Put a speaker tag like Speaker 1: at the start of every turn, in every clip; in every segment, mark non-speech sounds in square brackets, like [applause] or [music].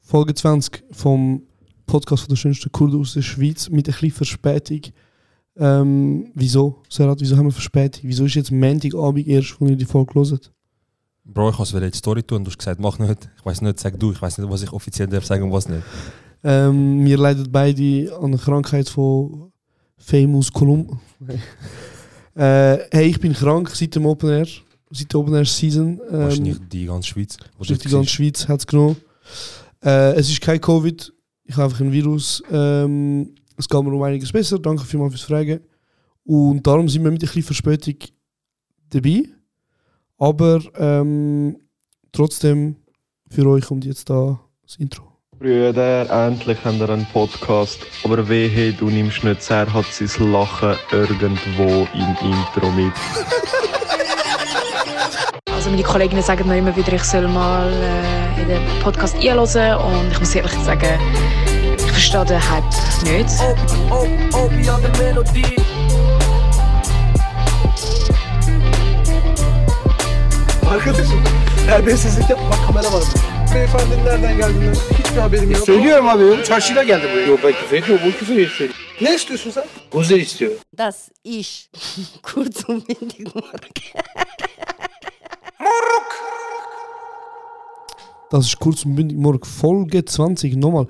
Speaker 1: Folge 20 vom Podcast von der schönsten Kurde aus der Schweiz mit ein bisschen Verspätung. Ähm, wieso? Serat, wieso haben wir Verspätung? Wieso ist jetzt Montagabend erst, wo ihr die Folge hört?
Speaker 2: Bro, ich kann es in die Story tun. Du hast gesagt, mach nicht. Ich weiß nicht, sag du. Ich weiß nicht, was ich offiziell darf sagen und was nicht.
Speaker 1: Ähm, wir leiden beide an der Krankheit von Famous Colum. äh, hey, ich bin krank seit dem Open Air, seit der Open Air Season. Ähm,
Speaker 2: Wahrscheinlich die ganze Schweiz. wo
Speaker 1: Durch
Speaker 2: dort
Speaker 1: die ganze Schweiz hat es genommen. Äh, es ist kein Covid, ich habe einfach ein Virus. Ähm, es geht mir um einiges besser. Danke vielmals fürs Fragen. Und darum sind wir mit ein bisschen Verspätung dabei. Aber ähm, trotzdem, für euch kommt jetzt da das Intro.
Speaker 3: Brüder, endlich haben wir einen Podcast. Aber wehe, du nimmst nicht sehr, hat sein Lachen irgendwo im Intro mit.
Speaker 4: Also meine Kolleginnen sagen mir immer wieder, ich soll mal äh, in den Podcast einhören und ich muss ehrlich sagen, ich verstehe den Hype nicht.
Speaker 5: Arkadaşım terbiyesizlik yapma kamera var. Beyefendi nereden geldiler? Hiçbir haberim yok.
Speaker 6: Söylüyorum abi. Çarşıyla geldi buraya.
Speaker 5: Yok ben küfür etmiyorum. Bu küfür istiyor. Ne istiyorsun sen? Buzzer istiyor.
Speaker 7: dass ich kurz und bündig morgen.
Speaker 1: Das ist kurz und bündig morgen. Folge 20, nochmal.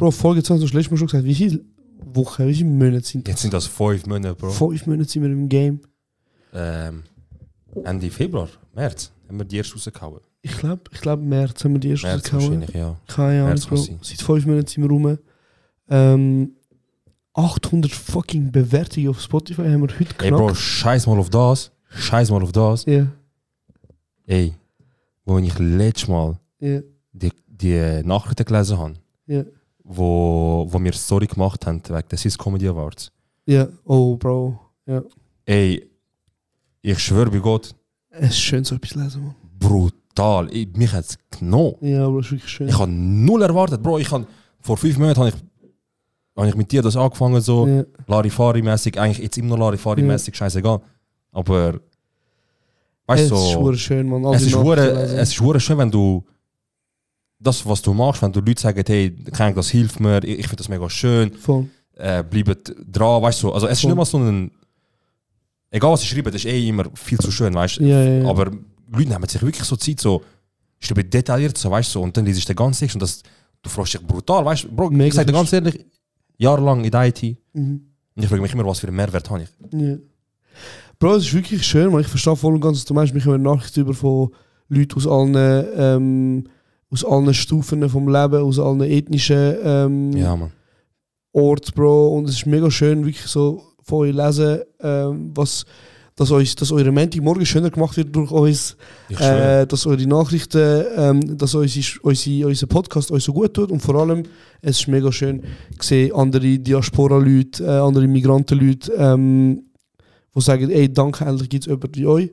Speaker 1: Bro, Folge 20, hast du letztes Mal schon gesagt, wie viele Wochen, wie viele Monate sind das?
Speaker 2: Jetzt sind das fünf Monate, Bro.
Speaker 1: Fünf Monate sind wir im Game.
Speaker 2: ähm, Ende Februar, März, haben wir die erst rausgehauen.
Speaker 1: Ich glaube, ich glaub, März haben wir die erste
Speaker 2: März
Speaker 1: gekauft.
Speaker 2: wahrscheinlich, ja.
Speaker 1: Keine Ahnung,
Speaker 2: März
Speaker 1: Bro.
Speaker 2: muss sein.
Speaker 1: Seit fünf Monaten sind wir rum. Ähm, 800 fucking Bewertungen auf Spotify haben wir heute
Speaker 2: Ey, Bro,
Speaker 1: geknackt.
Speaker 2: scheiß mal auf das. Scheiß mal auf das.
Speaker 1: Ja,
Speaker 2: Ey, wo ich letztes Mal
Speaker 1: ja,
Speaker 2: die, die Nachrichten gelesen habe,
Speaker 1: ja.
Speaker 2: wo, wo wir Story gemacht haben wegen der Swiss Comedy Awards.
Speaker 1: Ja, oh, Bro. Ja.
Speaker 2: Ey, ich schwöre bei Gott,
Speaker 1: Es ist schön, so etwas zu lesen, Mann.
Speaker 2: brutal. Ich, mich hat es genommen.
Speaker 1: Ja, Bro, es ist wirklich schön.
Speaker 2: Ich habe null erwartet, Bro. Ich habe vor fünf Monaten habe ich, hab ich mit dir das angefangen, so
Speaker 1: ja.
Speaker 2: Larifari-mäßig. Eigentlich jetzt immer noch Larifari-mäßig, scheißegal. Aber
Speaker 1: Es ist
Speaker 2: weißt du, so,
Speaker 1: hure schön, Mann. All
Speaker 2: es
Speaker 1: die
Speaker 2: ist
Speaker 1: Nachrichten
Speaker 2: hure-
Speaker 1: lesen.
Speaker 2: es ist hure schön, wenn du das, was du machst, wenn du Leute sagen, hey, krank, das hilft mir, ich, ich finde das mega schön,
Speaker 1: Voll.
Speaker 2: äh, bleibt dran, weißt du. Also es ist
Speaker 1: Voll.
Speaker 2: nicht mal so ein. Egal was ich schreibe, das ist eh immer viel zu schön, weißt du.
Speaker 1: Ja, ja, ja.
Speaker 2: Aber Leute nehmen sich wirklich so Zeit, so ist über detailliert, so weißt du, so, und dann liest du den ganzen Text und das, du freust dich brutal, weißt du, Bro,
Speaker 1: Mega
Speaker 2: ich sag dir
Speaker 1: fest.
Speaker 2: ganz ehrlich, jahrelang in der IT und
Speaker 1: Mhm.
Speaker 2: ich frage mich immer, was für einen Mehrwert habe ich.
Speaker 1: Ja. Bro, es ist wirklich schön, man. Ich verstehe voll und ganz, was du meinst. Wir kommen Nachrichten über von Leuten aus allen, ähm, aus allen Stufen vom Leben, aus allen ethnischen ähm,
Speaker 2: Ja, Mann.
Speaker 1: Ort, Bro. Und es ist mega schön, wirklich so von euch lesen, ähm, was, dass, euch, dass eure Menti morgen schöner gemacht wird durch uns,
Speaker 2: Ich schwöre.
Speaker 1: äh, dass eure Nachrichten, ähm, dass unsere, unsere, unser Podcast euch so gut tut. Und vor allem, es ist mega schön, ich sehe andere Diaspora-Leute, äh, andere Migranten-Leute, ähm, die sagen, ey, danke, endlich gibt es jemanden wie euch.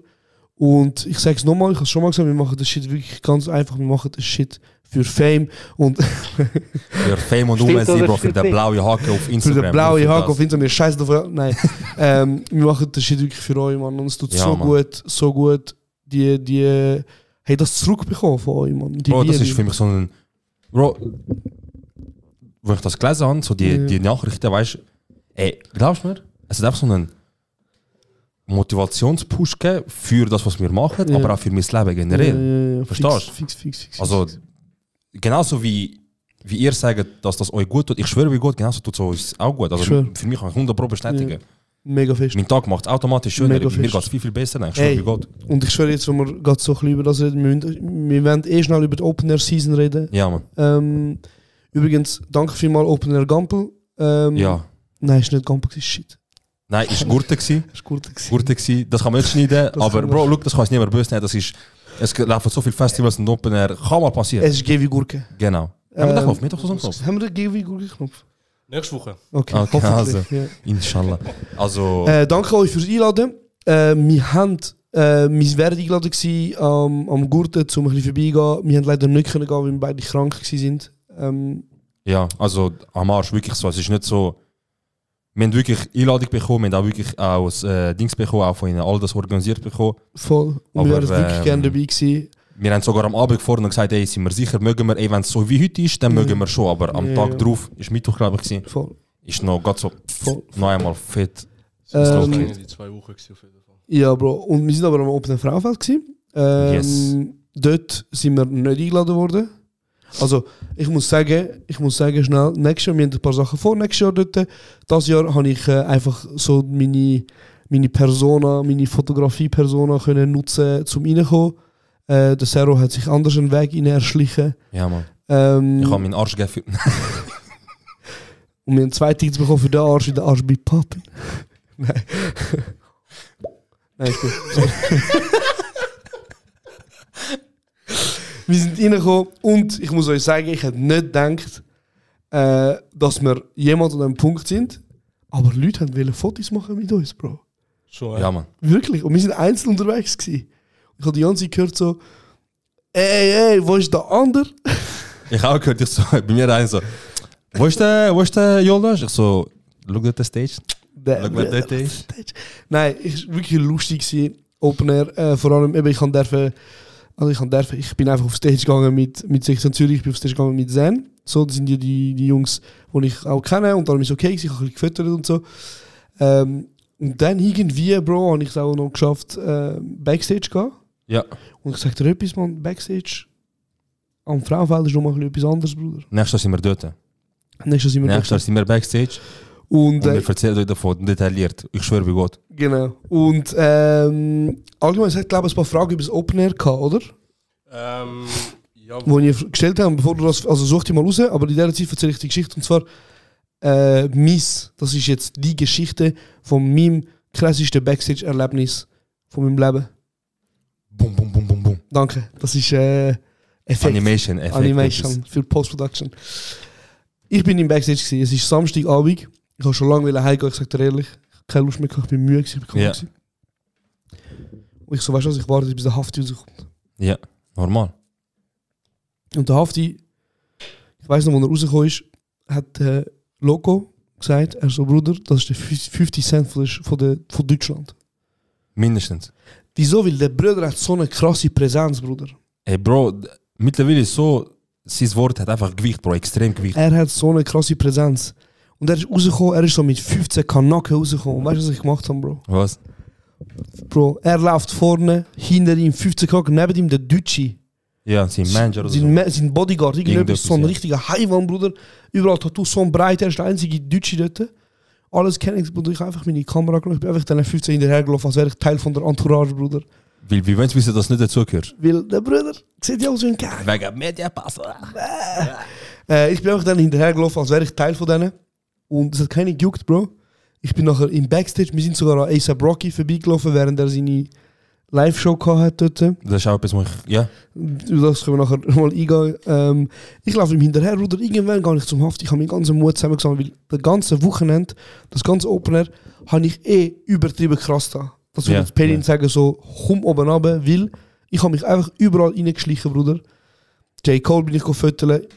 Speaker 1: Und ich sage es nochmal, ich habe es schon mal gesagt, wir machen das Shit wirklich ganz einfach, wir machen das Shit für Fame und
Speaker 2: Für Fame und
Speaker 5: Stimmt
Speaker 2: Umsehen,
Speaker 5: oder
Speaker 2: Bro, für
Speaker 5: stimmt
Speaker 2: den
Speaker 5: nicht?
Speaker 2: blauen Haken auf
Speaker 1: Für
Speaker 2: Instagram.
Speaker 1: den blauen
Speaker 2: Bro, für
Speaker 1: Haken auf
Speaker 2: das.
Speaker 1: Instagram, scheiße drauf. Nein.
Speaker 2: [laughs]
Speaker 1: ähm, wir machen das Shit wirklich für euch, Mann. Und es tut
Speaker 2: Ja,
Speaker 1: so
Speaker 2: Mann.
Speaker 1: gut, so gut, die, die, hey, das zurückbekommen von euch, Mann. Die
Speaker 2: Bro, das
Speaker 1: Liebe.
Speaker 2: ist für mich so ein. Bro, wo ich das gelesen habe, so die,
Speaker 1: Ja.
Speaker 2: die Nachrichten, weißt du, ey, glaubst du mir, es hat einfach so einen Motivationspush gegeben für das, was wir machen,
Speaker 1: Ja.
Speaker 2: aber auch für mein Leben
Speaker 1: Ja,
Speaker 2: generell.
Speaker 1: ja, ja,
Speaker 2: Verstehst
Speaker 1: Fix,
Speaker 2: du?
Speaker 1: fix, fix, fix.
Speaker 2: Also, genauso wie, wie ihr sagt, dass das euch gut tut, ich schwöre bei Gott, genauso tut es uns auch gut. Also,
Speaker 1: Ich schwöre.
Speaker 2: für mich kann ich 100 Pro bestätigen.
Speaker 1: mega fest.
Speaker 2: Mein Tag macht es automatisch schöner,
Speaker 1: Mega
Speaker 2: mir
Speaker 1: fest.
Speaker 2: geht es viel, viel besser, ich schwöre
Speaker 1: Ey.
Speaker 2: bei Gott.
Speaker 1: Und ich schwöre jetzt, wenn wir gerade so ein bisschen über das reden, wir, müssen, wir werden eh schnell über die Open Air Season reden.
Speaker 2: Ja, Mann.
Speaker 1: Ähm, übrigens, danke vielmals Open Air Gampel. Ähm,
Speaker 2: Ja.
Speaker 1: Nein, ist nicht Gampel, ist shit.
Speaker 2: Nein, ist Gurte gewesen.
Speaker 1: Ist gut. gewesen.
Speaker 2: Gurte gewesen. Das kann man nicht schneiden,
Speaker 1: Das
Speaker 2: aber
Speaker 1: kann
Speaker 2: Bro, look, das kann ich nicht mehr böse nehmen. Das ist, es laufen so viele Festivals und Open Air. Kann mal passieren.
Speaker 1: Es Ähm, ist GW Gurke.
Speaker 2: genau. Haben wir
Speaker 1: Ehm,
Speaker 2: den Knopf? Mittwoch oder Sonntag?
Speaker 1: Haben wir den GW Gurke Knopf?
Speaker 8: Nächste Woche.
Speaker 1: Okay,
Speaker 2: Okay,
Speaker 1: hoffentlich.
Speaker 2: also.
Speaker 1: Ja.
Speaker 2: Inshallah. Also,
Speaker 1: Äh, danke euch fürs Einladen. Äh, wir haben, äh, wir wären eingeladen gewesen am, am Gurten, um ein bisschen vorbeigehen. Wir haben leider nicht können gehen, weil wir beide krank gewesen sind. Ähm,
Speaker 2: ja, also am Arsch wirklich so. Es ist nicht so. Wir haben wirklich Einladung bekommen, wir haben auch wirklich auch äh, Dings bekommen, auch von ihnen all das organisiert bekommen.
Speaker 1: voll. Und wir wären
Speaker 2: Aber,
Speaker 1: wirklich
Speaker 2: ähm,
Speaker 1: gerne dabei gewesen.
Speaker 2: Wir haben sogar am Abend gefahren und gesagt, ey, sind wir sicher, mögen wir, ey, wenn es so wie heute ist, dann
Speaker 1: Ja.
Speaker 2: mögen wir schon. Aber am
Speaker 1: Mhm. Ja,
Speaker 2: Tag
Speaker 1: ja.
Speaker 2: drauf, ist Mittwoch, glaube ich, gewesen,
Speaker 1: Voll.
Speaker 2: ist noch gerade so,
Speaker 1: Voll.
Speaker 2: noch einmal fett.
Speaker 1: Ähm,
Speaker 2: Okay.
Speaker 8: die zwei Wochen gewesen, auf jeden Fall.
Speaker 1: Ja, Bro. Und wir sind aber am offenen Frauenfeld. gewesen. Ähm,
Speaker 2: Yes.
Speaker 1: Dort sind wir nicht eingeladen worden. Also, ich muss sagen, ich muss sagen, schnell, nächstes Jahr, wir haben ein paar Sachen vor, nächstes Jahr dort. Das Jahr habe ich äh, einfach so meine, meine Persona, meine Fotografie-Persona können nutzen, zum reinkommen. Äh, der Sero hat sich anders einen Weg hinein erschlichen.
Speaker 2: Ja, Mann.
Speaker 1: Ähm,
Speaker 2: Ich habe meinen Arsch gegeben. für-
Speaker 1: Und wir haben zwei Tickets bekommen für den Arsch in den Arsch bei Papi. Nein. Nein, ist gut. Sorry. wir sind reingekommen und ich muss euch sagen, ich hätte nicht gedacht, äh, dass wir jemals an einem Punkt sind, aber Leute wollten Fotos machen mit uns, Bro.
Speaker 2: [laughs]
Speaker 8: Schon,
Speaker 2: Ja, Mann.
Speaker 1: Wirklich. Und wir sind einzeln unterwegs. Gewesen. Ich habe die ganze Zeit gehört so, ey, ey, wo ist der andere?
Speaker 2: Ich habe auch gehört, ich so, [laughs] bei mir rein so, wo ist der, wo ist der Jonas? Ich so, schau dort der Stage,
Speaker 1: Der,
Speaker 2: schau, wer
Speaker 1: [laughs]
Speaker 2: dort ist.
Speaker 1: Nein, ich war wirklich lustig. Gewesen. Open Air, äh, vor allem, eben, ich kann dürfen, also ich kann dürfen, ich bin einfach auf Stage gegangen mit, mit 16 Zürich, ich bin auf Stage gegangen mit Zen. So, das sind ja die, die Jungs, die ich auch kenne und darum ist es okay, gewesen, ich habe ein bisschen gefüttert und so. Ähm, und dann irgendwie, Bro, habe ich es auch noch geschafft, äh, Backstage zu gehen.
Speaker 2: Ja,
Speaker 1: Und ich sagte dir etwas, man, Backstage am Frauenfeld ist noch mal ein bisschen etwas anderes, Bruder.
Speaker 2: nächstes Jahr sind wir dort.
Speaker 1: Nächstes Jahr sind wir
Speaker 2: Nächstes Jahr sind wir Backstage
Speaker 1: Und,
Speaker 2: und
Speaker 1: äh,
Speaker 2: wir erzählen euch davon, detailliert. Ich schwöre bei Gott.
Speaker 1: Genau. Und ähm, allgemein, es hat, glaube ich, ein paar Fragen über das Open Air gehabt, oder?
Speaker 8: Ähm, ja,
Speaker 1: Die ich f- gestellt habe, bevor du das. Also such die mal raus, aber in dieser Zeit erzähle ich die Geschichte. Und zwar, äh, Miss, das ist jetzt die Geschichte von meinem krassesten Backstage-Erlebnis von meinem Leben.
Speaker 2: Bum, bum, bum, bum, bum.
Speaker 1: Danke. Das ist äh, Effekt.
Speaker 2: Animation, Effekt.
Speaker 1: Animation für Post-Production. Ich bin im Backstage, gewesen. es ist Samstagabend. Ich habe schon lange heimgehen, ich sage dir ehrlich, ich habe keine Lust mehr, gehabt, ich bin müde, gewesen, ich bin
Speaker 2: Ja.
Speaker 1: yeah. Und ich so, weißt du was, ich warte, bis der Hafti rauskommt.
Speaker 2: Ja, normal.
Speaker 1: Und der Hafti, ich weiß noch, wo er rausgekommen ist, hat äh, Loco gesagt, er so, Bruder, das ist der 50 Cent von, der- von, der, von Deutschland.
Speaker 2: Mindestens.
Speaker 1: Wieso? Weil der Bruder hat so eine krasse Präsenz, Bruder.
Speaker 2: Ey, Bro, d- mittlerweile ist so, sein Wort hat einfach Gewicht, Bro, extrem Gewicht.
Speaker 1: Er hat so eine krasse Präsenz. Und er ist rausgekommen, er ist so mit 15 Kanaken rausgekommen. Und weißt du, was ich gemacht habe, Bro?
Speaker 2: Was?
Speaker 1: Bro, er läuft vorne, hinter ihm 15 Kanaken, neben ihm der Deutsche.
Speaker 2: Ja, sein Manager oder
Speaker 1: sein,
Speaker 2: so.
Speaker 1: Ma- sein Bodyguard, irgendetwas,
Speaker 2: Irgendetwas,
Speaker 1: so ein
Speaker 2: ja.
Speaker 1: richtiger Haiwan, Bruder. Überall Tattoos, so breit, er ist der einzige Deutsche dort. Alles kenne ich, Bruder. Ich habe einfach meine Kamera genommen, ich bin einfach den 15 hinterhergelaufen, als wäre ich Teil von der Entourage, Bruder.
Speaker 2: Weil, wie wenn wissen, dass du nicht dazugehört.
Speaker 1: Weil der Bruder sieht ja aus wie ein Kerl.
Speaker 2: Wegen Mediapass.
Speaker 1: Äh, ich bin einfach dann hinterhergelaufen, als wäre ich Teil von denen. Und es hat keine gejuckt, Bro. Ich bin nachher im Backstage, wir sind sogar an ASAP Rocky vorbeigelaufen, während er seine Live-Show gehabt hat dort.
Speaker 2: Das ist auch etwas, wo ich, ja.
Speaker 1: Auf Das können wir nachher [laughs] mal eingehen. Ähm, ich laufe ihm hinterher, Bruder. Irgendwann gehe ich zum Haft. Ich habe meinen ganzen Mut zusammengesammelt, weil das ganze Wochenende, das ganze Opener, habe ich eh übertrieben krass da. Das würde
Speaker 2: Ja,
Speaker 1: jetzt Pelin
Speaker 2: ja.
Speaker 1: sagen, so, komm oben runter, weil ich habe mich einfach überall reingeschlichen, Bruder. J. Cole bin ich gefüttert,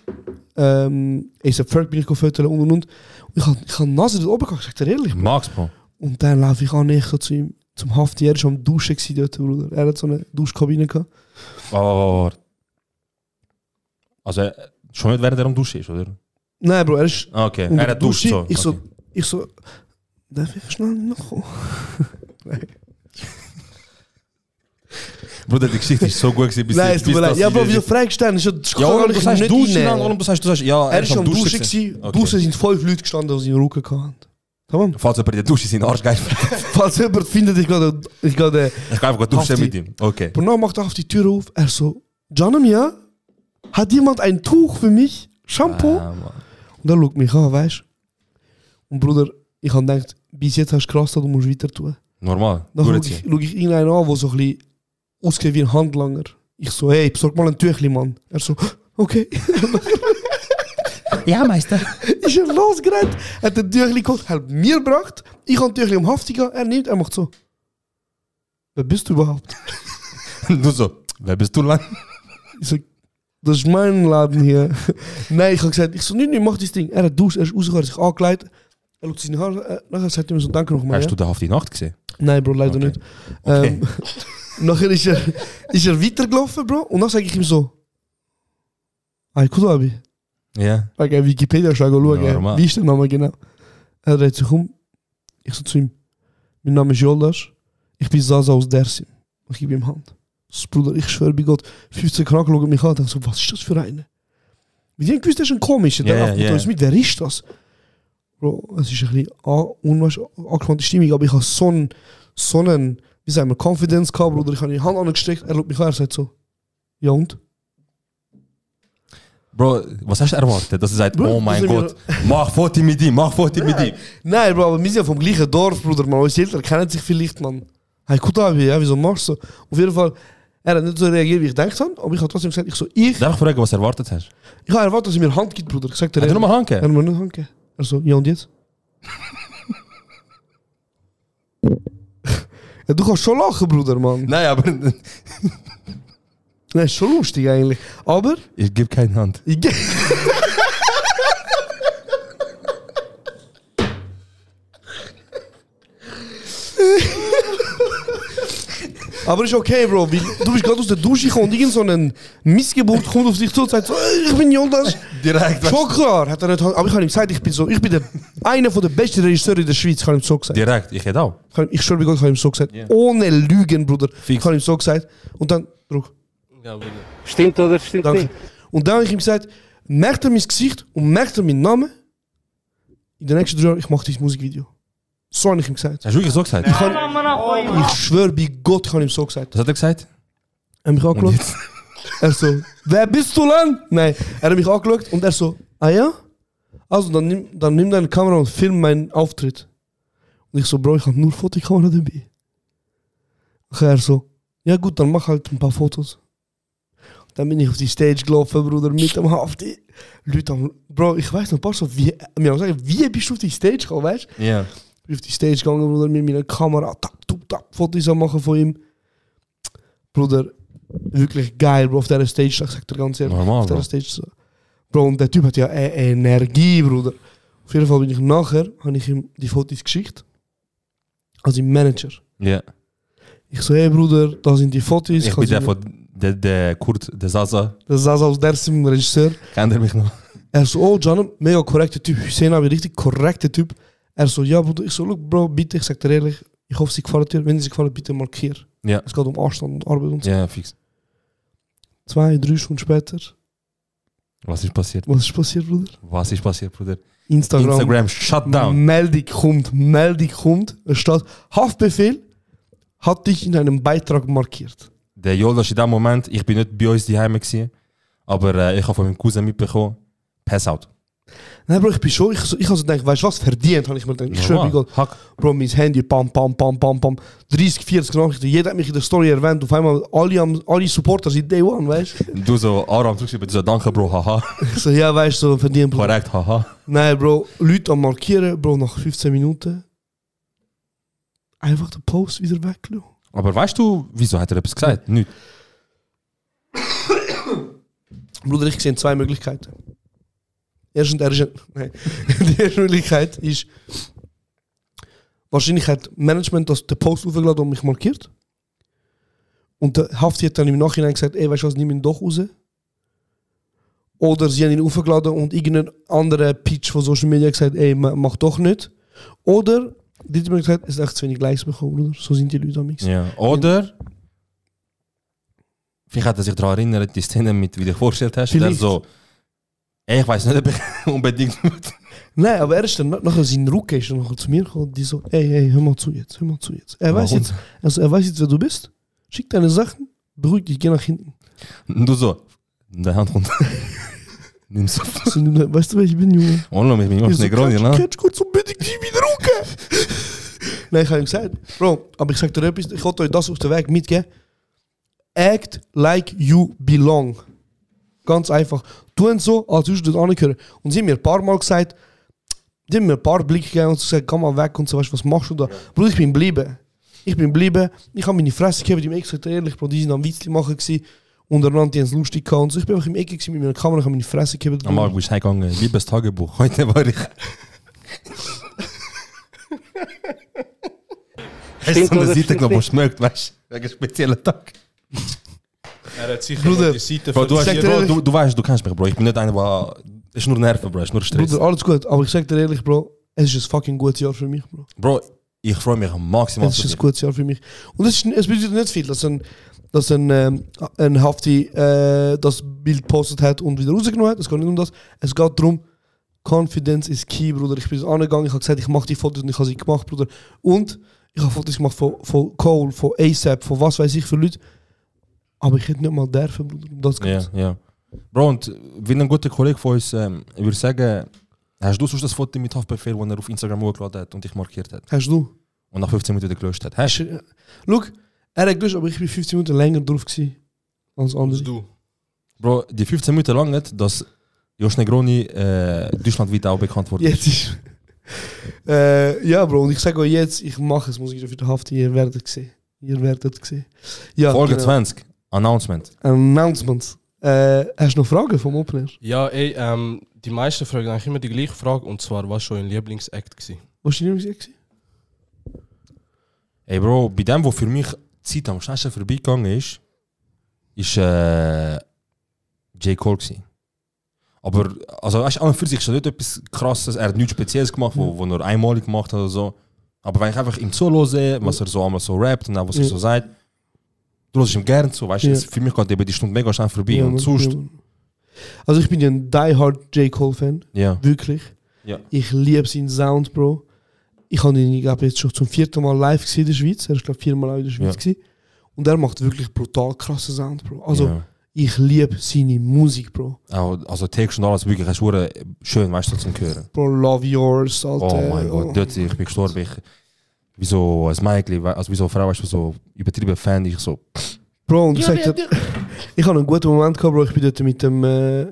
Speaker 1: ähm, A$AP Ferg bin ich gefüttert und und und. Und ich habe ich hab Nase dort oben gehabt, ich sage dir ehrlich.
Speaker 2: Max, Bro.
Speaker 1: Und dann laufe ich an, ich zu ihm, zum Haft. Er war am Duschen gewesen dort, Bruder. Er hat so eine Duschkabine gehabt.
Speaker 2: Warte, warte, warte. Also, äh, schon nicht während er am Duschen ist, oder?
Speaker 1: Nein, Bro, er ist
Speaker 2: Ah, Okay,
Speaker 1: Unter
Speaker 2: er
Speaker 1: der
Speaker 2: hat duscht
Speaker 1: Dusche.
Speaker 2: so.
Speaker 1: Ich so,
Speaker 2: Okay.
Speaker 1: ich so, darf ich schnell nachkommen?
Speaker 2: Bruder, die Geschichte ist
Speaker 1: [laughs]
Speaker 2: so gut gewesen, bis
Speaker 1: Nein, es tut
Speaker 2: bis
Speaker 1: mir leid.
Speaker 2: das-
Speaker 1: Ja, Bro, wieso fragst du denn? Ich so, das
Speaker 2: Ja,
Speaker 1: kann
Speaker 2: Orlando,
Speaker 1: ich
Speaker 2: du sagst
Speaker 1: nicht
Speaker 2: duschen,
Speaker 1: reinnehmen.
Speaker 2: Orlando, du sagst, du sagst, ja,
Speaker 1: Er ist am Duschen gewesen.
Speaker 2: Okay.
Speaker 1: Draussen sind fünf Leute gestanden, die seinen Rücken hatten.
Speaker 2: [laughs]
Speaker 1: Tamam.
Speaker 2: Falls jemand in der Dusche seinen Arsch geil [laughs]
Speaker 1: Falls jemand findet, ich gehe, ich gehe,
Speaker 2: Ich kann einfach
Speaker 1: Auf
Speaker 2: duschen
Speaker 1: die-
Speaker 2: mit ihm. Okay.
Speaker 1: Bruno macht auf die Tür auf. Er so, Janemia, hat jemand ein Tuch für mich? Shampoo?
Speaker 2: Ah, Mann.
Speaker 1: Und er schaut mich an, weißt du? Und Bruder, ich habe gedacht, bis jetzt hast du krass, du musst weiter tun.
Speaker 2: Normal.
Speaker 1: Dann schaue ich,
Speaker 2: Durchziehen.
Speaker 1: schau ich ihn einen an, der so ein bisschen ausgeht wie ein Handlanger. Ich so, hey, besorg mal ein Tüchli, Mann. Er [gasps] so, okay.
Speaker 2: Ja, Meister.
Speaker 1: [laughs] Ist er losgerannt, hat ein Tüchli geholt, hat mir gebracht. Ich habe ein Tüchli um Hafti gehen, er nimmt, er macht so. Wer bist du überhaupt?
Speaker 2: [laughs] Du so, wer bist du lang?
Speaker 1: Ich so, das ist mein Laden hier. [laughs] Nein, ich habe gesagt, ich so, nee, nee, mach das Ding. Er hat duscht, er ist rausgegangen, hat sich angekleidet. Er schaut seine Haare, äh, nachher sagt er mir so, danke nochmal.
Speaker 2: Hast
Speaker 1: Ja.
Speaker 2: du da auf die Nacht gesehen?
Speaker 1: Nein, Bro, leider [laughs]
Speaker 2: Okay.
Speaker 1: nicht.
Speaker 2: Okay.
Speaker 1: Ähm, Und nachher ist er, ist er weitergelaufen, Bro. Und dann sage ich ihm so, «Ay, Kudabi.»
Speaker 2: Ja.
Speaker 1: Wegen Wikipedia schon schauen,
Speaker 2: Normal.
Speaker 1: wie ist der Name genau? Er dreht sich um. Ich so zu ihm, mein Name ist Joldas, ich bin Zaza aus Dersim. Ich gebe ihm Hand. So, Bruder, ich schwöre bei Gott, 15 Kranken schauen mich an und so, was ist das für eine? Mit dem gewusst, das ist ein komischer, der
Speaker 2: Ja,
Speaker 1: yeah,
Speaker 2: ja.
Speaker 1: uns mit, wer ist das? Bro, es ist ein bisschen an- unwasch- angespannte Stimmung, aber ich habe so einen, so einen, wie sagen wir, Confidence gehabt, Bruder, ich habe die Hand angestreckt, er schaut mich an, er sagt so, ja und?
Speaker 2: Bro, was hast du erwartet? Dass er sagt,
Speaker 1: Bro,
Speaker 2: oh mein
Speaker 1: das
Speaker 2: Gott,
Speaker 1: sind
Speaker 2: mach Foto mit ihm, mach Foto mit ihm.
Speaker 1: Nein, Bro, aber wir sind ja vom gleichen Dorf, Bruder, man. Unsere Eltern kennen sich vielleicht, man. Hey, gut, Abi, ja, wieso machst du so? Auf jeden Fall, er hat nicht so reagiert, wie ich gedacht habe, aber ich habe trotzdem gesagt, ich so, ich,
Speaker 2: Darf ich fragen, was du erwartet hast?
Speaker 1: ich habe erwartet, dass er mir Hand gibt, Bruder. Ich sagte,
Speaker 2: Hat er nochmal Hand
Speaker 1: Er
Speaker 2: gegeben?
Speaker 1: hat mir nicht Hand gegeben. Er so, ja und jetzt? [laughs] ja, du kannst schon lachen, Bruder, Mann.
Speaker 2: Nein, aber [laughs]
Speaker 1: Nein, ist schon lustig eigentlich. Aber,
Speaker 2: ich gebe keine Hand.
Speaker 1: ich ge- [laughs] Aber ist okay, Bro, weil du bist gerade aus der Dusche gekommen und irgend so ein Missgeburt kommt auf dich zu und sagt so, «Ey, ich bin Jonas.
Speaker 2: Direkt.
Speaker 1: Schon klar, hat er nicht, aber ich habe ihm gesagt, ich bin so, ich bin der, einer von der besten Regisseure in der Schweiz, ich habe ihm so gesagt.
Speaker 2: Direkt, ich hätte auch.
Speaker 1: Ich hab- Ich schwöre bei Gott, ich habe ihm so gesagt. Ohne Lügen, Bruder.
Speaker 2: Fix.
Speaker 1: Ich habe ihm so gesagt. Und dann, Druck,
Speaker 8: Ja, Bruder.
Speaker 6: Stimmt oder stimmt
Speaker 1: danke.
Speaker 6: nicht?
Speaker 1: Und dann habe ich ihm gesagt, merkt er mein Gesicht und merkt er meinen Namen. In den nächsten drei Jahren, ich mache dieses Musikvideo. So habe ich ihm gesagt.
Speaker 2: Hast du wirklich so gesagt?
Speaker 1: Ich, hab- ich schwöre bei Gott, ich habe ihm so gesagt.
Speaker 2: Was hat er gesagt?
Speaker 1: Er hat mich angeschaut. Er so, wer bist du lang? Nein, er hat mich angeschaut und er so, ah ja? Also, dann nimm, dann nimm deine Kamera und film meinen Auftritt. Und ich so, Bro, ich habe nur Fotokamera dabei. Und er so, ja gut, dann mach halt ein paar Fotos. Dann bin ich auf die Stage gelaufen, Bruder, mit dem Hafti. Leute, haben- Bro, ich weiß noch, ein paar so, wie, mir haben gesagt, wie bist du auf die Stage gekommen, weißt
Speaker 2: Ja.
Speaker 1: bin auf die Stage gegangen, Bruder, mit meiner Kamera, tap, tup, tap, Fotos am machen von ihm. Bruder, wirklich geil, Bro, auf dieser Stage, sag ich dir ganz ehrlich.
Speaker 2: Normal,
Speaker 1: auf dieser
Speaker 2: Bro.
Speaker 1: Stage. so. Bro, und der Typ hat ja e Energie, Bruder. Auf jeden Fall bin ich nachher, habe ich ihm die Fotos geschickt. Als im Manager.
Speaker 2: Ja.
Speaker 1: Ich so, hey Bruder, da sind die Fotos.
Speaker 2: Ich
Speaker 1: kann
Speaker 2: bin
Speaker 1: sie
Speaker 2: der
Speaker 1: mir-
Speaker 2: von der, der Kurt, der Sasa.
Speaker 1: Das saß aus der Sim, Regisseur.
Speaker 2: Kennt er mich noch?
Speaker 1: Er so, oh, Janem, mega korrekte Typ. Hussein habe richtig korrekte Typ. Er so, ja, Bruder. Ich so, look, Bro, bitte, ich sag dir ehrlich, ich hoffe, sie gefällt dir. Wenn sie gefällt, bitte markier.
Speaker 2: Ja.
Speaker 1: Es geht um Anstand und Arbeit und so.
Speaker 2: Ja, fix.
Speaker 1: Zwei, drei Stunden später,
Speaker 2: Was ist passiert?
Speaker 1: was ist passiert, Bruder?
Speaker 2: Was ist passiert, Bruder?
Speaker 1: Instagram.
Speaker 2: Instagram, Mm. Shutdown.
Speaker 1: Meldung kommt, Meldung kommt. Es steht, Haftbefehl hat dich in einem Beitrag markiert.
Speaker 2: Der Joldas in dem Moment, ich bin nicht bei uns daheim gewesen, aber äh, ich habe von meinem Cousin mitbekommen, Pass out.
Speaker 1: Nein, Bro, ich bin schon, ich, ich habe so gedacht, weißt du was, verdient, habe ich mir gedacht. Ich schwöre bei Gott.
Speaker 2: Hack.
Speaker 1: Bro, mein Handy, pam, pam, pam, pam, pam. 30, 40 Nachrichten. Jeder hat mich in der Story erwähnt. Auf einmal alle, am- alle Supporter sind Day One, weißt du?
Speaker 2: Du so, Aram, zurückschreiben, du so, danke, Bro, [laughs] haha.
Speaker 1: Ich so, ja, weißt du, so verdient. Bro.
Speaker 2: Korrekt, haha.
Speaker 1: Nein, Bro, Leute am Markieren, Bro, nach 15 Minuten. Einfach den Post wieder weg, Leo.
Speaker 2: Aber weißt du, wieso hat er etwas gesagt? Nicht.
Speaker 1: Bruder, ich sehe zwei Möglichkeiten. Erstens, er ist ein, nein. [laughs] Die erste Möglichkeit ist, wahrscheinlich hat Management das den Post aufgeladen und mich markiert. Und der Hafti hat dann im Nachhinein gesagt, ey, weißt du was, nimm ihn doch raus. Oder sie haben ihn aufgeladen und irgendein anderer Pitch von Social Media gesagt, ey, ma- mach doch nicht. Oder, die dritte Möglichkeit, es hat echt zu wenig Likes bekommen, Bruder. So sind die Leute am Mix.
Speaker 2: Ja. Oder, vielleicht hat er sich daran erinnert, die Szene, mit, wie du dich vorgestellt hast, der
Speaker 1: Vielleicht.
Speaker 2: so, ey, ich weiß nicht, ob ich [laughs] unbedingt
Speaker 1: Nein, aber er ist dann nachher sein Rucke ist dann nachher zu mir gekommen, die so, ey, ey, hör mal zu jetzt, hör mal zu jetzt. Er weiß jetzt, also er weiß jetzt, wer du bist. Schick deine Sachen, beruhig dich, geh nach hinten.
Speaker 2: Und du so, deine Hand runter. Nimm so.
Speaker 1: So, du weißt du, wer ich bin, Junge?
Speaker 2: Oh, ich bin immer
Speaker 1: Ich so,
Speaker 2: Negroni,
Speaker 1: Catch-
Speaker 2: ne?
Speaker 1: Catch kurz und bitte gib mir Rucke. Nein, ich habe ihm gesagt, Bro, aber ich sag dir etwas, ich wollte euch das auf den Weg mitgeben. Act like you belong. Ganz einfach. Tun so, als würdest du dort angehören. Und sie haben mir ein paar Mal gesagt, die haben mir ein paar Blicke gegeben und sie gesagt, komm mal weg und so, weißt du, was machst du da? Bruder, ich bin geblieben. Ich bin geblieben, ich habe meine Fresse gegeben, die im Eck gesagt, ehrlich, Bro, die sind am Witzli machen gewesen. Untereinander, die haben es lustig gehabt und so. Ich bin einfach im Eck gewesen mit meiner Kamera, ich habe meine Fresse gegeben.
Speaker 2: Am Morgen bist du heimgegangen. Liebes Tagebuch, heute war ich. Hast du so
Speaker 6: Stimmt,
Speaker 2: eine
Speaker 6: oder
Speaker 2: Seite
Speaker 6: stimmt
Speaker 2: genommen, die
Speaker 6: nicht?
Speaker 2: schmeckt, weißt Wegen speziellen Tag.
Speaker 8: Er hat sicher
Speaker 1: Bruder,
Speaker 8: die Seite
Speaker 2: Bro, du, hast,
Speaker 1: Sag dir
Speaker 2: Bro,
Speaker 1: ehrlich-
Speaker 2: du, du weißt, du kennst mich, Bro. Ich bin nicht einer, der. Es ist nur Nerven, Bro. Es ist nur Stress.
Speaker 1: Bruder, alles gut, aber ich sag dir ehrlich, Bro, es ist ein fucking gutes Jahr für mich, Bro.
Speaker 2: Bro, ich freue mich maximal.
Speaker 1: Es
Speaker 2: für
Speaker 1: ist ein
Speaker 2: dich.
Speaker 1: gutes Jahr für mich. Und es, ist, es bedeutet nicht viel, dass ein, dass ein, ähm, ein Hafti äh, das Bild postet hat und wieder rausgenommen hat. Es geht nicht um das. Es geht darum, Confidence is key, Bruder. Ich bin angegangen, ich habe gesagt, ich mache die Fotos und ich habe sie gemacht, Bruder. Und ich habe Fotos gemacht von, von Cole, von ASAP, von was weiß ich für Leute. Aber ich hätte nicht mal dürfen, Bruder. Um das
Speaker 2: Ja,
Speaker 1: geht's.
Speaker 2: ja. Bro, und wie ein guter Kollege von uns, ähm, ich würde sagen, hast du sonst das Foto mit Haftbefehl, das er auf Instagram hochgeladen hat und dich markiert hat
Speaker 1: Hast du?
Speaker 2: und nach 15 Minuten wieder gelöscht hat? Hast du?
Speaker 1: Sch- Schau, er hat gelöscht, aber ich bin 15 Minuten länger drauf gewesen als andere.
Speaker 8: als du.
Speaker 2: Bro, die 15 Minuten lang nicht, dass Josh Negroni äh, deutschlandweit auch bekannt wurde.
Speaker 1: Jetzt ist. [laughs] Äh, ja, Bro, und ich sage euch jetzt, ich mache es, muss ich dafür die Haft, ihr werdet es sehen. Ihr werdet es sehen. Ja,
Speaker 2: Folge
Speaker 1: genau.
Speaker 2: 20, Announcement.
Speaker 1: Announcement. Äh, hast du noch Fragen vom Opener?
Speaker 8: Ja, ey, ähm, die meisten fragen eigentlich immer die gleiche Frage und zwar, was schon dein Lieblingsact gewesen?
Speaker 1: Was du nicht gesehen?
Speaker 2: Ey, Bro, bei dem, wo für mich die Zeit am schnellsten vorbeigegangen ist, ist äh, J. Cole. Gewesen. Aber, also, weißt du, an und für sich ist das nicht etwas Krasses. Er hat nichts Spezielles gemacht, wo, wo er einmalig gemacht hat oder so. Aber wenn ich einfach ihm zuhöre, was er so einmal so rappt und auch was er
Speaker 1: Ja.
Speaker 2: so sagt, du hörst ihm gerne zu, weißt du?
Speaker 1: Ja.
Speaker 2: es- Für mich geht eben die Stunde mega schnell vorbei. und sonst,
Speaker 1: Also, ich bin ja ein die-hard J. Cole-Fan.
Speaker 2: ja.
Speaker 1: Wirklich.
Speaker 2: Ja.
Speaker 1: Ich liebe seinen Sound, Bro. Ich habe ihn, ich glaube, jetzt schon zum vierten Mal live gesehen in der Schweiz. Er ist, glaube viermal auch in der Schweiz.
Speaker 2: Ja.
Speaker 1: Gewesen. Und er macht wirklich brutal krassen Sound, Bro. Also,
Speaker 2: ja.
Speaker 1: ich liebe seine Musik, Bro.
Speaker 2: Auch- Also, Text und alles wirklich, es ist hure schön, weißt du, zum Hören.
Speaker 1: Bro, love yours, Alter.
Speaker 2: Oh mein Gott, dort, ich bin gestorben. Ich, wie so als Mädchen, we- also wie so eine Frau, weißt du, so übertrieben Fan, ich so.
Speaker 1: Bro, und ich sag dir, ich hatte einen guten Moment gehabt, Bro. Ich bin dort mit dem, äh,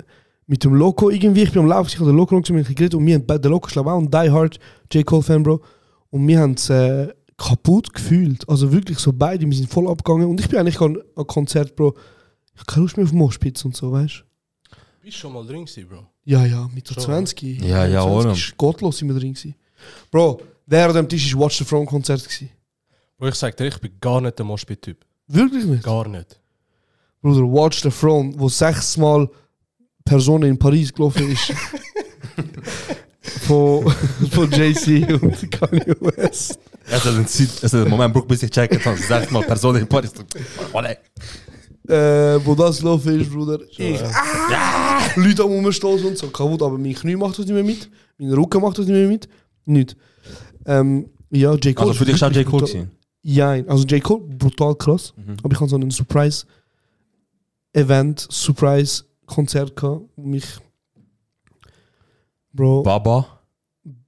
Speaker 1: mit dem Loco irgendwie, ich bin am Laufen, ich habe den Loco angesehen, wir haben geredet und wir haben, bei- der Loco ist glaub ich, auch ein Die Hard J. Cole Fan, Bro. Und wir haben es äh, kaputt gefühlt. Also wirklich so beide, wir sind voll abgegangen. Und ich bin eigentlich an an Konzert, Bro. Ich habe keine Lust mehr auf Moschpitz und so, weißt du?
Speaker 8: Bist schon mal drin gewesen, Bro?
Speaker 1: Ja, ja, mit der
Speaker 8: Schon,
Speaker 1: 20.
Speaker 2: Ja, ja,
Speaker 1: 20
Speaker 2: oder?
Speaker 1: ist gottlos sind wir drin gewesen. Bro, der an dem Tisch war Watch the Throne Konzert. Gewesen.
Speaker 8: Bro, ich sag dir, ich bin gar nicht der Moshpit-Typ.
Speaker 1: Wirklich nicht?
Speaker 8: Gar nicht.
Speaker 1: Bruder, Watch the Throne, wo sechsmal Personen in Paris gelaufen
Speaker 2: [laughs]
Speaker 1: ist. von von JC und Kanye West.
Speaker 2: Es hat einen Zeit, es hat einen Moment, Bruch, bis ich checken kann, sag mal, Person in Paris. Alle.
Speaker 1: Äh, wo das gelaufen ist, Bruder. Ich, ah, Leute am Umstoßen und so kaputt, aber mein Knie macht das nicht mehr mit, mein Rücken macht das nicht mehr mit, nicht. Ähm, ja, J. Cole.
Speaker 2: Also für dich
Speaker 1: ist
Speaker 2: schaut J. Cole
Speaker 1: brutal-
Speaker 2: gewesen.
Speaker 1: Jein. Also J. Cole, brutal krass. Aber ich hatte so einen Surprise-Event, Surprise-Konzert gehabt, wo mich. Bro.
Speaker 2: Baba.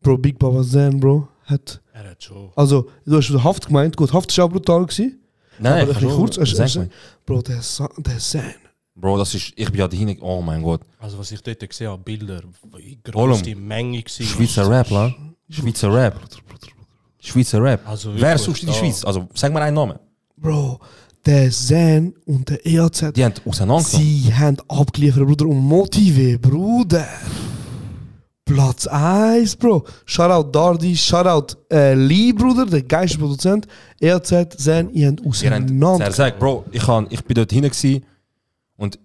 Speaker 1: Bro, Big Papa Zen, Bro, hat.
Speaker 8: Er hat schon.
Speaker 1: Also, du hast wieder Haft gemeint, gut, Haft war auch brutal gewesen.
Speaker 2: Nein,
Speaker 1: aber ein bisschen kurz. äh,
Speaker 2: Sag
Speaker 1: Hast,
Speaker 2: mal.
Speaker 1: Bro, der, Sa- der Zen.
Speaker 2: Bro, das ist, ich bin ja dahin, oh mein Gott.
Speaker 8: Also, was ich dort gesehen habe, Bilder, wie groß
Speaker 2: Gollum.
Speaker 8: die Menge war.
Speaker 2: Schweizer Rap, la? Schweizer Rap. Schweizer Rap.
Speaker 8: Also
Speaker 2: Wer
Speaker 8: wirklich,
Speaker 2: sucht in die
Speaker 8: da.
Speaker 2: Schweiz? Also, sag mal einen Namen.
Speaker 1: Bro, der Zen und der E EAZ,
Speaker 2: Die haben auseinandergenommen.
Speaker 1: sie haben abgeliefert, Bruder, und Motive, Bruder. Platz 1, Bro. Shoutout Dardi, Shoutout äh, Lee, Bruder, der geilste Produzent. EAZ, Zen, ihr habt
Speaker 2: Ihr habt
Speaker 1: auseinander.
Speaker 2: zersagt. Bro, ich, han, ich bin dort hinten und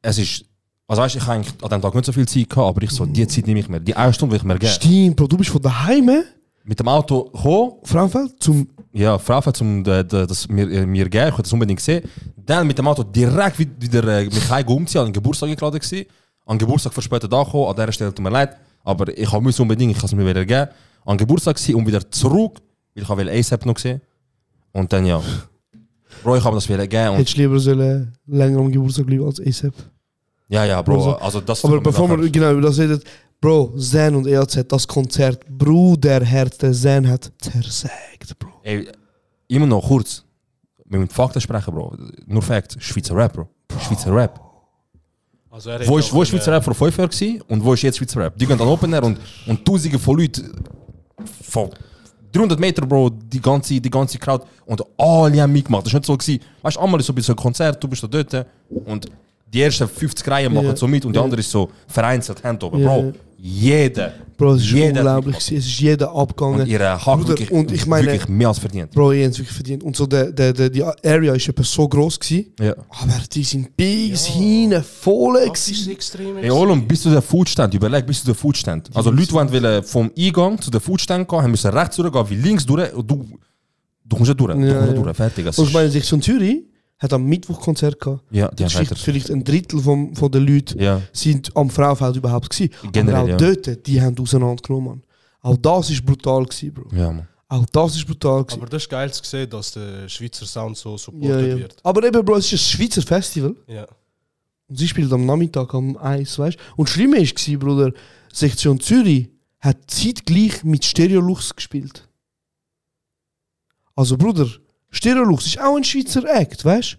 Speaker 2: es ist. Also weißt, du, ich habe eigentlich an dem Tag nicht so viel Zeit gehabt, aber ich so, die Zeit nehme ich mir. Die eine Stunde will ich mir geben.
Speaker 1: Stimmt, Bro, du bist von daheim, eh?
Speaker 2: Mit dem Auto gekommen,
Speaker 1: Frauenfeld, zum
Speaker 2: ja, Frauen zum de, de, das mir, äh, mir geben, ich habe das unbedingt gesehen. Dann mit dem Auto direkt wi- wieder äh, mich heimgegangen, umziehen, an den Geburtstag eingeladen gewesen. An den Geburtstag verspätet angekommen, an dieser Stelle tut mir leid, aber ich habe unbedingt, ich kann es mir wieder geben. An den Geburtstag gewesen und wieder zurück, weil ich habe ASAP noch gesehen. Und dann ja. Bro, ich habe das wieder gegeben und
Speaker 1: Hättest du lieber sollen länger am Geburtstag bleiben als ASAP.
Speaker 2: Ja, ja, Bro,
Speaker 1: Also-
Speaker 2: also das
Speaker 1: Aber
Speaker 2: tut mir
Speaker 1: bevor
Speaker 2: leid.
Speaker 1: wir genau über das redet, Bro, Zen und EAZ, das Konzert, Bruderherz, der Zen hat zersägt, Bro.
Speaker 2: Ey, immer noch kurz. Wir müssen Fakten sprechen, Bro. Nur Facts. Schweizer Rap, Bro. Schweizer Rap.
Speaker 8: Also, er hat
Speaker 2: Wo
Speaker 8: auch
Speaker 2: ist, wo ist
Speaker 8: können-
Speaker 1: eh,
Speaker 2: Schweizer Rap vor fünf Jahren gewesen und wo ist jetzt Schweizer Rap? Die gehen an Open Air und, und tausende von Leuten von 300 Meter, Bro, die ganze, die ganze Crowd und alle haben mitgemacht. Das ist nicht so gewesen. Weißt du, einmal ist so ein bisschen ein Konzert, du bist da dort und die ersten 50 Reihen machen
Speaker 1: Ja.
Speaker 2: so mit und
Speaker 1: Ja.
Speaker 2: die andere ist so vereinzelt Hand oben.
Speaker 1: Ja.
Speaker 2: Bro, jeder.
Speaker 1: Bro, es ist
Speaker 2: Jeder
Speaker 1: unglaublich. gewesen. Es ist jeder abgegangen.
Speaker 2: Und ihre Hack
Speaker 1: Bruder,
Speaker 2: wirklich,
Speaker 1: und ich meine-
Speaker 2: wirklich mehr als verdient.
Speaker 1: eh, Bro, ich hab's wirklich verdient. Und so der, der, der, die Area ist etwa so groß gewesen.
Speaker 2: Ja.
Speaker 1: Aber die sind Bigs hinten voll
Speaker 8: Das ist
Speaker 1: gewesen.
Speaker 8: extrem.
Speaker 2: Ey, Olum, bis zu der Foodstand, überleg bis zu der Foodstand. Also, Leute die wollen vom Eingang zu der Foodstand gehen, haben müssen rechts durchgehen, wie links durch. Und du, du kommst nicht durch, du
Speaker 1: Ja,
Speaker 2: kommst nicht
Speaker 1: ja.
Speaker 2: durch, fertig. Es
Speaker 1: Und ich
Speaker 2: ist-
Speaker 1: meine, sich von Zürich hat am Mittwoch Konzert gehabt.
Speaker 2: ja, die haben
Speaker 1: Vielleicht,
Speaker 2: weiter.
Speaker 1: vielleicht ein Drittel vom, von den Leuten
Speaker 2: Ja.
Speaker 1: sind am Frauenfeld überhaupt gewesen.
Speaker 2: Generell,
Speaker 1: Aber auch
Speaker 2: ja.
Speaker 1: dort, die haben auseinandergenommen. Mann. Auch das ist brutal gewesen, Bro.
Speaker 2: Ja, man.
Speaker 1: Auch das ist brutal gewesen.
Speaker 8: Aber das ist geil zu sehen, dass der Schweizer Sound so
Speaker 1: Ja, Ah,
Speaker 8: supportet
Speaker 1: ja.
Speaker 8: wird.
Speaker 1: Aber eben, Bro, es ist ein Schweizer Festival.
Speaker 8: Ja.
Speaker 1: Und sie spielt am Nachmittag am 1, weißt du? Und das Schlimme war, Bruder, Sektion Zürich hat zeitgleich mit Stereolux gespielt. Also, Bruder, Stereolux ist auch ein Schweizer Act, weißt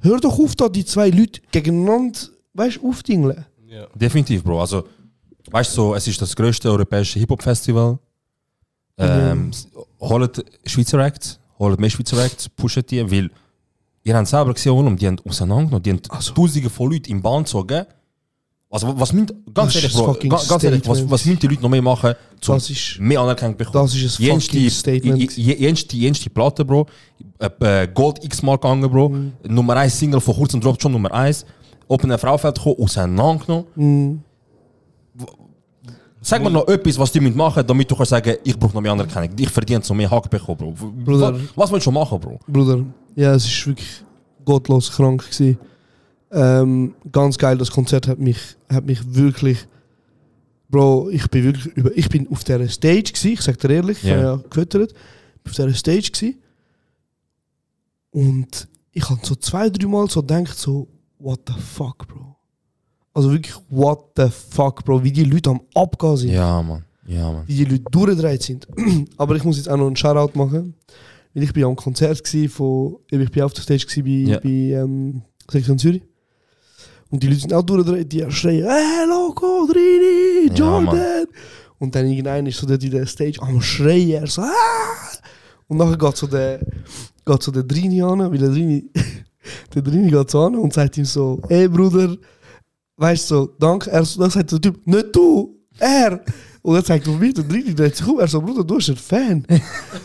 Speaker 1: du? Hör doch auf, da die zwei Leute gegeneinander, weißt du, aufdingeln.
Speaker 8: ja.
Speaker 2: Definitiv, Bro. Also, weißt du, so, es ist das größte europäische Hip-Hop-Festival.
Speaker 1: Mhm.
Speaker 2: Ähm, s- Holt Schweizer Acts, holt mehr Schweizer Acts, pusht die, weil ihr habt selber gesehen, Olum, die haben auseinandergenommen, die haben Tausende von Leuten im Bahn gezogen. Also, wa- was müssen, ganz
Speaker 1: Das
Speaker 2: ehrlich,
Speaker 1: ist
Speaker 2: Bro,
Speaker 1: fucking
Speaker 2: ga- ganz ehrlich, was,
Speaker 1: Statement.
Speaker 2: was müssen die Leute noch mehr machen, um
Speaker 1: Das ist-
Speaker 2: mehr Anerkennung zu bekommen?
Speaker 1: Das ist ein fucking Statement.
Speaker 2: Jenste Platte, Bro. Äh, äh, Gold X-Mark gegangen, Bro.
Speaker 1: Mhm.
Speaker 2: Nummer 1 Single von kurzem Drop schon Nummer 1. Op een Frauenfeld gekommen, auseinandergenommen. Sag mir noch etwas, was die müssen machen, damit du kannst sagen, ich brauche noch mehr Anerkennung. Ich verdiene so mehr Hack bekommen, Bro. W-
Speaker 1: Bruder.
Speaker 2: Was, was willst du machen, Bro?
Speaker 1: Bruder, ja, es ist wirklich gottlos krank gewesen. Ähm, ganz geil, das Konzert hat mich, hat mich wirklich, Bro, ich bin wirklich über, ich bin auf der Stage gewesen, ich sag dir ehrlich, ich
Speaker 2: Ja.
Speaker 1: habe ja gewittert, ich bin auf der Stage gewesen und ich habe so zwei, dreimal so gedacht, so, what the fuck, Bro. Also wirklich, what the fuck, Bro, wie die Leute am Abgas sind
Speaker 2: Ja, man. Ja, man.
Speaker 1: wie die Leute durchgedreht sind. [clears throat] Aber ich muss jetzt auch noch einen Shoutout machen, weil ich bin am Konzert gsi von, eben, ich bin auf der Stage gsi bei,
Speaker 2: Ja.
Speaker 1: bei ähm, Sektion Zürich. Und die Leute sind auch durchgedreht, die schreien, hey, Loco, Drini, Jordan. und dann irgendein ist so dort in der Stage am Schreien, er so, ah! Und nachher geht so der, geht so der Drini an, weil der Drini, [laughs] der Drini geht so an und sagt ihm so, ey Bruder, weißt du, so, danke, er, so- dann sagt der Typ, nicht du, er. Und dann zeigt er auf mich, der Drini dreht sich um, er so, Bruder, du bist ein Fan.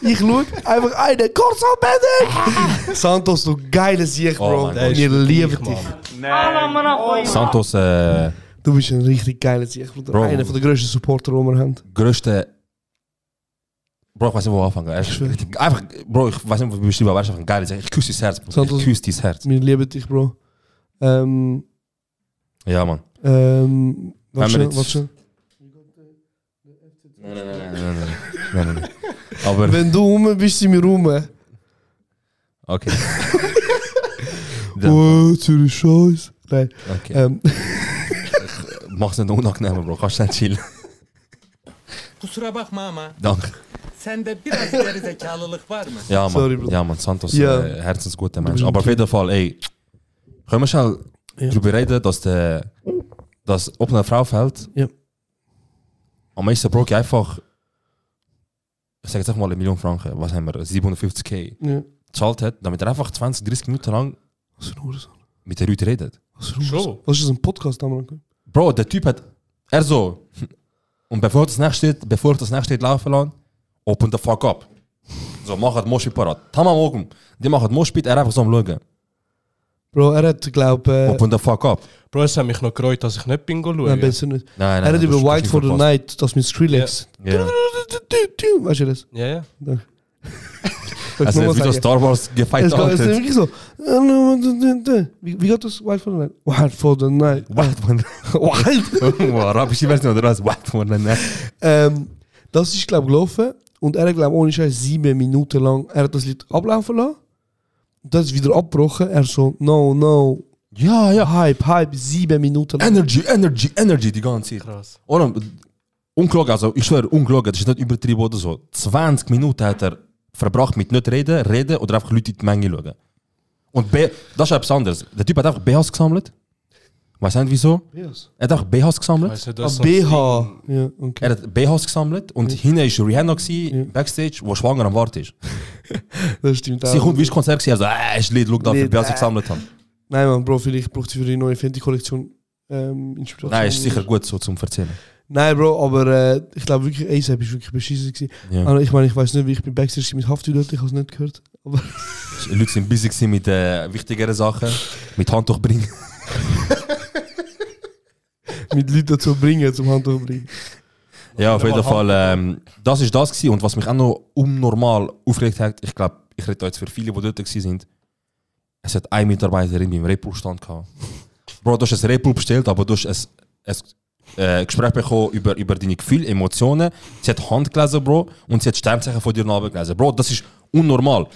Speaker 1: ich schaue einfach einen, Corso Medic! Santos, du geiler Sieg,
Speaker 2: Oh
Speaker 1: Bro,
Speaker 2: mein
Speaker 1: und
Speaker 2: Gott.
Speaker 1: ihr liebt dich.
Speaker 8: Mann.
Speaker 2: Santos, äh,
Speaker 1: Du bist ein richtig geiler Sieg, Bruder.
Speaker 2: Bro.
Speaker 1: Einer von der grössten Supporter, die wir haben.
Speaker 2: größte. Bro, ich weiß nicht, wo anfangen. Er ist- Einfach, Bro, ich weiß nicht, wie beschrieben, aber er ist einfach ein geiler. Sack. Ich küsse dein Herz, Bro.
Speaker 1: Santos-
Speaker 2: Ich küsse dein Herz.
Speaker 1: Wir lieben dich, Bro. Ähm,
Speaker 2: Ja, man.
Speaker 1: ähm,
Speaker 2: Wenn wir
Speaker 1: was schon,
Speaker 2: jetzt-
Speaker 1: was schon.
Speaker 2: Nein, nein, nein, nein, nein, nein, [laughs] nein, nein. Aber,
Speaker 1: Wenn du rum bist, sind wir rum.
Speaker 2: okay. Dann,
Speaker 1: Oh, Zürich Scheiß. Nein. [laughs]
Speaker 2: okay.
Speaker 1: Ähm,
Speaker 2: Mach's nicht unangenehm, Bro. Kannst du nicht chillen.
Speaker 9: Kusura bakma ama
Speaker 2: Danke.
Speaker 9: sende biraz geri zekalılık var mı?
Speaker 2: Ja, Mann.
Speaker 1: Sorry, Bro.
Speaker 2: Ja, Mann. Santos,
Speaker 1: Ja.
Speaker 2: äh, herzensguter Mensch. Aber auf jeden Fall, ey, können wir schnell
Speaker 1: Ja.
Speaker 2: darüber reden, dass der, dass ob eine Frau fällt,
Speaker 1: Ja.
Speaker 2: am meisten Broke einfach, ich sag jetzt einfach mal eine Million Franken, was haben wir, 750k,
Speaker 1: ja.
Speaker 2: gezahlt hat, damit er einfach 20, 30 Minuten lang
Speaker 1: Was für ein Hurensohn.
Speaker 2: mit den Leuten redet.
Speaker 1: Was für ein
Speaker 8: Schon?
Speaker 1: Hurensohn. Was ist das, ein Podcast, Amrak?
Speaker 2: Bro, der Typ hat, er so, und bevor das nächste steht, bevor das nächste steht, laufen lassen, open the fuck up. So, mach das Moshpit parat. Tamam okum. Die machen das Moshpit, er einfach so am Schauen.
Speaker 1: Bro, er hat, glaube ich,
Speaker 2: Open the fuck up.
Speaker 8: Bro, es hat mich noch gereut, dass ich nicht bin schauen.
Speaker 1: nein, besser nicht.
Speaker 2: Nein,
Speaker 1: Er hat
Speaker 2: du
Speaker 1: über
Speaker 2: hast
Speaker 1: White
Speaker 2: nicht
Speaker 1: for the
Speaker 2: verpasst.
Speaker 1: Night, das mit Skrillex.
Speaker 2: Ja.
Speaker 1: Weißt du das?
Speaker 8: ja, ja.
Speaker 1: Soll ich
Speaker 2: Also,
Speaker 1: nochmal
Speaker 2: jetzt wieder
Speaker 1: sagen?
Speaker 2: Star Wars
Speaker 1: Es
Speaker 2: gefeiert
Speaker 1: geht- es ist
Speaker 2: hat.
Speaker 1: wirklich so. eh, Wie wie geht das? White for the Night. White for the Night.
Speaker 2: White for the [laughs]
Speaker 1: White.
Speaker 2: Night. Arabische Version oder was? White for the Night.
Speaker 1: Ähm, das ist, glaube ich, gelaufen. Und er hat, glaube ich, ohne Scheiß sieben Minuten lang er hat das Lied ablaufen lassen. Und das ist wieder abgebrochen. Er so, no, no.
Speaker 2: Ja, ja.
Speaker 1: Hype, Hype, sieben Minuten lang.
Speaker 2: Energy, Energy, Energy die ganze Zeit.
Speaker 8: Krass.
Speaker 2: Oder, ungelogen, also ich schwöre, ungelogen, das ist nicht übertrieben oder so. 20 Minuten hat er verbracht mit nicht reden, reden oder einfach Leute in die Menge schauen. Und B, das ist etwas anderes. Der Typ hat einfach BHs gesammelt. Weiß nicht wieso.
Speaker 1: Yes.
Speaker 2: Er hat einfach BHs gesammelt.
Speaker 8: Weißt du,
Speaker 1: Ah,
Speaker 8: das ist
Speaker 1: BH. Ja, okay.
Speaker 2: Er hat BHs gesammelt und hinten war Rihanna, gewesen, Backstage, wo schwanger am Wart ist.
Speaker 1: Das stimmt
Speaker 2: Sie kommt wie das Konzert, gewesen, also, äh, ist Lied, schau da, wie
Speaker 1: Lied,
Speaker 2: viele BHs ich
Speaker 1: äh.
Speaker 2: gesammelt habe.
Speaker 1: Nein, Mann, Bro, vielleicht braucht sie für die neue Fenty-Kollektion ähm, Inspiration.
Speaker 2: Nein, ist sicher gut so zum Erzählen.
Speaker 1: Nein, Bro, aber äh, ich glaube wirklich, ASAP ist wirklich beschissen gewesen.
Speaker 2: Ja.
Speaker 1: Also, ich meine, ich weiß nicht, wie ich bin Backstage mit Hafti dort, ich habe es nicht gehört. [laughs]
Speaker 2: Die Leute sind busy gewesen mit äh, wichtigeren Sachen, mit Handtuch bringen.
Speaker 1: Mit Leuten dazu bringen, zum Handtuch bringen.
Speaker 2: [laughs] Ja, auf jeden Fall. Ähm, das ist das gewesen. Und was mich auch noch unnormal aufgeregt hat, ich glaube, ich rede da jetzt für viele, die dort gewesen sind. Es hat eine Mitarbeiterin beim Repul-Stand [laughs] gehabt. Bro, du hast ein Repul bestellt, aber du hast ein, ein äh, Gespräch bekommen über, über deine Gefühle, Emotionen. Sie hat Hand gelesen, Bro, und sie hat Sternzeichen von dir nachgelesen. Bro, das ist unnormal.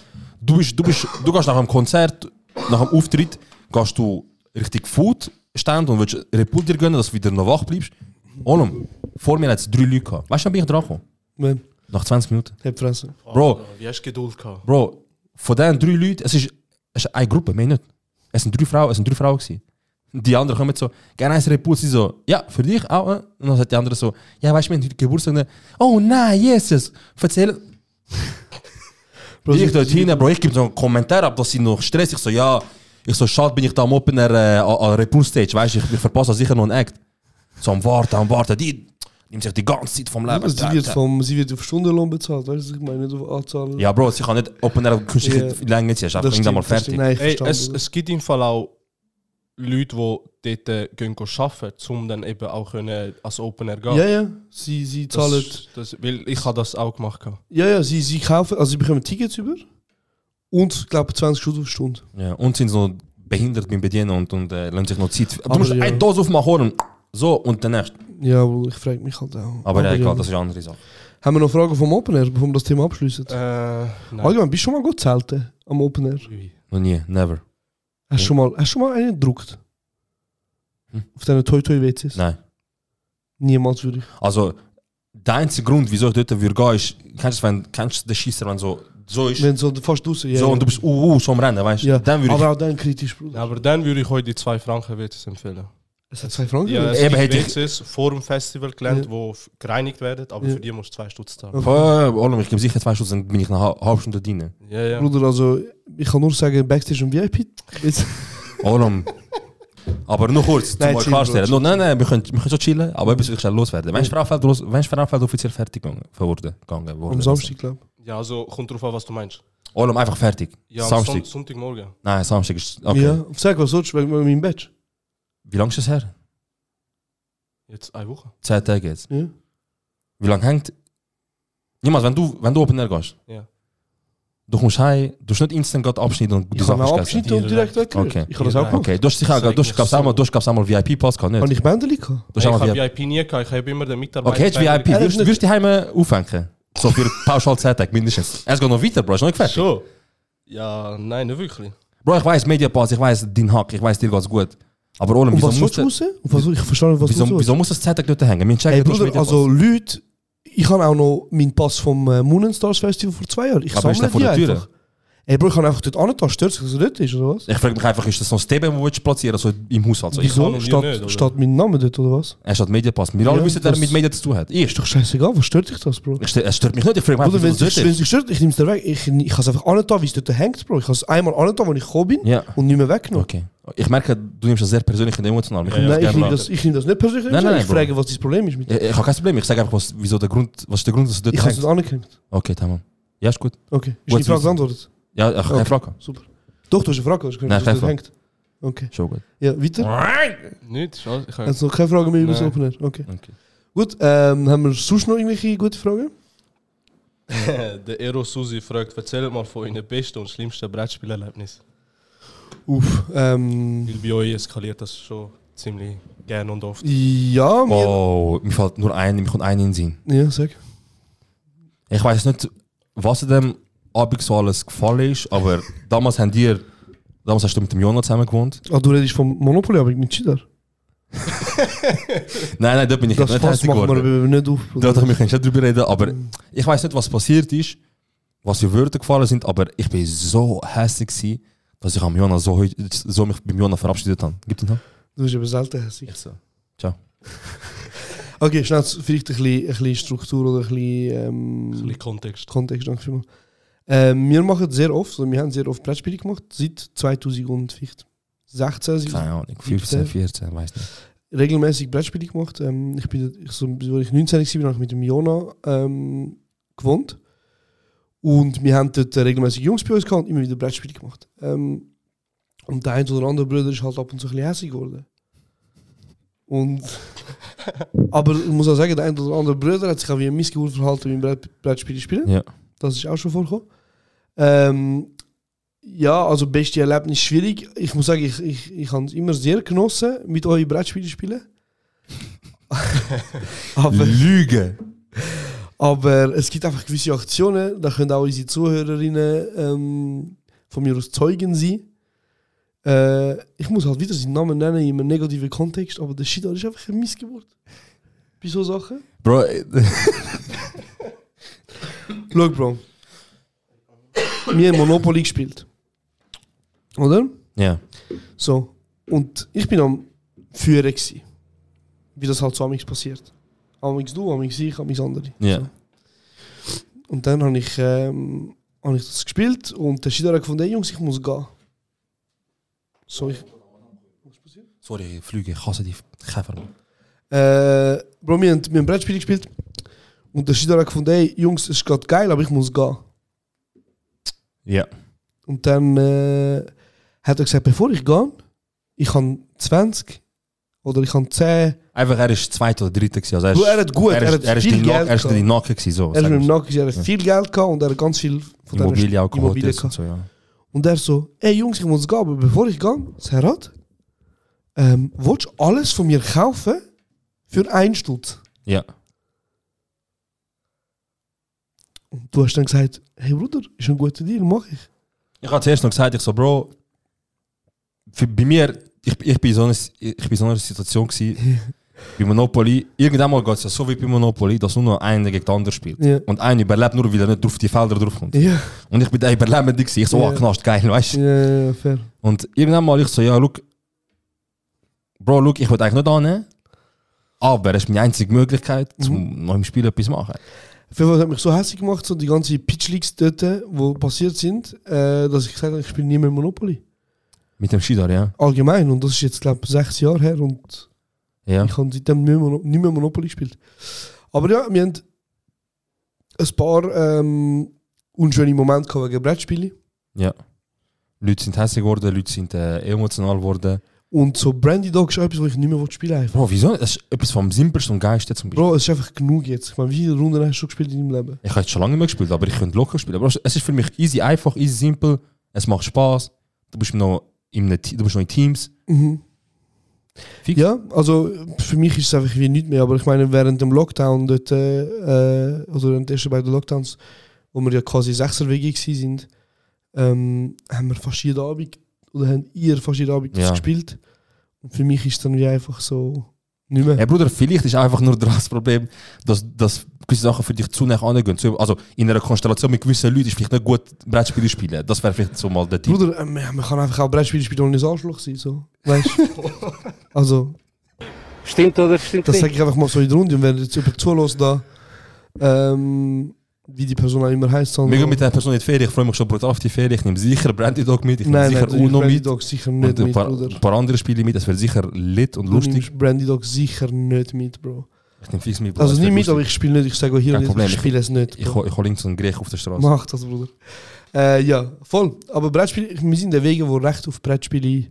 Speaker 2: Du, bist, du, bist, du gehst nach einem Konzert, nach einem Auftritt, gehst du richtig Food stand und willst Repul dir gönnen, dass du wieder noch wach bleibst. Olum, vor mir hat es drei Leute gehabt. Weißt du, wann bin ich dran gekommen?
Speaker 1: Man,
Speaker 2: Nach 20 Minuten.
Speaker 1: ich hab Fresse.
Speaker 2: Bro,
Speaker 8: Wie hast du Geduld gehabt?
Speaker 2: Bro, von diesen drei Leuten, es ist, es ist eine Gruppe, mehr nicht. Es sind drei Frauen, es sind drei Frauen gewesen. Die anderen kommen so, gerne eins Repuls, sie so, ja, für dich auch. äh? Und dann sagt die andere so, ja, weißt du, wir haben heute Geburtstag. ne? Oh nein, Jesus, erzähl.
Speaker 1: Bro,
Speaker 2: ich
Speaker 1: sie-
Speaker 2: dort
Speaker 1: sie-
Speaker 2: hin, Bro, ich gebe so einen Kommentar ab, dass sie noch Stress. Ich so, ja, ich so, schade bin ich da am Opener äh, an- an Repuls-Stage, weißt du, ich, ich verpasse sicher noch einen Act. So am Warten, am Warten, die nimmt sich die ganze Zeit vom Leben.
Speaker 1: Sie wird, vom, sie wird auf Stundenlohn bezahlt, weißt du, ich meine, nicht auf Anzahl.
Speaker 2: Ja, Bro, sie kann nicht Opener künstlich
Speaker 1: Ja.
Speaker 2: länger ziehen, ist einfach irgendwann mal
Speaker 1: das
Speaker 2: fertig.
Speaker 1: Nein, ich
Speaker 8: Ey,
Speaker 1: verstand,
Speaker 8: es,
Speaker 1: Bruder.
Speaker 8: es gibt im Fall auch Leute, die dort äh, gehen gehen arbeiten, um dann eben auch können als Opener gehen.
Speaker 1: Ja, ja, sie, sie
Speaker 8: Das-
Speaker 1: zahlen...
Speaker 8: Das, weil ich habe das auch gemacht. gehabt.
Speaker 1: Ja, ja, sie, sie kaufen, also sie bekommen Tickets über und glaube 20 Stunden auf Stunde.
Speaker 2: Ja, nou, und sind so behindert beim Bedienen und, und äh, lassen sich noch Zeit. Du
Speaker 1: Aber
Speaker 2: musst
Speaker 1: Ah, ja.
Speaker 2: eine Dose aufmachen, holen. so und der nächste.
Speaker 1: Ja, aber ich frage mich halt auch.
Speaker 2: Aber, ja, egal,
Speaker 1: Ah, ja.
Speaker 2: das ist eine andere Sache.
Speaker 1: Haben wir noch Fragen vom Open Air, bevor wir das Thema abschließen?
Speaker 8: Äh, nein.
Speaker 1: Allgemein, bist du schon mal gut zelten am Open Air?
Speaker 2: Noch nie, never.
Speaker 1: Hast du schon mal, hast du schon mal einen gedruckt?
Speaker 2: Hm.
Speaker 1: Auf deinen Toy Toy WCs?
Speaker 2: Nein.
Speaker 1: Niemals würde ich.
Speaker 2: Also, der einzige Grund, wieso ich dort würde gehen, ist, kennst du, wenn, kennst du den Schisser, wenn so, so ist,
Speaker 1: Wenn so fast draußen, ja.
Speaker 2: so
Speaker 1: ja.
Speaker 2: und du bist uh, uh, so am Rennen, weißt du?
Speaker 1: ja. Ah,
Speaker 2: Dann würde
Speaker 1: aber auch dann kritisch, Bruder.
Speaker 8: Aber dann würde ich euch die 2 Franken WCs empfehlen.
Speaker 1: Es hat zwei Franken.
Speaker 8: Ja, es
Speaker 2: Eben
Speaker 8: Eben gibt
Speaker 2: hätte ich-
Speaker 8: WCs vor dem Festival gelernt,
Speaker 1: Ja.
Speaker 8: wo f- gereinigt werden, aber
Speaker 1: Ja.
Speaker 8: für die musst du 2 Stutz zahlen.
Speaker 1: Okay.
Speaker 2: ich. Äh, Olum, ich gebe sicher zwei Stunden, dann bin ich nach einer halben Stunde drin.
Speaker 8: Ja, ja.
Speaker 1: Bruder, also ich kann nur sagen, Backstage und VIP. Jetzt- [laughs]
Speaker 2: Olum. Aber nur kurz, zum
Speaker 1: Nein,
Speaker 2: euch
Speaker 1: chill,
Speaker 2: klarstellen.
Speaker 1: Bro,
Speaker 2: Nein, nein, wir können, wir können schon chillen, Ah, aber etwas wirklich schnell loswerden. Wenn ist Frauenfeld los- wenn ist Frauenfeld offiziell fertig gegangen worden? gegangen worden?
Speaker 1: Am Samstag, glaube ich.
Speaker 8: Ja, also kommt drauf an, was du meinst.
Speaker 2: Olum, einfach fertig.
Speaker 8: Ja, am
Speaker 2: Samstag.
Speaker 8: Son- Sonntagmorgen.
Speaker 2: Nein, Samstag ist. Okay.
Speaker 1: Ja. Sag was sonst, wegen meinem Badge.
Speaker 2: Wie lange ist das her?
Speaker 8: Jetzt eine Woche.
Speaker 2: Zwei Tage jetzt.
Speaker 1: Ja.
Speaker 2: Wie lange hängt. Niemals, wenn du, wenn du Open Air gehst.
Speaker 8: Ja.
Speaker 2: Du kommst heim, du hast nicht dus instant gerade abschneiden und die
Speaker 1: Ich kann
Speaker 2: Sachen
Speaker 1: auch
Speaker 2: vergessen.
Speaker 1: abschneiden und direkt weg.
Speaker 2: Okay.
Speaker 1: Ich kann das auch gemacht.
Speaker 2: Okay, du hast sicher auch, du hast, glaubst, einmal, du hast, glaubst, einmal VIP-Pass gehabt,
Speaker 1: Habe
Speaker 2: nicht?
Speaker 1: ich Bändeli gehabt?
Speaker 2: Du hast
Speaker 8: ich
Speaker 2: einmal
Speaker 8: habe
Speaker 2: VIP.
Speaker 8: VIP nie gehabt, ich habe immer den Mitarbeiter.
Speaker 2: Okay, jetzt VIP.
Speaker 1: Ehrlich
Speaker 2: Würdest
Speaker 1: nicht?
Speaker 2: würdest du heim aufhängen? So für pauschal 10 Tage mindestens. Es geht noch weiter, Bro, ist noch nicht fertig.
Speaker 8: Schon? Ja, nein, nicht wirklich.
Speaker 2: Bro, ich weiß Mediapass, ich weiß deinen Hack, ich weiß dir geht's gut. Aber Olem,
Speaker 1: Und
Speaker 2: wieso,
Speaker 1: was
Speaker 2: muss
Speaker 1: willst du
Speaker 2: der-
Speaker 1: raus? Und was, ich verstehe nicht, was
Speaker 2: wieso,
Speaker 1: willst du raus?
Speaker 2: wieso muss das 10 Tage dort hängen? Wir checken,
Speaker 1: Hey
Speaker 2: du hast
Speaker 1: Bruder,
Speaker 2: Mediapass.
Speaker 1: also Leute, ich habe auch noch meinen Pass vom äh, Moon and Stars Festival vor zwei Jahren. Ich
Speaker 2: Aber ist
Speaker 1: sammle
Speaker 2: der vor
Speaker 1: die
Speaker 2: der Tür?
Speaker 1: einfach. Ey Bro, ich kann einfach dort angetan, stört sich, dass er dort ist, oder was?
Speaker 2: Ich frage mich einfach, ist das noch ein Steben, wo willst du platzieren, also im Haushalt? So, ich
Speaker 1: Wieso?
Speaker 8: kann ihn
Speaker 1: Statt,
Speaker 8: nicht, oder?
Speaker 1: statt mein Name dort, oder was?
Speaker 2: Er steht Mediapass. Wir alle
Speaker 1: Ja, dus-
Speaker 2: wissen, wer
Speaker 1: das-
Speaker 2: mit Medien zu tun hat. Ich.
Speaker 1: Ist doch scheißegal, was stört dich das, Bro?
Speaker 2: Ich stö- Es stört mich nicht, ich frage mich,
Speaker 1: Bruder,
Speaker 2: einfach,
Speaker 1: wenn
Speaker 2: wieso
Speaker 1: es
Speaker 2: das ist.
Speaker 1: dich stört, ich nehme es dir weg. Ich, ich kann es einfach angetan, wie es dort hängt, Bro. Ich habe es einmal angetan, als ich gekommen bin
Speaker 2: Ja.
Speaker 1: und nicht mehr weggenommen.
Speaker 2: Okay. Ich merke, du nimmst das sehr persönlich und emotional. Ich,
Speaker 8: Ja, ja.
Speaker 1: Nein,
Speaker 2: nehme das
Speaker 1: ich
Speaker 2: gerne
Speaker 1: nehme
Speaker 2: an.
Speaker 1: das, ich nehme das nicht persönlich.
Speaker 2: Nein, nein,
Speaker 1: ich
Speaker 2: Bro.
Speaker 1: frage, was dein Problem ist mit
Speaker 2: Ich, ich habe kein Problem. Ich sage einfach, was, wieso der Grund, was ist der Grund, dass du
Speaker 1: Ich
Speaker 2: dort
Speaker 1: habe es
Speaker 2: hängst.
Speaker 1: nicht angehängt.
Speaker 2: Okay, tamam. Ja, ist gut.
Speaker 1: Okay. Ist
Speaker 2: Gut
Speaker 1: die
Speaker 2: zu
Speaker 1: Frage
Speaker 2: wissen.
Speaker 1: beantwortet?
Speaker 2: Ja, eh, ich habe keine
Speaker 1: Okay.
Speaker 2: Frage.
Speaker 1: Super. Doch, du hast eine Frage, hast du
Speaker 2: Nein,
Speaker 1: gehört, dass es dort
Speaker 2: keine
Speaker 1: hängt. Okay.
Speaker 2: Schon gut.
Speaker 1: Ja, weiter.
Speaker 8: Nicht? Ich habe
Speaker 1: Also keine Frage mehr über das
Speaker 8: Nein.
Speaker 1: Open Air. Okay.
Speaker 2: Okay.
Speaker 1: Gut, ähm, haben wir sonst noch irgendwelche gute Fragen?
Speaker 8: [laughs] Der Ero Susi fragt, erzähl mal von euren besten und schlimmsten Brettspielerlebnissen.
Speaker 1: Uff, ähm,
Speaker 8: Weil bei euch eskaliert das schon ziemlich gern und oft.
Speaker 1: ja, mir,
Speaker 2: Oh, mir fällt nur ein, mir kommt ein in den Sinn.
Speaker 1: ja, sag.
Speaker 2: Ich weiß nicht, was in dem Abend so alles gefallen ist, aber [laughs] damals haben dir, damals hast du mit dem Jonah zusammen gewohnt.
Speaker 1: Ah, du redest vom Monopoly, aber ich mit
Speaker 2: [laughs]
Speaker 1: Cheater.
Speaker 2: Nein, nein, da bin ich
Speaker 1: Das
Speaker 2: nicht
Speaker 1: Fass
Speaker 2: hässlich
Speaker 1: machen wir
Speaker 2: geworden.
Speaker 1: aber nicht auf.
Speaker 2: Da dachte ich, wir können nicht drüber reden, aber ich weiß nicht, was passiert ist, was für Wörter gefallen sind, aber ich bin so hässlich gewesen, dass ich am Jonah so, heu- so mich beim Jonah verabschiedet habe. Gibt es noch?
Speaker 1: Du bist aber selten hässlich.
Speaker 2: so. Ciao.
Speaker 1: [laughs] Okay, schnell, vielleicht ein bisschen, ein bisschen Struktur oder ein bisschen, ähm,
Speaker 8: Ein bisschen Kontext.
Speaker 1: Kontext, danke vielmals. also Ähm, wir machen sehr oft, oder wir haben sehr oft Brettspiele gemacht, seit 2000 und vielleicht 16,
Speaker 2: Keine Ahnung, 15, 14, weiß nicht.
Speaker 1: regelmäßig Brettspiele gemacht. Ähm, ich bin, ich, so, als ich 19 war, habe ich mit dem Jona ähm, gewohnt. Und wir haben dort regelmäßig Jungs bei uns gehabt und immer wieder Brettspiele gemacht. Ähm, und der ein oder andere Bruder ist halt ab und zu ein bisschen hässlich geworden. Und aber ich muss auch sagen, der ein oder andere Bruder hat sich auch wie ein Missgeburt verhalten beim Brett, Brettspiele spielen.
Speaker 2: Ja.
Speaker 1: Das ist auch schon vorgekommen. Ähm, ja, also beste Erlebnis schwierig. Ich muss sagen, ich, ich, ich habe es immer sehr genossen, mit euch Brettspiele spielen. aber,
Speaker 2: Lüge!
Speaker 1: aber es gibt einfach gewisse Aktionen, da können auch unsere Zuhörerinnen ähm, von mir aus Zeugen sein. Äh, ich muss halt wieder seinen Namen nennen in einem negativen Kontext, aber der Shidar ist einfach ein Missgeburt. Bei so Sachen.
Speaker 2: Bro,
Speaker 1: [laughs] Schau, Bro. Wir haben Monopoly gespielt. Oder?
Speaker 2: ja.
Speaker 1: So. Und ich bin am Führer. Gewesen. Wie das halt so amigs passiert. Amigs du, amigs ich, amigs andere.
Speaker 2: Ja.
Speaker 1: Und dann habe ich, ähm, hab ich das gespielt und der Schieder hat gefunden, hey Jungs, ich muss gehen. So, ich...
Speaker 2: Sorry, Flüge, ich hasse die Käfer.
Speaker 1: Äh, Bro, wir haben, wir haben Brettspiele gespielt und der Schieder hat gefunden, hey Jungs, es ist gerade geil, aber ich muss gehen.
Speaker 2: Ja.
Speaker 1: Und dann äh, hat er gesagt, bevor ich gehe, ich habe 20 oder ich habe 10.
Speaker 2: Einfach, er ist zweiter oder dritter. gewesen, Also er,
Speaker 1: Du,
Speaker 2: ist-
Speaker 1: er hat gut, er hat
Speaker 2: er ist
Speaker 1: viel
Speaker 2: die Nack-
Speaker 1: Geld
Speaker 2: Er ist die
Speaker 1: gehabt.
Speaker 2: Nacke gewesen, so.
Speaker 1: Er hat
Speaker 2: sagen
Speaker 1: mit dem
Speaker 2: wir
Speaker 1: Nacken, er hat
Speaker 2: Ja.
Speaker 1: viel Geld gehabt und er hat ganz viel
Speaker 2: so.
Speaker 1: von dieser
Speaker 2: Immobilie auch geholt.
Speaker 1: Immobilie
Speaker 2: das und
Speaker 1: gehabt.
Speaker 2: so, ja.
Speaker 1: Und er so, hey Jungs, ich muss gehen, aber bevor ich gehe, Serhat, ähm, willst du alles von mir kaufen für einen Stutz?
Speaker 2: Ja.
Speaker 1: Und du hast dann gesagt, hey Bruder, ist ein guter Deal, mach ich.
Speaker 2: Ich habe zuerst noch gesagt, ich so, Bro, für, bei mir, ich, ich bin in so einer, ich bin so einer
Speaker 1: [laughs]
Speaker 2: Situation gewesen, bei Monopoly, irgendwann mal geht es ja so wie bei Monopoly, dass nur noch einer gegen den anderen spielt.
Speaker 1: Ja.
Speaker 2: Und einer überlebt nur, weil er nicht auf die Felder draufkommt.
Speaker 1: Ja,
Speaker 2: Und ich bin der Überlebende gewesen. Ich so,
Speaker 1: Ja.
Speaker 2: ah, knast, geil, weißt du.
Speaker 1: ja, ja, fair.
Speaker 2: Und irgendwann mal ich so, ja, look, Bro, look, ich will eigentlich nicht annehmen, aber es ist meine einzige Möglichkeit,
Speaker 1: Mhm.
Speaker 2: zum noch im Spiel etwas zu machen.
Speaker 1: Auf jeden Fall hat mich so hässlich gemacht, so die ganzen Pitch Leaks dort, die passiert sind, äh, dass ich gesagt habe, ich spiele nie mehr Monopoly.
Speaker 2: Mit dem Schiedar, ja.
Speaker 1: Allgemein, und das ist jetzt, glaube ich, sechs Jahre her und
Speaker 2: Ja.
Speaker 1: ich habe seitdem nicht mehr, nicht mehr Monopoly gespielt. Aber ja, wir haben ein paar ähm, unschöne Momente gehabt wegen Brettspielen.
Speaker 2: Leute sind hässlich geworden, Leute sind äh, emotional geworden.
Speaker 1: Und so Brandy Dog ist auch etwas, was ich nicht mehr spielen will. einfach.
Speaker 2: Bro, wieso? Das ist etwas vom simpelsten und geilsten zum Beispiel.
Speaker 1: Bro, es ist einfach genug jetzt. Ich meine, wie viele Runden hast du schon gespielt in deinem Leben?
Speaker 2: Ich habe jetzt schon lange nicht mehr gespielt, aber ich könnte locker spielen. Aber es ist für mich easy, einfach, easy, simpel. Es macht Spaß. Du bist noch in, einem, Te- du bist noch in Teams. Fix.
Speaker 1: Ja, also für mich ist es einfach wie nichts mehr. Aber ich meine, während dem Lockdown, dort, äh, äh, also während der ersten beiden Lockdowns, wo wir ja quasi Sechserwege gewesen sind, ähm, haben wir fast jeden Abend, oder haben ihr fast jeden Abend das
Speaker 2: Ja.
Speaker 1: gespielt. Und für mich ist es dann wie einfach so nicht [laughs] mehr.
Speaker 2: Hey Bruder, vielleicht ist einfach nur [laughs] das Problem, dass, dass gewisse Sachen für dich zu nah angehen. Zu- Also in einer Konstellation mit gewissen Leuten ist vielleicht nicht gut, Brettspiele spielen. Das wäre vielleicht so mal der Tipp.
Speaker 1: Bruder, ähm, man kann einfach auch Brettspiele spielen und nicht Arschloch sein. So. Weißt du? also,
Speaker 6: Stimmt oder stimmt
Speaker 1: Das
Speaker 6: nicht?
Speaker 1: sage ich einfach mal so in die Runde. Und wenn jetzt jemand zulässt, da, ähm, wie die Person auch immer heißt,
Speaker 2: Wir
Speaker 1: sondern.
Speaker 2: gehen mit einer Person in die Ferien. Ich freue mich schon brutal auf die Ferien. Ich nehme sicher Brandy Dog mit. Ich nehme
Speaker 1: nein,
Speaker 2: sicher
Speaker 1: nein, du nimmst
Speaker 2: Uno
Speaker 1: Brandy
Speaker 2: mit.
Speaker 1: Dog sicher
Speaker 2: Und
Speaker 1: nicht
Speaker 2: ein
Speaker 1: mit,
Speaker 2: paar,
Speaker 1: Bruder.
Speaker 2: ein paar andere Spiele mit. Es wäre sicher lit und
Speaker 1: Du
Speaker 2: lustig.
Speaker 1: nimmst Brandy Dog sicher nicht mit, Bro.
Speaker 2: Ich nehme fix mit. Bruder.
Speaker 1: Also
Speaker 2: Es wär
Speaker 1: nicht mit, aber
Speaker 2: lustig.
Speaker 1: ich spiele nicht. Ich sage auch hier
Speaker 2: Kein
Speaker 1: und jetzt,
Speaker 2: Problem,
Speaker 1: ich
Speaker 2: ich-
Speaker 1: spiele es nicht.
Speaker 2: Ich
Speaker 1: Bro.
Speaker 2: hole links einen Griech auf der Straße.
Speaker 1: Mach das, Bruder. Äh, ja, voll. Aber Brettspiele, ich- wir sind der Wege, wo recht auf Brettspiele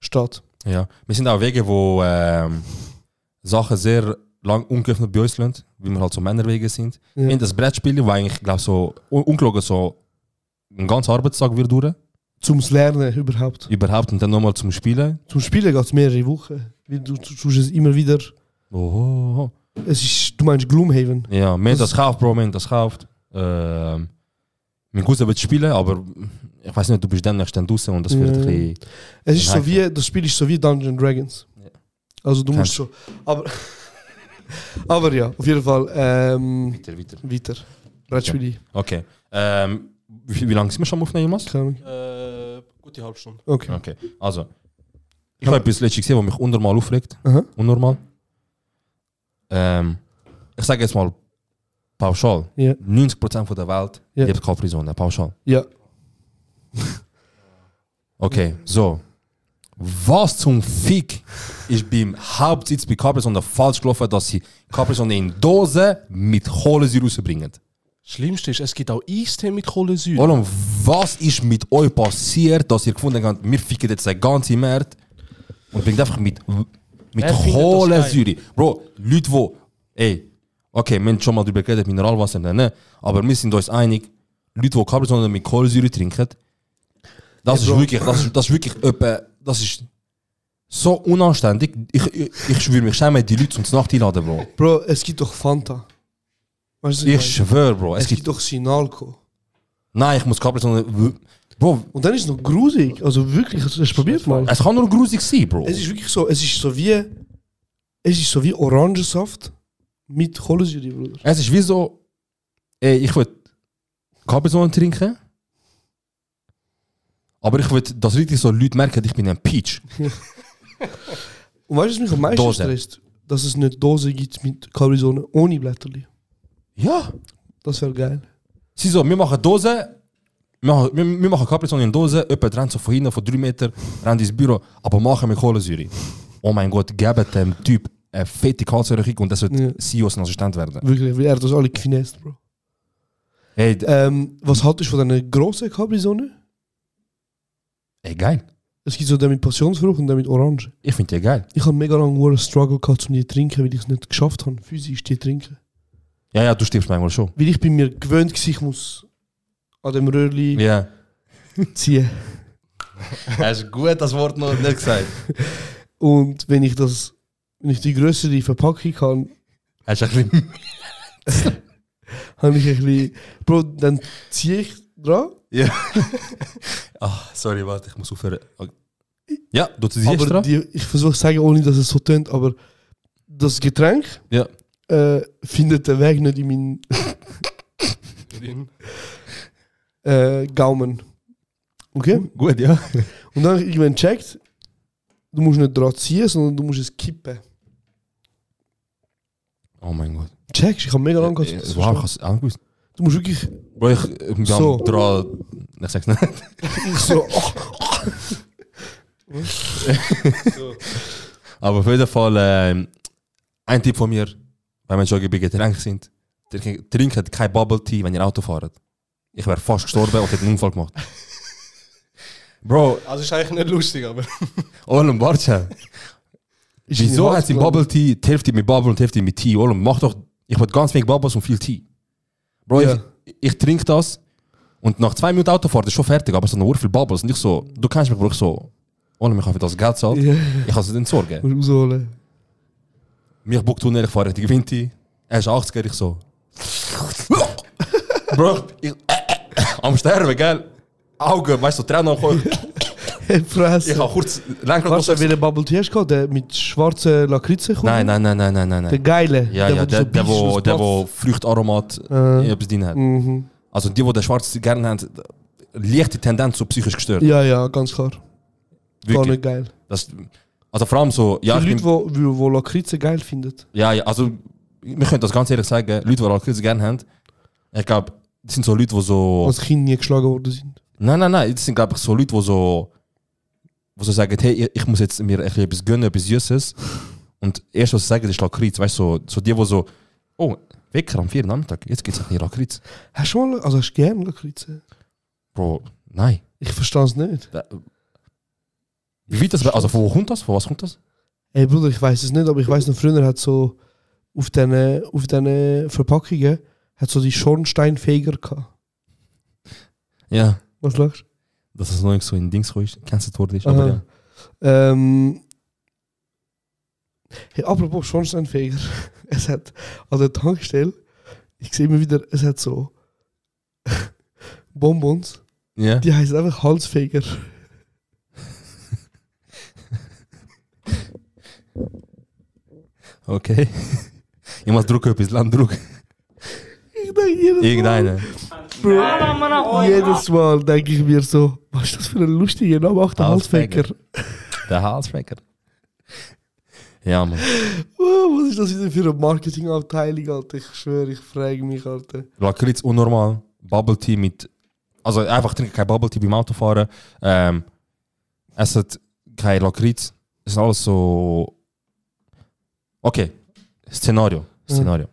Speaker 1: steht.
Speaker 2: Ja, wir sind auch Wege, wo ähm, Sachen sehr lang ungeöffnet bei uns sind, weil wir halt so Männerwege sind.
Speaker 1: Ja.
Speaker 2: In das Brettspiel, wo eigentlich, glaube so un- ungelogen so einen ganzen Arbeitstag wird dauern,
Speaker 1: Zum Lernen überhaupt.
Speaker 2: überhaupt, und dann nochmal zum Spielen.
Speaker 1: Zum Spielen geht es mehrere Wochen. Wie Du du tust es immer wieder.
Speaker 2: Oh, oh,
Speaker 1: Es ist, du meinst Gloomhaven.
Speaker 2: oh. Ja, man das gekauft, Bro, man das gekauft. Ähm, mein Cousin wird spielen, aber ich weiß nicht, du bist demnächst dann draußen und das wird
Speaker 1: Ja.
Speaker 2: ein bisschen...
Speaker 1: Es ist so
Speaker 2: Nein,
Speaker 1: wie, das Spiel ist so wie Dungeons and Dragons. Also du musst
Speaker 2: Kennst
Speaker 1: so. Aber, [laughs] aber ja, auf jeden Fall ähm,
Speaker 2: Weiter, weiter.
Speaker 1: weiter. Brettspiele,
Speaker 2: Okay. Ähm, wie, viel- wie lange sind wir schon am Aufnehmen, Mas?
Speaker 1: keine Ahnung.
Speaker 8: Äh, gute halbe Stunde.
Speaker 1: Okay.
Speaker 2: Okay, also. Ich habe etwas letztes gesehen, was mich unnormal aufregt.
Speaker 1: Aha.
Speaker 2: Unnormal. Ähm, ich sage jetzt mal pauschal.
Speaker 1: Ja.
Speaker 2: 90% von der Welt
Speaker 1: Ja.
Speaker 2: lebt Kaprisonen, pauschal.
Speaker 1: Ja.
Speaker 2: Okay, so. Was zum Fick ist beim Hauptsitz bei Capri-Sonde falsch gelaufen, dass sie Capri-Sonde in Dosen mit Kohlensäure rausbringen?
Speaker 8: Schlimmste ist, es gibt auch Eistee mit Kohlensäure.
Speaker 2: Warum, was ist mit euch passiert, dass ihr gefunden habt, wir ficken jetzt den ganzen Markt und bringt einfach mit, mit
Speaker 8: Wer findet das
Speaker 2: Kohlensäure. Bro, Leute, die, ey, okay, wir haben schon mal darüber geredet, Mineralwasser nennen, aber wir sind uns einig, Leute, die Capri-Sonde mit Kohlensäure trinken, das ist wirklich, das ist, das ist wirklich etwa, das ist so unanständig. Ich, ich, ich schwöre, mich schäme, die Leute zum Nacht einladen, Bro.
Speaker 1: Bro, es gibt doch Fanta. Weißt du, was ich
Speaker 2: Ich
Speaker 1: meine?
Speaker 2: schwöre, Bro.
Speaker 1: es,
Speaker 2: Es
Speaker 1: gibt,
Speaker 2: gibt,
Speaker 1: doch Sinalco.
Speaker 2: nein, ich muss Capri-Sonde, Bro,
Speaker 1: Und dann ist es noch grusig. Also wirklich, es- es probiert mal.
Speaker 2: es kann nur grusig sein, Bro.
Speaker 1: Es ist wirklich so, es ist so wie. Es ist so wie Orangensaft mit Kohlensäure, Bruder.
Speaker 2: Es ist wie so, ey, ich will Cabezon trinken, aber ich will, dass richtig so Leute merken, ich bin ein Peach.
Speaker 1: Und weißt du, was mich am meisten
Speaker 2: Dose.
Speaker 1: stresst? Dass es eine Dose gibt mit Cabrizone ohne Blätterli.
Speaker 2: Ja.
Speaker 1: Das wäre geil.
Speaker 2: Sie so, wir machen Dose, wir machen, wir, wir machen Cabezon in Dose, jemand rennt so von hinten, von drei Metern, rennt ins Büro, aber machen mit Kohlensäure. Oh mein Gott, gebt dem Typ eine fette Kalzerrüchung und das wird
Speaker 1: Ja.
Speaker 2: CEO und Assistent werden.
Speaker 1: Wirklich, weil er hat das alle gefinest, Bro.
Speaker 2: Ey, d-
Speaker 1: Ähm, was haltest du von einer grossen Cabrizone?
Speaker 2: ey geil.
Speaker 1: Es gibt so den mit Passionsfrucht und den mit Orange.
Speaker 2: Ich finde die geil.
Speaker 1: Ich habe mega lange einen Struggle gehabt, um die zu trinken, weil ich es nicht geschafft habe, physisch die zu trinken.
Speaker 2: Ja, ja, du stirbst manchmal schon.
Speaker 1: Weil ich bin mir gewöhnt war, ich muss an dem Röhrli
Speaker 2: Ja.
Speaker 1: ziehen.
Speaker 2: Hast gut das Wort noch nicht gesagt.
Speaker 1: Und wenn ich das, wenn ich die größere Verpackung kann,
Speaker 2: Hast du ein bisschen
Speaker 1: habe ich ein bisschen, Bro, dann ziehe ich dran.
Speaker 2: Ah, sorry, warte, ich muss aufhören. Okay. Ja, du ziehst
Speaker 1: aber
Speaker 2: extra.
Speaker 1: Die, ich versuche zu sagen, ohne dass es so tönt, aber das Getränk
Speaker 2: Ja.
Speaker 1: äh, findet den Weg nicht in meinen äh, Gaumen. Okay?
Speaker 2: Gut, ja.
Speaker 1: Und dann habe ich irgendwann checkt, du musst nicht dran ziehen, sondern du musst es kippen.
Speaker 2: Oh mein Gott.
Speaker 1: Checkst, ich habe mega lange
Speaker 2: Äh,
Speaker 1: gehabt.
Speaker 2: wow, ich hab's angewiesen.
Speaker 1: Du musst wirklich
Speaker 2: Bro, ich, ich muss
Speaker 1: So.
Speaker 2: am dran. Ich sag's nicht.
Speaker 1: [laughs]
Speaker 2: [laughs]
Speaker 1: so. oh,
Speaker 2: Aber auf jeden Fall, ähm, ein Tipp von mir, wenn wir schon bei Getränken sind, trinken- trinkt kein Bubble Tea, wenn ihr Auto fahrt. Ich wäre fast gestorben und hätte einen Unfall gemacht. Bro,
Speaker 8: Also ist eigentlich nicht lustig, aber.
Speaker 1: [laughs]
Speaker 2: Olem, warte. Wieso hat sie Bubble Tea, die Hälfte mit Bubble und die Hälfte mit Tea? Olem, mach doch, ich wollte ganz wenig Bubbles und viel Tea. Bro,
Speaker 1: Ja.
Speaker 2: ich, ich trinke das und nach zwei Minuten Autofahrt ist schon fertig, aber es sind noch viel Bubbles. Und ich so, du kennst mich, Bro, ich so, Olem, ich habe für das Geld zahlt,
Speaker 1: Ja,
Speaker 2: ich kann es nicht entsorgen.
Speaker 1: musst rausholen.
Speaker 2: Mich buckt Tunnel, ich fahre richtig Winti. Er ist 80er, ich so. [laughs] Bro, ich, am Sterben, gell? Augen, weißt du, Tränen am Kopf. Ich
Speaker 1: Fresse.
Speaker 2: habe kurz Lenkrad
Speaker 1: Weißt du, welchen Bubble Tea hast du gehabt? Der mit schwarzen Lakritze?
Speaker 2: Nein, nein, nein, nein, nein, nein.
Speaker 1: Der
Speaker 2: nein.
Speaker 1: geile.
Speaker 2: Ja, ja,
Speaker 1: wo du
Speaker 2: der,
Speaker 1: so
Speaker 2: der,
Speaker 1: beißt
Speaker 2: wo,
Speaker 1: und
Speaker 2: der, wo
Speaker 1: platzt.
Speaker 2: Früchtaromat
Speaker 1: Äh.
Speaker 2: äh. etwas drin hat.
Speaker 1: Mhm.
Speaker 2: Also die, die den Schwarz gerne haben, leichte Tendenz zu psychisch gestört.
Speaker 1: Ja, ja, ganz klar. Gar
Speaker 2: Wirklich.
Speaker 1: nicht geil.
Speaker 2: Das, also vor allem so, ja,
Speaker 1: die
Speaker 2: ich
Speaker 1: Leute,
Speaker 2: bin,
Speaker 1: wo, wo, wo Lakritze geil finden.
Speaker 2: ja, ja, also wir können das ganz ehrlich sagen, Leute, die Alkohol gerne haben, ich glaube, das sind so Leute, die so...
Speaker 1: Als Kinder nie geschlagen worden sind.
Speaker 2: Nein, nein, nein, das sind glaube ich so Leute, die so, die so sagen, hey, ich- ich muss jetzt mir ein bisschen etwas gönnen, etwas Süßes. Und erst was sie sagen, ist Lakritz, weißt du, so, so die, die so, oh, Wecker am 4 Nachmittag, jetzt gibt es ein bisschen Lakritz.
Speaker 1: Hast du schon mal, also hast du gerne Lakritze?
Speaker 2: Bro, nein.
Speaker 1: Ich verstehe es nicht.
Speaker 2: Da- Wie weit das, also von wo kommt das? Von was kommt das?
Speaker 1: Ey Bruder, ich weiß es nicht, aber ich weiß noch, früher hat so auf diesen auf diesen Verpackungen hat so die Schornsteinfeger gehabt.
Speaker 2: Ja,
Speaker 1: Was lachst
Speaker 2: dass es noch nicht so in Dings gekommen ist, gecancelt worden ist.
Speaker 1: Aha.
Speaker 2: Aber ja.
Speaker 1: du? Ähm, hey, apropos Schornsteinfeger. [laughs] Es hat an der Tankstelle, ich sehe immer wieder, es hat so [laughs] Bonbons,
Speaker 2: Ja.
Speaker 1: die heißen einfach Halsfeger.
Speaker 2: Okay. [laughs] Ich muss drucken, etwas [laughs] Landdruck.
Speaker 1: Ich denke jedes
Speaker 2: Irgendeine.
Speaker 1: Mal, jedes Mal denke ich mir so, was ist das für ein lustiger Name, auch der
Speaker 2: Halsfeger.
Speaker 1: Halsfeger.
Speaker 2: Der Halsbreaker. Ja, Mann.
Speaker 1: Oh, was ist das wieder für eine Marketingabteilung, Alter? Ich schwöre, ich frage mich, Alter.
Speaker 2: Lakritz unnormal. Bubble Tea mit. Also einfach trinken kein Bubble Tea beim Autofahren. Ähm, essen kein Lakritz. Es sind alles so. Okay, Szenario. Szenario.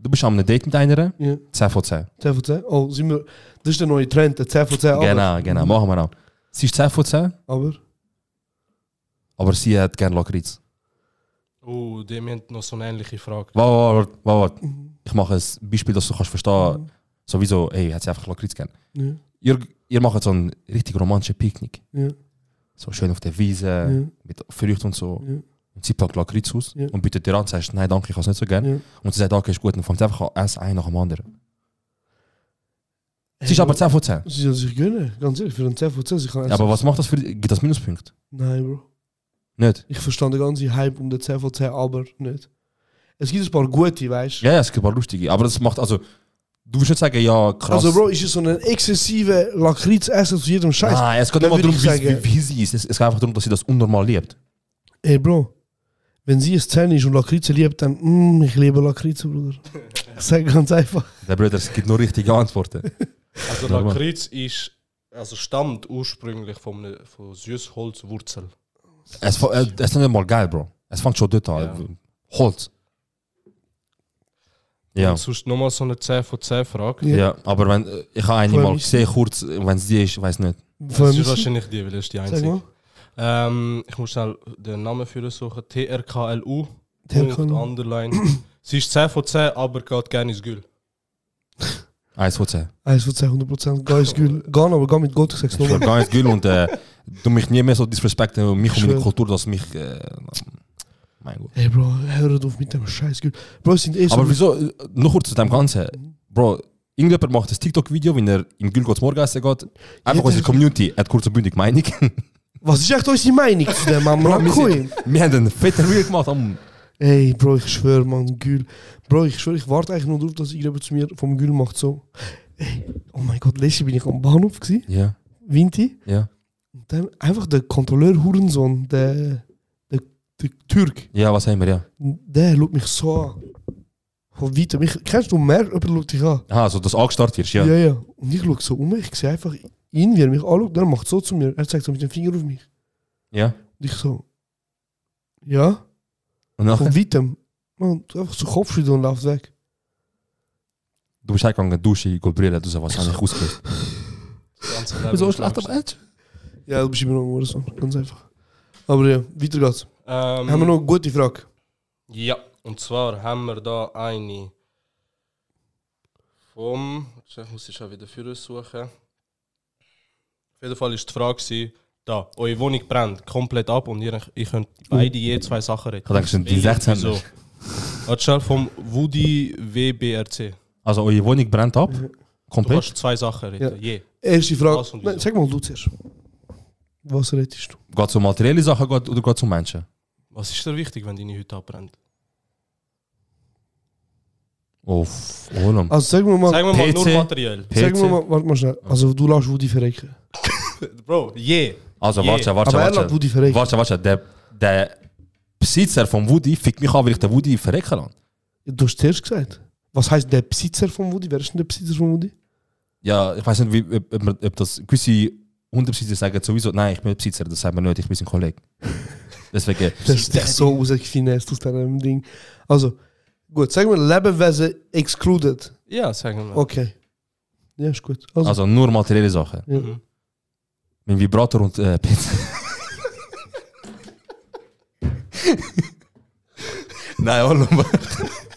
Speaker 2: Du bist am Date mit einer,
Speaker 1: Ja.
Speaker 2: 10 von 10.
Speaker 1: 10 von 10. Oh, sind wir, das ist der neue Trend, der 10 von 10. aber-
Speaker 2: Genau, genau, machen wir auch. Sie ist 10 von 10,
Speaker 1: Aber,
Speaker 2: aber sie hat gerne Lakritz.
Speaker 8: Oh, die haben noch so eine ähnliche Frage.
Speaker 2: Warte, warte, warte, warte.
Speaker 1: Mhm.
Speaker 2: Ich mache ein Beispiel, dass du kannst verstehen Sowieso, ey, hat sie einfach Lakritz gern.
Speaker 1: Ja.
Speaker 2: Ihr, ihr macht so ein richtig romantisches Picknick.
Speaker 1: Ja.
Speaker 2: So schön auf der Wiese,
Speaker 1: Ja.
Speaker 2: mit Früchten und so.
Speaker 1: Ja.
Speaker 2: Und sie packt Lakritz aus
Speaker 1: Ja.
Speaker 2: und bietet dir an, sagst, nein, danke, ich kann es nicht so gern.
Speaker 1: Ja.
Speaker 2: Und sie sagt, okay, ist gut. Und fängt einfach an, essen, einen nach dem anderen. Sie ist aber 10 von 10.
Speaker 1: Sie soll sich gönnen, ganz ehrlich, für einen 10 von 10. Sie kann
Speaker 2: Ja, aber was macht das für Gibt das Minuspunkt?
Speaker 1: Nein, Bro.
Speaker 2: Nicht?
Speaker 1: Ich verstand den ganzen Hype um den 10 von 10, aber nicht. Es gibt ein paar gute, weißt du?
Speaker 2: Ja, ja, es gibt ein paar lustige. Aber das macht, also, du willst nicht sagen, ja, krass.
Speaker 1: Also, Bro, ist es so ein exzessive Lakritz-Essen zu jedem Scheiß.
Speaker 2: Nein, Ah, es geht
Speaker 1: Dann
Speaker 2: nicht mal
Speaker 1: würde
Speaker 2: darum,
Speaker 1: ich
Speaker 2: wie, wie,
Speaker 1: sagen-
Speaker 2: wie sie ist. Es es geht einfach darum, dass sie das unnormal liebt.
Speaker 1: Ey, Bro, wenn sie es 10 ist und Lakritze liebt, dann, mm, ich liebe Lakritze,
Speaker 2: [laughs]
Speaker 1: Bruder. Ich sag ganz einfach.
Speaker 2: Der Bruder, es gibt nur richtige Antworten.
Speaker 8: Also
Speaker 2: Normal.
Speaker 8: Lakritz ist, also stammt ursprünglich von, einer- von Süßholzwurzel.
Speaker 2: [laughs] es, fa- äh, es ist nicht mal geil, Bro. Es fängt schon dort an. Holz. Ja.
Speaker 8: Und sonst nochmal so eine 10 von 10 Frage.
Speaker 2: ja. aber wenn, äh, ich habe eine
Speaker 1: Voll
Speaker 2: mal
Speaker 1: mies.
Speaker 2: gesehen, kurz, äh, wenn es die ist, weiß nicht.
Speaker 8: Das ist
Speaker 1: Vermisst
Speaker 8: wahrscheinlich die, weil das ist die
Speaker 1: Sag
Speaker 8: einzige.
Speaker 1: mal.
Speaker 8: Ähm, ich muss schnell den Namen für das suchen. TRKLU.
Speaker 1: TRKLU.
Speaker 8: Punkt, Underline. [clears throat] Sie ist 10 von 10, aber geht gerne ins Gül.
Speaker 2: Eins von zehn.
Speaker 1: 1 von 200 Prozent. Geh ins [laughs] Gül. Geh, aber geh mit Gott, ich sag's [laughs]
Speaker 2: Ich bin
Speaker 1: nochmal.
Speaker 2: ganz gül und äh, du mich nie mehr so disrespekten und mich und meine
Speaker 1: Schön.
Speaker 2: Kultur, dass mich. Äh, mein Gott.
Speaker 1: Ey, Bro, hör auf mit dem Scheiß Gül. Bro, es sind eh so.
Speaker 2: Aber wieso, äh, noch kurz zu dem Ganzen. Bro, irgendjemand macht ein TikTok-Video, wenn er im Gül Gottes Morgen essen geht. Einfach
Speaker 1: Jeder-
Speaker 2: unsere Community hat kurz und bündig [laughs] Meinung.
Speaker 1: Was ist echt unsere Meinung zu dem, am
Speaker 2: wir,
Speaker 1: Rakoi?
Speaker 2: sind, wir haben einen [laughs] fetten Reel gemacht. Am,
Speaker 1: Ey, Bro, ich schwör, Mann, Gül. Bro, ich schwör, ich warte eigentlich nur darauf, dass irgendjemand zu mir vom Gül macht so. Ey, oh mein Gott, letztens bin ich am Bahnhof gewesen,
Speaker 2: ja,
Speaker 1: Winti.
Speaker 2: ja.
Speaker 1: Und dann einfach der Kontrolleur Hurensohn, der, der, der Türk.
Speaker 2: Ja, was haben wir, ja.
Speaker 1: Der schaut mich so an. Von weitem. Ich, kennst du, merk, jemand schaut dich an.
Speaker 2: Ah, so dass du angestarrt wirst, ja.
Speaker 1: ja, Und ich schaue so um, mich, ich sehe einfach ihn, wie er mich anschaut. Der macht so zu mir. Er zeigt so mit dem Finger auf mich.
Speaker 2: Ja.
Speaker 1: Und ich so, ja,
Speaker 2: Und dann, [laughs]
Speaker 1: von weitem. Man, einfach so Kopfschütteln und läuft weg.
Speaker 2: du bist eingegangen, Dusche, Goldbrille, du sagst, dus was habe ich ausgelöst.
Speaker 8: Ganz
Speaker 2: Edge?
Speaker 1: Ja, du bist immer noch ein so. Ganz einfach. Aber ja, weiter geht's.
Speaker 8: Ähm,
Speaker 1: Haben wir noch eine gute Frage?
Speaker 8: Ja, und zwar haben wir da eine vom. Ich muss ich schon wieder für suchen. Auf jeden Fall ist die Frage gewesen, da, eure Wohnung brennt komplett ab und ihr, ihr könnt beide je zwei Sachen reden.
Speaker 2: Ich denke, es sind die
Speaker 8: Wieso?
Speaker 2: 16.
Speaker 8: Warte schnell, vom Woody WBRC.
Speaker 2: Also, eure Wohnung brennt ab.
Speaker 8: Du
Speaker 2: Komplett.
Speaker 8: kannst zwei Sachen reden, je.
Speaker 1: Erste Frage.
Speaker 8: Was und
Speaker 1: Nein,
Speaker 8: wieso?
Speaker 1: sag mal du zuerst. Was redest du?
Speaker 2: Geht es um materielle Sachen geht, oder geht es um Menschen?
Speaker 8: Was ist dir wichtig, wenn deine Hütte abbrennt?
Speaker 2: Auf Olam.
Speaker 1: Also sag mir mal,
Speaker 8: Sagen wir mal nur
Speaker 2: PC.
Speaker 8: materiell.
Speaker 2: PC.
Speaker 1: sag mir mal, warte mal schnell. Also du lässt Woody verrecken.
Speaker 8: Bro, je.
Speaker 2: Also,
Speaker 8: Je.
Speaker 2: warte, warte,
Speaker 1: Aber er lässt
Speaker 2: warte.
Speaker 1: Woody verrecken.
Speaker 2: Warte, warte. Der, der Besitzer von Woody fickt mich an, weil ich den Woody verrecken kann.
Speaker 1: Du hast zuerst gesagt. Was heißt der Besitzer von Woody? Wer ist denn der Besitzer von Woody?
Speaker 2: Ja, ich weiß nicht, wie, ob, ob, man- ob das gewisse Hundebesitzer sagen sowieso, nein, ich bin nicht Besitzer, das sagt man nicht, ich bin ein [laughs] Kollege. Deswegen.
Speaker 1: Das ist echt so ausgefinest aus diesem Ding. Also, gut, sagen wir Lebewesen excluded.
Speaker 8: Ja, sagen wir.
Speaker 1: Okay. Ja, ist gut. Also,
Speaker 2: Also nur materielle Sachen.
Speaker 1: Ja.
Speaker 8: Mhm.
Speaker 2: Mein Vibrator und äh, [laughs] Pizza. nein, hallo. Mann.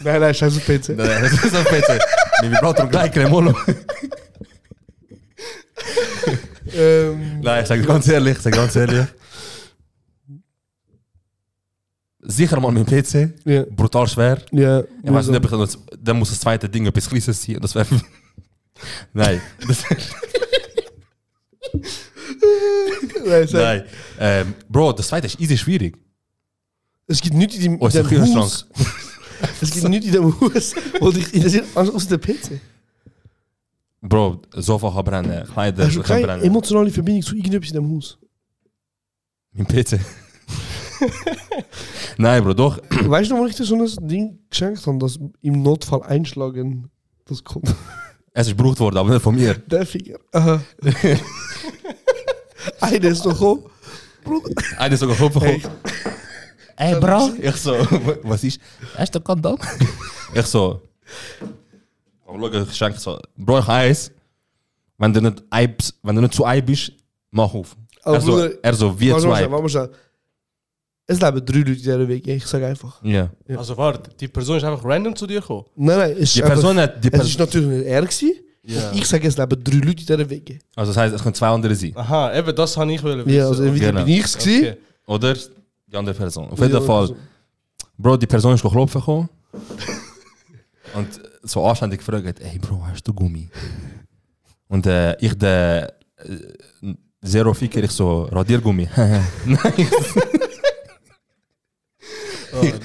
Speaker 1: nein, nein, scheiß auf PC.
Speaker 2: Nein, nein, das ist ein Pizza. Mein Vibrator und Gleitcreme, hallo.
Speaker 1: Ähm,
Speaker 2: Nein, ich sage ganz ehrlich, ich sage ganz ehrlich. Sicher mal mein PC.
Speaker 1: Ja.
Speaker 2: Brutal schwer.
Speaker 1: Ja,
Speaker 2: Ich weiß nicht, ob ich das, dann muss das zweite Ding etwas Kleines sein. Das [laughs] wäre. Nein. Das,
Speaker 1: Nein, sag-
Speaker 2: nein. Ähm, Bro, das zweite ist easy schwierig.
Speaker 1: Es gibt nichts in dem,
Speaker 2: Oh, ist
Speaker 1: dem
Speaker 2: ein Kühlschrank.
Speaker 1: Haus. es gibt nichts in dem Haus, wo dich interessiert, als aus der PC.
Speaker 2: Bro, Sofa kann brennen, Kleider
Speaker 1: Hast du
Speaker 2: kann
Speaker 1: keine
Speaker 2: brennen.
Speaker 1: emotionale Verbindung zu irgendetwas in dem Haus?
Speaker 2: Mein PC. nein, Bro, doch.
Speaker 1: Weißt du noch, wo ich dir so ein Ding geschenkt habe, das im Notfall einschlagen, das kommt.
Speaker 2: Es ist gebraucht
Speaker 1: [laughs]
Speaker 2: worden, aber nicht von mir.
Speaker 1: Der Finger. Aha. Einer ist noch gekommen
Speaker 2: Einer ist sogar hochgekommen.
Speaker 10: Ey, Bro,
Speaker 2: Ich so, was ist?
Speaker 10: hast du Kondom?
Speaker 2: [laughs] Ich so. Aber schau, ich schenke so. Bro, ich eins. Wenn du nicht, ein, wenn du nicht zu ein bist, mach auf.
Speaker 1: Aber
Speaker 2: er, so,
Speaker 1: Bruder,
Speaker 2: er so, wie
Speaker 1: Warte mal schnell,
Speaker 2: zwei.
Speaker 1: warte mal schnell. Es leben drei Leute in dieser WG, ich sage einfach.
Speaker 2: Ja.
Speaker 8: Also warte, die Person ist einfach random zu dir gekommen.
Speaker 1: Nein, nein, es ist
Speaker 2: Die
Speaker 1: einfach-
Speaker 2: Person hat. Die
Speaker 1: Es ist
Speaker 2: Person,
Speaker 1: natürlich nicht er gewesen. Ich sage, es leben drei Leute in dieser WG.
Speaker 2: also, das heißt, es können zwei andere sein.
Speaker 8: Aha, eben das habe ich wollen
Speaker 1: Ja, also entweder
Speaker 2: Genau.
Speaker 1: bin ich es gewesen.
Speaker 8: Okay.
Speaker 2: Oder die andere Person. Auf
Speaker 1: Ja,
Speaker 2: jeden Fall,
Speaker 1: also-
Speaker 2: Bro, die Person ist geklopft gekommen. und so anständig gefragt, ey Bro, hast du Gummi? Und äh, ich, der äh, Zero Ficker, ich so, [laughs] Radiergummi.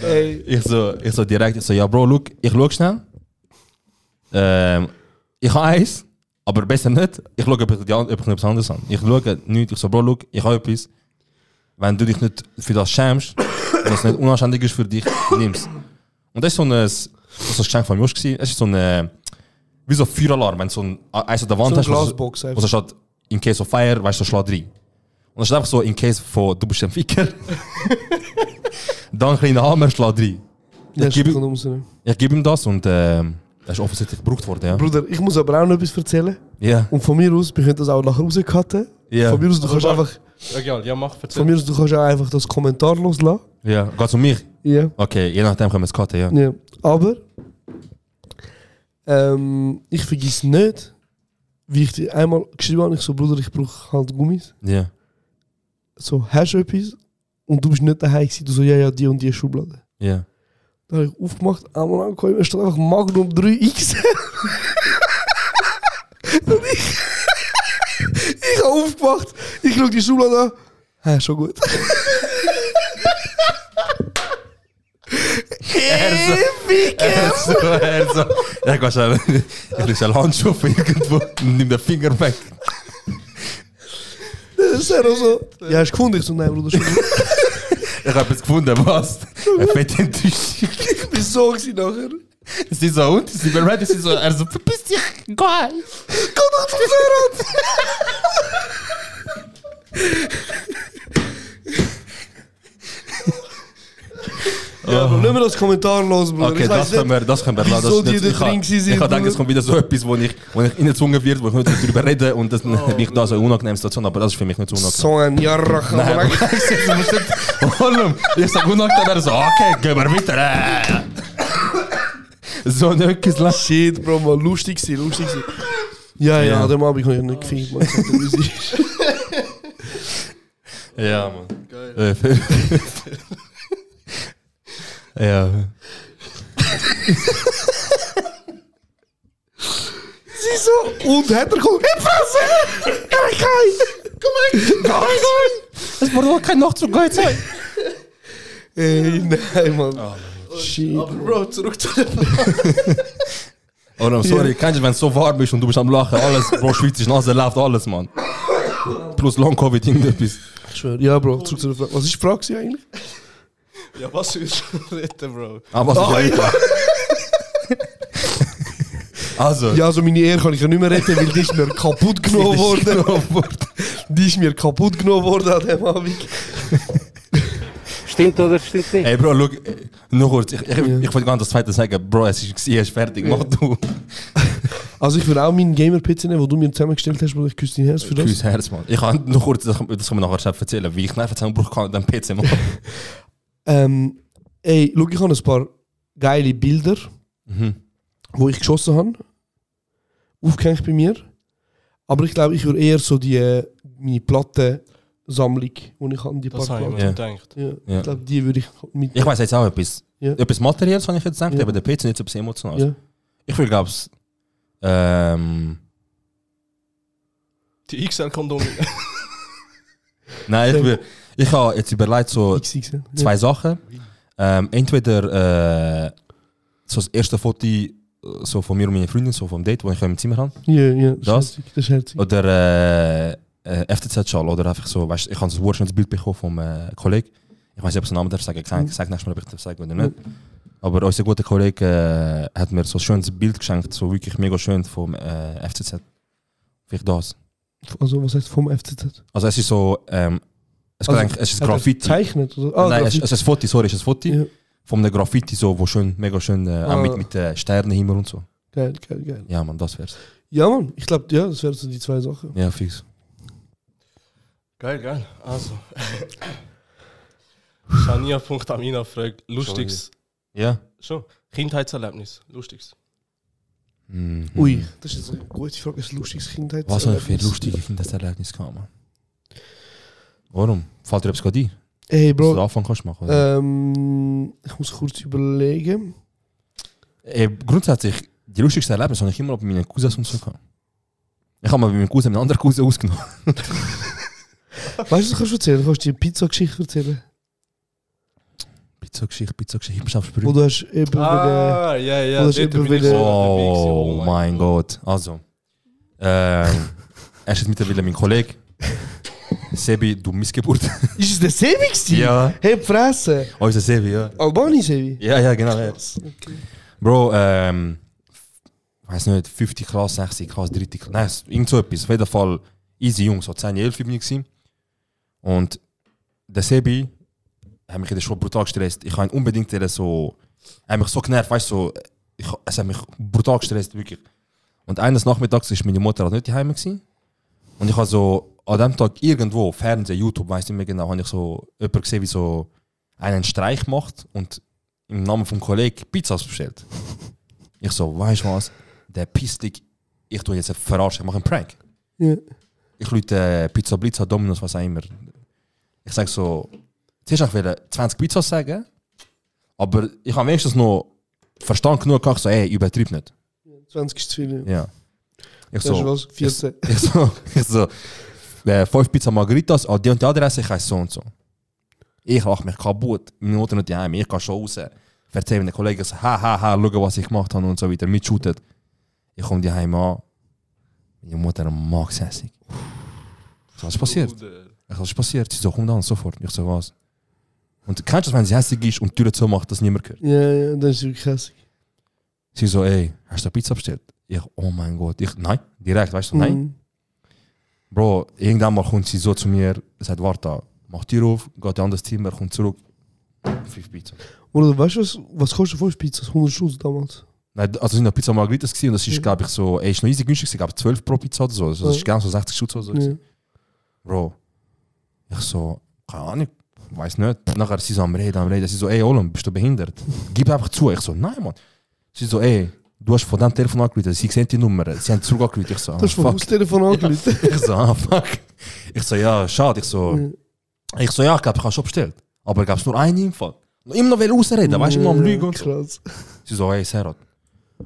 Speaker 1: Ey,
Speaker 2: ich, so, ich so direkt, ich so, ja Bro, look, ich schau schnell. Ähm, ich habe eins, aber besser nicht. Ich schaue, ob ich, die, an- ob ich etwas anderes habe. Ich schaue nichts, ich so, Bro, look, ich habe etwas. Wenn du dich nicht für das schämst, wenn es nicht unanständig ist für dich, nimm's. Und das ist so ein, das ist ein Geschenk von Josh. gewesen. Es ist so ein, eh, wie so ein Feueralarm, wenn du so ein, eins an der Wand
Speaker 1: so eine
Speaker 2: hast. was-
Speaker 1: Glasbox
Speaker 2: und
Speaker 1: einfach.
Speaker 2: dann steht, in case of fire, weißt du, schlag drei. Und dann steht einfach so, in case von, du bist ein Ficker. [laughs] dann ein kleiner Hammer, schlag drei.
Speaker 1: Ja,
Speaker 2: ich gebe-
Speaker 1: ich kann umsehen.
Speaker 2: Ich gebe ihm das und ähm, das ist offensichtlich gebraucht worden, ja.
Speaker 1: Bruder, ich muss aber auch noch etwas erzählen.
Speaker 2: Ja,
Speaker 1: Und von mir aus, wir können das auch nachher rauscutten.
Speaker 2: ja,
Speaker 1: Von mir aus, du kannst
Speaker 8: warte.
Speaker 1: einfach,
Speaker 8: Egal, ja, mach, erzähl.
Speaker 1: von mir aus, du kannst auch einfach das Kommentar loslassen.
Speaker 2: ja. Geht's um mich?
Speaker 1: Ja.
Speaker 2: Okay, je nachdem können wir es cutten, ja.
Speaker 1: ja. Aber ähm, ich vergiss nicht, wie ich dir einmal geschrieben habe, ich so, Bruder, ich brauche halt Gummis.
Speaker 2: Ja.
Speaker 1: So, hast du etwas? Und du bist nicht daheim gewesen. Du so, ja, ja, die und die Schublade.
Speaker 2: Ja.
Speaker 1: Da habe ich aufgemacht, einmal angekommen, da steht einfach Magnum 3X. [laughs] Und ich. [laughs] ich habe aufgemacht, ich schaue die Schublade an. Hä, schon gut. [laughs]
Speaker 2: [laughs] Er so, er so. Ja, ich schon, [laughs] Er ich krieg schon Handschuhe von irgendwo und nimm den Finger weg.
Speaker 1: Das ist er auch so. Ja, hast du gefunden? Ich so, nein, Bruder, schon gut.
Speaker 2: Ich hab es gefunden, was? Er Eine fette Enttäuschung.
Speaker 1: [laughs] Ich bin so gewesen nachher.
Speaker 2: Sie so, und? Sie sind ready, sie so, er so, verpiss dich, geil.
Speaker 1: Ja, aber lassen wir das Kommentar los, Bruder. Also,
Speaker 2: Okay,
Speaker 1: ich
Speaker 2: das
Speaker 1: weiss
Speaker 2: können
Speaker 1: nicht.
Speaker 2: wir, das können wir
Speaker 1: wieso
Speaker 2: lassen. Das
Speaker 1: die
Speaker 2: ist
Speaker 1: da
Speaker 2: nicht- ich
Speaker 1: drin
Speaker 2: kann-
Speaker 1: gewesen sind,
Speaker 2: Ich denke, es
Speaker 1: Bruder.
Speaker 2: kommt wieder so etwas, wo ich, wo ich reingezwungen wird, wo ich nicht darüber rede und das
Speaker 1: Oh.
Speaker 2: mich da so eine unangenehme Situation, aber das ist für mich nicht so unangenehm.
Speaker 1: So ein Jarrach.
Speaker 2: Nein, du musst nicht, [laughs] Hollum, ich sag unangenehm, er so, okay, gehen wir weiter.
Speaker 1: [laughs]
Speaker 2: äh. So ein Öckes lass.
Speaker 1: Shit, Bro, mal lustig sein, lustig sein. Ja, ja,
Speaker 2: Ja.
Speaker 1: ja. dem habe ich nicht gefickt, man. Ich sag dir, wie es ist.
Speaker 2: Ja, Mann. Äh, Geil. [laughs] Ja.
Speaker 1: Sie so, und hat er geholt, hey, Fresse! Geil, geil! Komm her! Geil, geil!
Speaker 2: Es wurde auch kein Nachtzug geil sein.
Speaker 1: Ey, nein, Mann. Shit. Aber Bro, zurück zu dem...
Speaker 2: Hollum, sorry, kennst du, wenn es so warm ist und du bist am Lachen, alles, Bro, schweizisch, Nase läuft alles, Mann. Plus Long-Covid, irgendetwas.
Speaker 1: Ich schwör, ja, Bro, zurück zu der Frage. Was ist die Frage gewesen eigentlich?
Speaker 8: [laughs] Ja, was [laughs] willst du reden, Bro?
Speaker 2: Aber
Speaker 1: Ah, ja.
Speaker 2: [laughs] Also,
Speaker 1: Ja, also meine Ehre kann ich ja nicht mehr retten, weil die ist [laughs] mir kaputt genommen worden. Die ist mir kaputt genommen worden an dem Abend.
Speaker 6: Stimmt oder stimmt nicht?
Speaker 2: ey Bro, look, äh, nur kurz, ich, ich, ich wollte gar nicht das zweite sagen, Bro, es ist, es ist fertig, mach du.
Speaker 1: Also ich will auch meinen Gamer-PC nehmen, den du mir zusammengestellt hast, Bruder. Ich küsse dein Herz für das.
Speaker 2: Küss Herz, Mann. Ich kann nur kurz, das, das kann man nachher schnell erzählen, wie ich Nervenzusammenbruch kann an dem PC machen.
Speaker 1: Ähm, ey, schau, ich habe ein paar geile Bilder,
Speaker 2: Mhm.
Speaker 1: wo ich geschossen habe. Aufgehängt bei mir. Aber ich glaube, ich würde eher so die äh, meine Plattensammlung, die ich habe, die
Speaker 8: Das
Speaker 1: paar
Speaker 8: habe ich
Speaker 1: Platten.
Speaker 8: mir
Speaker 2: Ja.
Speaker 8: gedacht.
Speaker 1: Ja,
Speaker 2: Ja.
Speaker 1: Ich glaube, die würde ich mit.
Speaker 2: Ich weiß jetzt auch etwas.
Speaker 1: Ja.
Speaker 2: Etwas Materielles habe ich jetzt gedacht,
Speaker 1: Ja.
Speaker 2: aber der PC nicht etwas Emotionales.
Speaker 1: Ja.
Speaker 2: Ich will, glaube ich, ähm,
Speaker 8: Die XL-Kondome.
Speaker 2: nein, ich will, ich habe jetzt überlegt, so
Speaker 1: XX, ja.
Speaker 2: zwei Sachen. Ähm, entweder äh, so das erste Foto äh, so von mir und meiner Freundin, so vom Date, wo ich im Zimmer habe.
Speaker 1: Ja, ja, das,
Speaker 2: Das?
Speaker 1: das? Herzig, das ist herzig.
Speaker 2: Oder äh, äh, FTZ-Schal oder einfach so, weißt, ich habe so ein Wurschnittbild bekommen vom äh, Kollegen. Ich weiß nicht, ob ich den Namen darf sagen, ich sage sag nächstes Mal, ob ich das sage oder nicht. Aber unser guter Kollege äh, hat mir so ein schönes Bild geschenkt, so wirklich mega schön vom äh, FCZ. Vielleicht das.
Speaker 1: Also, was heißt vom FCZ?
Speaker 2: Also es ist so, ähm, Es, kann eigentlich- es ist Graffiti.
Speaker 1: Zeichnet, oder? Ah,
Speaker 2: Nein,
Speaker 1: Graffiti.
Speaker 2: Es, es ist ein Foto, sorry, es ist ein Foto
Speaker 1: Ja.
Speaker 2: von einem Graffiti, so, wo schön, mega schön, äh, auch
Speaker 1: Ah.
Speaker 2: mit, mit äh, Sternenhimmel und so.
Speaker 1: Geil, geil, geil.
Speaker 2: Ja, man, das wär's.
Speaker 1: Ja, Mann, ich glaube, ja, das wären so die zwei Sachen.
Speaker 2: Ja, fix.
Speaker 8: [laughs] Geil, geil. Also. Shania.amina fragt, lustiges.
Speaker 2: Ja.
Speaker 8: Schon. Kindheitserlebnis. Lustiges.
Speaker 1: Ui, das ist jetzt eine gute Frage. Ist lustiges Kindheit.
Speaker 2: Mhm. Hmm. Was habe ich für lustige Kindeserlebnisse gehabt, man? Warum? Fällt dir etwas gerade ein?
Speaker 1: Hey,
Speaker 2: Dass du den
Speaker 1: Bro.
Speaker 2: Anfang kannst machen. oder?
Speaker 1: Ähm, ich muss kurz überlegen.
Speaker 2: Ey, Äh, grundsätzlich, die lustigsten Erlebnisse habe ich immer bei meinen Cousins und so gehabt. Ich habe mal bei meinem Cousin einen anderen Cousin ausgenommen.
Speaker 1: Weißt du, was kannst du erzählen? Du kannst die Pizza-Geschichte erzählen.
Speaker 2: Pizza-Geschichte, Pizza-Geschichte, ich bin schon am
Speaker 1: Wo
Speaker 2: Sprühen.
Speaker 1: du hast eben wieder.
Speaker 8: Ah, ja, ja.
Speaker 1: Oder ist
Speaker 8: dort
Speaker 1: jemand
Speaker 8: bin ich
Speaker 1: wieder-
Speaker 8: so dabei gewesen.
Speaker 2: Äh, Oh, mein Gott. Also, ähm, [laughs] er ist jetzt mittlerweile mein [laughs] Kollege. Sebi, du Missgeburt.
Speaker 1: Ist es der Sebi? gewesen?
Speaker 2: Ja.
Speaker 1: Hey, Oh, Fresse.
Speaker 2: [laughs] Unser Sebi, ja.
Speaker 1: Albani Sebi.
Speaker 2: Ja, ja, genau. Ja. Bro, ähm, weiß nicht, 5. Klasse, 6. Klasse, 3. Klasse, nein, irgend so etwas. Auf jeden Fall easy Jungs, so 10, 11 bin ich. gewesen. Und der Sebi hat mich in der Schule brutal gestresst. Ich habe ihn unbedingt in so, er hat mich so genervt, weißt du, so, ich, es hat mich brutal gestresst, wirklich. Und eines Nachmittags war meine Mutter halt nicht daheim gewesen. Und ich habe so an dem Tag irgendwo, Fernsehen, YouTube, weiß nicht mehr genau, habe ich so jemanden gesehen, wie so einen Streich macht und im Namen vom Kollegen Pizzas bestellt. Ich so, weißt du was? Der Pissdick, ich tu ihn jetzt eine Verarschung, ich mache einen Prank.
Speaker 1: Ja.
Speaker 2: Ich lüte äh, Pizza Blitzer, Dominos, was auch immer. Ich sag so, zuerst hab ich wollte 20 Pizzas sagen, aber ich habe wenigstens noch Verstand genug gehabt, so, ey, übertrieb nicht.
Speaker 1: 20 ist zu viel.
Speaker 2: Ja. Ich
Speaker 1: Das ist
Speaker 2: so,
Speaker 1: was? 14.
Speaker 2: ich so, ich so äh, fünf Pizza Margaritas an die und die Adresse, ich heiße so und so. Ich lache mich kaputt, meine Mutter nicht daheim, ich gehe schon raus. Erzähle meinen Kollegen, so, ha, ha, ha, schau, was ich gemacht habe und so weiter, mitschootet. Ich komme daheim an, meine Mutter mag hässig. Was ist passiert?
Speaker 8: Bruder.
Speaker 2: Ich, was ist passiert? Sie so, komm dann, sofort. Ich so, was? Und kennst du das, wenn sie hässig ist und die Tür zumacht, dass niemand hört?
Speaker 1: Ja, ja, das ist wirklich hässlich.
Speaker 2: Sie so, ey, hast du eine Pizza bestellt? Ich, oh mein Gott. Ich, nein, direkt, weißt du, nein.
Speaker 1: Mhm.
Speaker 2: Bro, irgendwann mal kommt sie so zu mir, sagt, warte, mach Tür auf, geht in ein anderes Zimmer, kommt zurück. Fünf Pizza.
Speaker 1: Oder weißt du was? Was kostet 5 Pizzas? 100 Schutz damals.
Speaker 2: Nein, also sind noch Pizza Margaritas gewesen und das ist,
Speaker 1: Mhm.
Speaker 2: glaube ich, so, ey, ist noch easy günstig, glaube 12 pro Pizza oder so. Also, das
Speaker 1: Ja.
Speaker 2: ist genau so 60 Schutz oder so.
Speaker 1: Ja.
Speaker 2: Bro, ich so, keine Ahnung, weiß nicht. Nachher sie so am Reden, am Reden, sie so, ey, Olam, bist du behindert? Gib einfach zu. Ich so, nein, Mann. Sie so, ey, du hast von dem Telefon angerufen, sie sehen die Nummer, sie haben zurückgerufen. Ich so, ah,
Speaker 1: Das ist vom
Speaker 2: fuck.
Speaker 1: Haustelefon angelötet.
Speaker 2: [laughs] Ich so, ah, fuck. Ich so, ja, schade. Ich so, ich so, ja, ich glaube, ich habe schon bestellt. Aber gab es nur einen Infall. Immer noch will ausreden, weißt du, immer am Lügen und so.
Speaker 1: Krass.
Speaker 2: Sie so, hey, Serhat,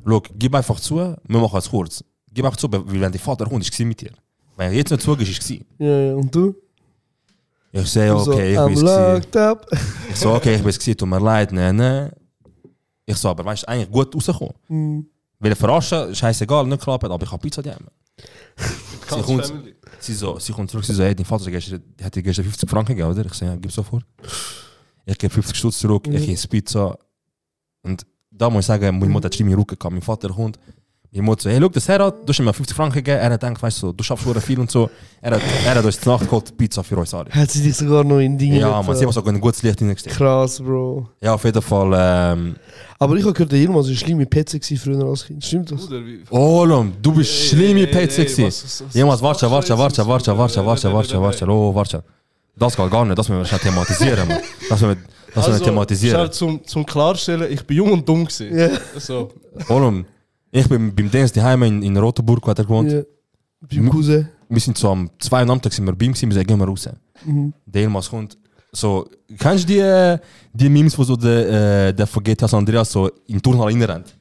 Speaker 2: schau, gib einfach zu, wir machen es kurz. Gib einfach zu, weil wenn der Vater kommt, ist es mit dir. Wenn er jetzt nicht zugehst, ist es gewesen.
Speaker 1: Ja, ja, und du?
Speaker 2: Ich so, ja,
Speaker 1: so,
Speaker 2: okay, ich
Speaker 1: I'm
Speaker 2: bin es gewesen.
Speaker 1: locked up.
Speaker 2: Ich so, okay, ich bin es gewesen, tut mir leid, ne, ne. Ich so, aber weißt du, eigentlich gut rausgekommen.
Speaker 1: Mhm.
Speaker 2: Weil verarschen, scheißegal, nicht klappt, aber ich habe Pizza die Heim. Sie
Speaker 8: Ganz
Speaker 2: kommt,
Speaker 8: Family.
Speaker 2: Sie, so, sie kommt zurück, sie so, hey, dein Vater hat gestern, hat dir gestern 50 Franken gegeben, oder? Ich sage, ja, gib sofort. Ich gebe 50 Stutz zurück,
Speaker 8: Mhm.
Speaker 2: ich esse Pizza. Und da muss ich sagen, meine Mutter hat schlimm in den Rücken gehabt, mein Vater kommt. Meine Mutter so, hey, schau, das Herr hat, du hast ihm 50 Franken gegeben, er hat gedacht, weißt du, so, du schaffst schon viel und so. Er hat, er hat uns zur Nacht geholt, Pizza für uns alle.
Speaker 1: Hat sie dich sogar noch in Dinge
Speaker 2: Ja, man, sie
Speaker 1: getan.
Speaker 2: haben sogar ein gutes Licht hineingesteckt.
Speaker 1: Krass, Bro.
Speaker 2: Ja, auf jeden Fall, ähm,
Speaker 1: Aber ich habe gehört, der Yilmaz war schlimm mit Petze gewesen früher als Kind. Stimmt das?
Speaker 8: Bruder, wie.
Speaker 2: Oh, Olum, du bist
Speaker 8: Ey,
Speaker 2: schlimme
Speaker 8: ey,
Speaker 2: Petze
Speaker 8: ey,
Speaker 2: gewesen.
Speaker 8: was- was- was-
Speaker 2: Jemals,
Speaker 8: was
Speaker 2: warte, warte,
Speaker 8: machst du
Speaker 2: warte,
Speaker 8: jetzt?
Speaker 2: warte, warte, warte, warte,
Speaker 8: Nein, nein,
Speaker 2: warte, oh, warte. Das geht gar nicht, das müssen wir schon thematisieren, Mann. Das müssen wir, das müssen wir
Speaker 8: schau,
Speaker 2: thematisieren.
Speaker 8: Also, Zum, zum Klarstellen, ich bin jung und dumm gewesen.
Speaker 1: Ja.
Speaker 8: So,
Speaker 2: Olum, ich bin beim Dennis daheim in, in Rotenburg, wo er gewohnt.
Speaker 1: Ja.
Speaker 2: Hm?
Speaker 1: Beim Cousin.
Speaker 2: Wir sind so am zwei Uhr am Tag sind wir bei ihm gewesen, wir sagen, gehen wir raus. Der Elmas kommt, so, kennst du die, äh, die Memes, wo so der, äh, der von GTA San Andreas so in die Turnhalle reinrennt?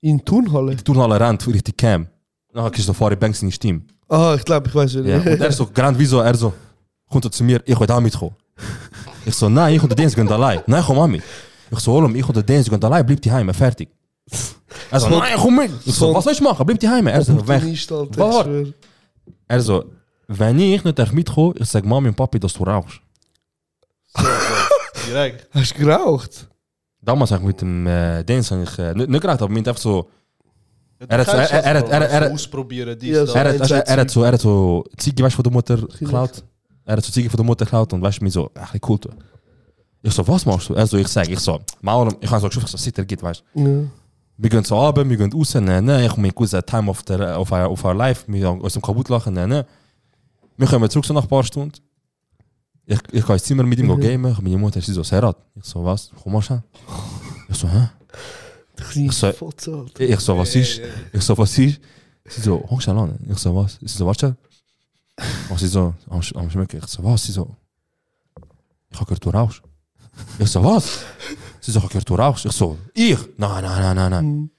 Speaker 1: In Turnhalle.
Speaker 2: In die Turnhalle rennt, richtig Cam. Nachher kriegst du so Farid Banks in die Stimme.
Speaker 1: Ah, ich glaube, ich weiß
Speaker 2: Ja, und [laughs]
Speaker 1: wieder.
Speaker 2: er so, grand wieso, er so, kommt er zu mir, ich will auch mitkommen. Ich so, nein, ich und der Dienst gehen allein. Nein, komm auch mit. Ich so, Olum, ich und der Dienst gehen allein, bleib die Heime, fertig. Er so, nein, komm mit. Ich so, was soll ich machen, bleib die Heime. Er so, Also weg.
Speaker 1: Opportunist, Alter, ich
Speaker 2: Warte.
Speaker 1: schwör.
Speaker 2: Er so, wenn ich nicht darf mitkommen, ich sag Mami und Papi, dass du rauchst.
Speaker 8: direkt.
Speaker 1: Hast du geraucht?
Speaker 2: Damals habe ich mit dem äh, Dienst, hab ich, äh, nicht, nicht geraucht, aber mit einfach so,
Speaker 8: Ja, du
Speaker 2: Er hat so-
Speaker 8: kennst
Speaker 2: er-
Speaker 8: das,
Speaker 2: er hat-
Speaker 8: Bro,
Speaker 2: er- er-
Speaker 8: so Ausprobieren, dies,
Speaker 1: Ja,
Speaker 8: das.
Speaker 1: so-
Speaker 2: er hat, er, er hat so, er hat so, Ziege, weißt du, von der Mutter geklaut. Er hat so Zeug von der Mutter geklaut und weißt du, mir so, ach, wie cool. Du. Ich so, was machst du? Er so, ich sag, ich so, Maulem, ich habe so geschafft, ich so, seit er geht, weißt du.
Speaker 1: Ja.
Speaker 2: Wir gehen so runter, wir gehen raus, nein, nein, ich und mein Cousin, Time of, der, of, our, of our life, wir haben uns am kaputt lachen, nein, nein. Wir kommen zurück so nach ein paar Stunden. Ich, ich gehe ins Zimmer mit ihm
Speaker 1: Mhm.
Speaker 2: mhm. gamen, ich- meine Mutter, sie so, Serat. Ich so, was? Komm mal schon. Ich so, hä?
Speaker 1: Ich
Speaker 2: so,
Speaker 1: Fotze.
Speaker 2: ich so, was ist? Ich so, was ist? Sie so, hang schon an. Ich so, was? Sie so, warte. Und sie so, am, Sch- am Schmecken. Ich so, was? Sie so, ich hab gehört, du rauchst. Ich so, was? Sie so, ich hab gehört, du rauchst. Ich so, ich? Nein, nein, nein, nein, nein.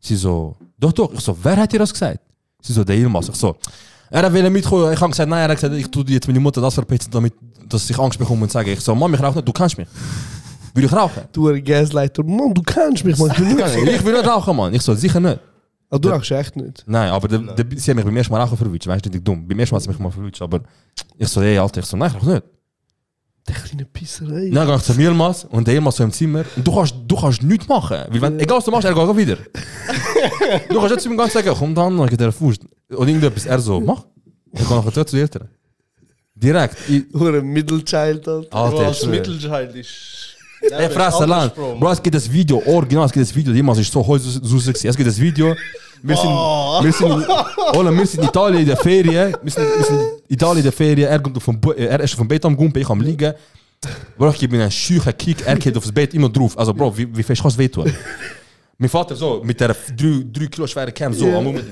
Speaker 2: Sie so, doch, doch. Ich so, wer hat dir das gesagt? Sie so, der Ilmas. Ich so, er will mitkommen. Ich hab gesagt, nein, er hat gesagt, ich tu dir jetzt meine Mutter das verpetzen, damit dass ich Angst bekomme und sage, ich so, Mama, ich rauch nicht, du kannst mich. Will ich rauchen?
Speaker 1: Du ein Gaslighter. Mann, du kennst mich, man. Du
Speaker 2: [laughs] Ich will nicht rauchen, Mann. Ich so, sicher nicht.
Speaker 1: Ah, du rauchst echt nicht.
Speaker 2: Nein, aber de, de, sie haben mich beim ersten Mal auch verwünscht. Weißt du, nicht dumm. Beim ersten Mal hat sie mich mal verwünscht. Aber ich so, ey, Alter, ich so, nein, ich nicht.
Speaker 1: Der kleine Pisserei.
Speaker 2: Dann gehe ich zu Mirmas und der Mirmas so im Zimmer. Und du kannst, du kannst nichts machen. Weil wenn, egal was du machst, er geht auch wieder. du kannst jetzt zu ihm ganz sagen, komm dann, ich geh dir Fuß. Und irgendetwas. Er so, mach. Ich kann nachher zu Eltern. Direkt. Ich,
Speaker 1: Hure Middlechild, Alter.
Speaker 2: Alter, ich
Speaker 8: als
Speaker 2: schwöre.
Speaker 8: Mittelteil ist.
Speaker 2: Ey, Fresse, Land. Bro, es gibt das Video, original, es gibt das Video, jemand ist so häuslich, es gibt das Video. Wir sind, wir sind, in, Ola, wir sind in Italien in der Ferien, wir sind, wir sind in Italien in der Ferien, er, kommt auf den, Bo- er ist auf dem Bett am Gumpen, ich am Liegen. Bro, ich gebe ihm einen schüchen Kick, er geht auf das Bett, immer drauf. Also, Bro, wie, wie fest kannst du wehtun? Mein Vater so, mit der 3 Kilo schweren Cam, so, am Moment.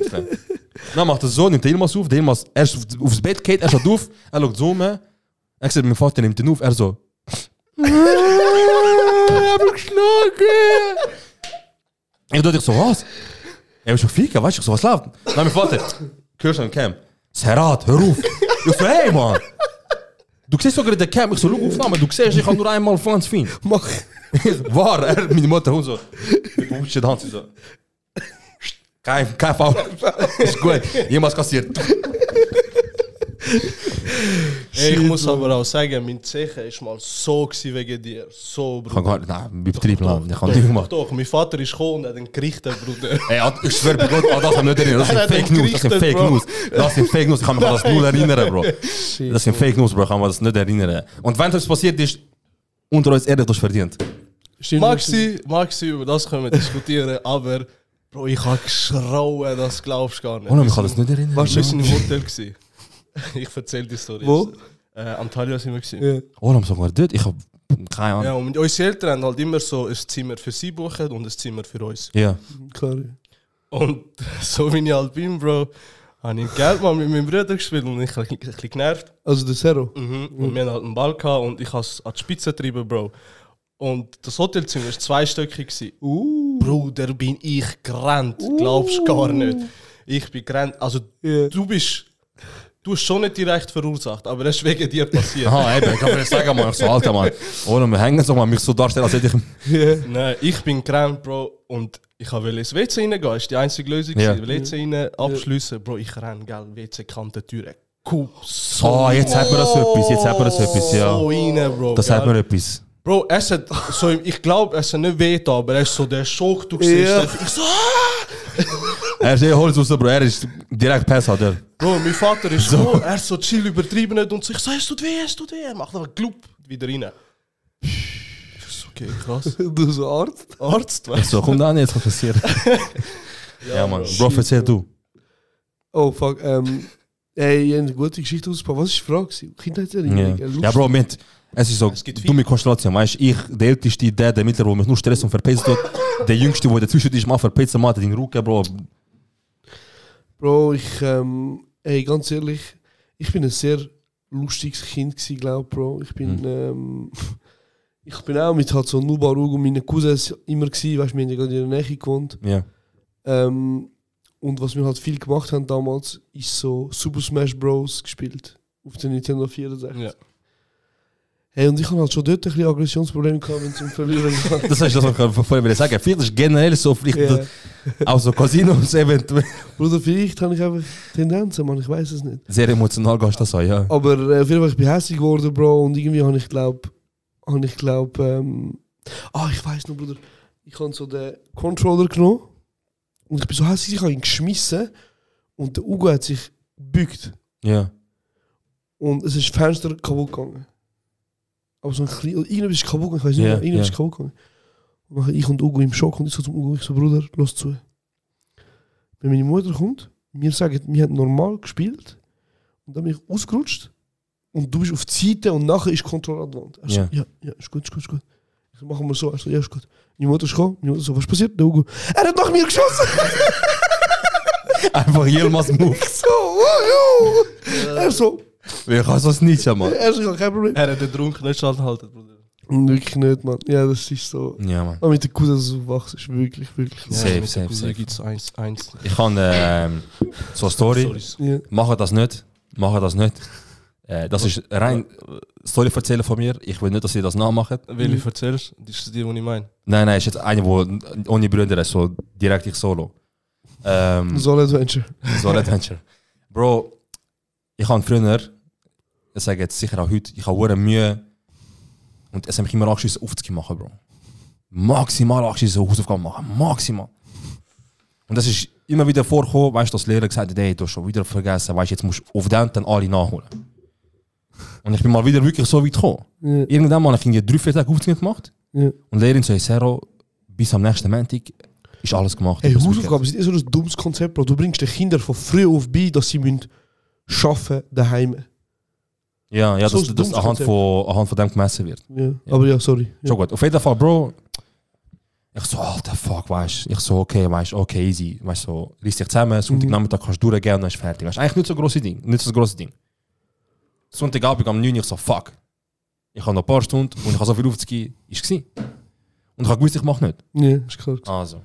Speaker 2: Dann macht er so, nimmt Delmas auf, Delmas, er ist auf- aufs Bett, geht, er schaut auf, er schaut so, man. Er sagt, mein Vater nimmt ihn auf, er so, aber geschlagen. Ich dachte so, was? Er ist schon ficken, weißt du, so was läuft. Nein, mein Vater, hörst du Cam? Serat, hör auf. Ich so, hey, Mann. Du siehst sogar den Cam, ich so, schau auf, Mann, du siehst, ich habe nur einmal Franz Fien.
Speaker 1: Mach.
Speaker 2: [laughs] Waar, er, meine Mutter, und so. Mit dem Hutschen Hand, sie so. Kein, kein Foul. Ist gut. Jemals kassiert.
Speaker 8: Ey, ich muss aber auch sagen, mein Zeche ist mal so gewesen wegen dir. So,
Speaker 2: Ich kann gar
Speaker 8: Bruder.
Speaker 2: nicht, nein, Betrieb lang. Ich kann
Speaker 8: Doch,
Speaker 2: nicht
Speaker 8: doch,
Speaker 2: gemacht.
Speaker 8: doch, mein Vater ist gekommen und hat ihn gerichtet, Bruder.
Speaker 2: [laughs] Ey, Ad- ich schwör bei Gott, Ad, das haben wir nicht erinnert. Das
Speaker 8: Er
Speaker 2: sind
Speaker 8: hat
Speaker 2: Fake
Speaker 8: ihn
Speaker 2: News, das sind
Speaker 8: gerichtet,
Speaker 2: Fake
Speaker 8: Bro.
Speaker 2: News. Das sind Fake News, ich kann mich an das null erinnern, Bro.
Speaker 1: Shit.
Speaker 2: Das sind Fake News, Bro, ich kann mich an das nicht erinnern. Und wenn das passiert ist, unter uns ehrlich, du hast verdient.
Speaker 1: Stimmt,
Speaker 8: Maxi, Maxi, über das können wir diskutieren, aber Bro, ich habe geschrauen, das glaubst du gar nicht.
Speaker 2: Oh nein, ich kann das nicht erinnern.
Speaker 8: Wir
Speaker 2: Mann.
Speaker 8: sind im Hotel. Gewesen. [laughs] Ich erzähle die Story.
Speaker 1: Wo?
Speaker 8: Äh, Antalya sind wir. Gewesen.
Speaker 1: Ja.
Speaker 2: Oh nein, sogar dort, ich hab keine
Speaker 8: Ja,
Speaker 2: Ahnung.
Speaker 8: und unsere Eltern haben halt immer so ein Zimmer für sie buchen und ein Zimmer für uns.
Speaker 2: Ja.
Speaker 1: Klar. ja.
Speaker 8: Und [laughs] so wie ich halt bin, Bro, habe ich Geld mal mit meinem Bruder gespielt und ich ein bisschen- ein bisschen genervt.
Speaker 1: Also der Zero.
Speaker 8: Mhm. Und wir haben halt einen Ball gehabt und ich habe es an die Spitze getrieben, Bro. Und das Hotelzimmer war zweistöckig. gewesen. Bruder, bin ich gerannt. Glaubst gar nicht. Ich bin gerannt. Also,
Speaker 1: Ja.
Speaker 8: du bist. Du hast schon nicht direkt verursacht, aber das ist wegen dir passiert.
Speaker 2: Aha, eben, ich kann dir sagen, Mann, ich so, Alter, Mann. Oh nein, wir hängen so, Mann, mich so darstellen, als hätte ich...
Speaker 8: Nein, ich bin gerannt, Bro, und ich habe ins WC reingehen, das ist die einzige Lösung.
Speaker 2: Ja.
Speaker 8: Ja. WC rein, abschliessen, Bro, ich renne, gell, WC-Kante, Türe. Cool, so
Speaker 2: Oh, jetzt hat man das etwas, jetzt hat man das etwas, ja.
Speaker 8: so rein, Bro.
Speaker 2: Das
Speaker 8: gell.
Speaker 2: hat mir etwas.
Speaker 8: Bro, es hat, so, im- ich glaube, es hat nicht weh da, aber es ist so der Schock, du siehst.
Speaker 1: Ja.
Speaker 8: das. Ich so, "Ah!"
Speaker 2: Er ist eh holz raus, Bro, er ist direkt Pass, hat er.
Speaker 8: Bro, mein Vater ist so, er ist so chill übertrieben nicht und so, ich so, es tut weh, es tut weh, er macht aber Glub wieder rein. Ich so, okay,
Speaker 2: [laughs]
Speaker 8: krass.
Speaker 1: Du so Arzt.
Speaker 8: Arzt, weißt
Speaker 2: So, komm da an, jetzt kann passieren. Ja, Mann. Bro, erzähl du.
Speaker 1: Oh fuck. Ähm, ey, ihr habt eine gute Geschichte ausgepackt. Was ist die Frage? gewesen? Kindheitserinnerung. äh,
Speaker 2: Ja,
Speaker 1: ey,
Speaker 2: ja Bro, Mint. Es ist so
Speaker 8: Es gibt
Speaker 2: dumme Konstellation. Weißt du, ich, der älteste, der, der mittlerweile wo mich nur Stress und verpetzt wird. Der jüngste, der dazwischen ist, mal verpetzt, mal den Rucke, Bro.
Speaker 1: Bro, ich, ähm, ey, ganz ehrlich, ich bin ein sehr lustiges Kind gsi, glaub, Bro. Ich bin,
Speaker 2: Mhm.
Speaker 1: ähm, [laughs] ich bin auch mit halt so Nuba Rug und meinen Cousins immer gsi, weißt, wir haben ja gerade in der Nähe gewohnt.
Speaker 2: Ja.
Speaker 1: Ähm, und was wir halt viel gemacht haben damals, ist so Super Smash Bros. gespielt. Auf der Nintendo 64.
Speaker 2: Also-
Speaker 8: Ja.
Speaker 1: Hey, und ich habe halt schon dort ein bisschen Aggressionsprobleme gehabt, wenn es um
Speaker 2: [laughs]
Speaker 1: Verlieren geht.
Speaker 2: Das ist das, was ich vorher wollte sagen. Vielleicht ist generell so, vielleicht
Speaker 1: Ja.
Speaker 2: auch so Casinos eventuell.
Speaker 1: Bruder, vielleicht habe ich einfach Tendenzen, Mann, ich weiß es nicht.
Speaker 2: Sehr emotional gehst du das an, ja.
Speaker 1: Aber äh, auf jeden Fall, ich bin hässlich geworden, Bro. Und irgendwie habe ich, glaube habe ich, glaub, ähm, ah, ich weiß noch, Bruder, ich habe so den Controller genommen und ich bin so hässlich, ich habe ihn geschmissen und der Ugo hat sich gebückt.
Speaker 2: Ja.
Speaker 1: Und es ist das Fenster kaputt gegangen. Aber so ein kleines, irgendwas ist kaputt gegangen, ich weiß nicht,
Speaker 2: Ja,
Speaker 1: mehr, irgendwas
Speaker 2: ja.
Speaker 1: ist kaputt gegangen. Und nachher ich und Ugo im Schock und ich so zum Ugo, ich so, Bruder, los zu. Wenn meine Mutter kommt, mir sagt, wir haben normal gespielt und dann bin ich ausgerutscht und du bist auf die Seite und nachher ist Kontrolle an der Wand. Er so,
Speaker 2: Ja.
Speaker 1: ja, ja, ist gut, ist gut, ist gut. Ich so, machen wir so. Er so, ja, ist gut. Meine Mutter ist gekommen, meine Mutter so, was ist passiert? Der Ugo, er hat nach mir geschossen! [laughs]
Speaker 2: Einfach jemals Move.
Speaker 1: Ich so, wow, wow. Er so,
Speaker 2: Ich kann sonst nichts, ja, Mann.
Speaker 1: er so, ja, kein Problem.
Speaker 8: Er hat den Trunk nicht standhalten, Bruder.
Speaker 1: Wirklich nicht, Mann. Ja, das ist so.
Speaker 2: Ja, Mann.
Speaker 1: Aber mit der Cousin, dass du wachst, ist wirklich, wirklich.
Speaker 2: Safe,
Speaker 8: mit dem
Speaker 2: safe,
Speaker 8: Cousin
Speaker 2: safe.
Speaker 8: gibt's eins, eins.
Speaker 2: Ich kann ähm, so eine Story.
Speaker 8: Sorry.
Speaker 1: Ja.
Speaker 2: Mache das nicht. Mache das nicht. Äh, das ist rein äh, Story erzählen von mir. Ich will nicht, dass ihr das nachmacht.
Speaker 8: Welche erzählst du? Das ist die, die ich meine.
Speaker 2: Nein, nein, ist jetzt eine, die ohne Brüder ist, so direkt ich solo.
Speaker 8: [laughs]
Speaker 2: Ähm,
Speaker 1: So ein Adventure.
Speaker 2: so ein Adventure. Bro, ich habe früher, ich sage jetzt sicher auch heute, ich habe hohe Mühe und es hat mich immer angeschissen, aufzugehen machen, Bro. Maximal angeschissen, Hausaufgaben machen, maximal. Und das ist immer wieder vorgekommen, weißt du, dass Lehrer gesagt hat, hey, du hast schon wieder vergessen, weißt du, jetzt musst du auf den dann alle nachholen. Und ich bin mal wieder wirklich so weit gekommen.
Speaker 1: Ja.
Speaker 2: Irgendwann mal habe ich drei, vier Tage Hausaufgaben gemacht
Speaker 1: Ja.
Speaker 2: und die Lehrerin so, hey, Sero, bis am nächsten Montag ist alles gemacht.
Speaker 1: Hey,
Speaker 2: Bis zum
Speaker 1: Hausaufgaben sind eh so ein dummes Konzept, Bro. Du bringst den Kindern von früh auf bei, dass sie müssen schaffen daheim.
Speaker 2: Ja, ja,
Speaker 1: Zo'n
Speaker 2: dat, dat is
Speaker 1: doemsconcept.
Speaker 2: anhand van, anhand van dem gemessen wird.
Speaker 1: Ja. Aber ja, sorry. Ja.
Speaker 2: Zo gut. Auf jeden Fall, Bro. Ich so, alter Fuck, weißt Ich so, okay, weißt okay, easy. Weißt so, riss dich zusammen,
Speaker 1: Mhm.
Speaker 2: Sonntagnachmittag kannst du durchgehen und dann ist fertig. Weißt eigentlich nicht so ein grosses Ding. Nicht so ein grosses Ding. Sonntagabend am 9 Uhr, ich so, fuck. Ich habe noch ein paar Stunden und ich habe so viel aufzugehen. Ist gewesen. Und ich habe gewusst, ich mache nicht.
Speaker 1: Ja, ist klar.
Speaker 2: Also,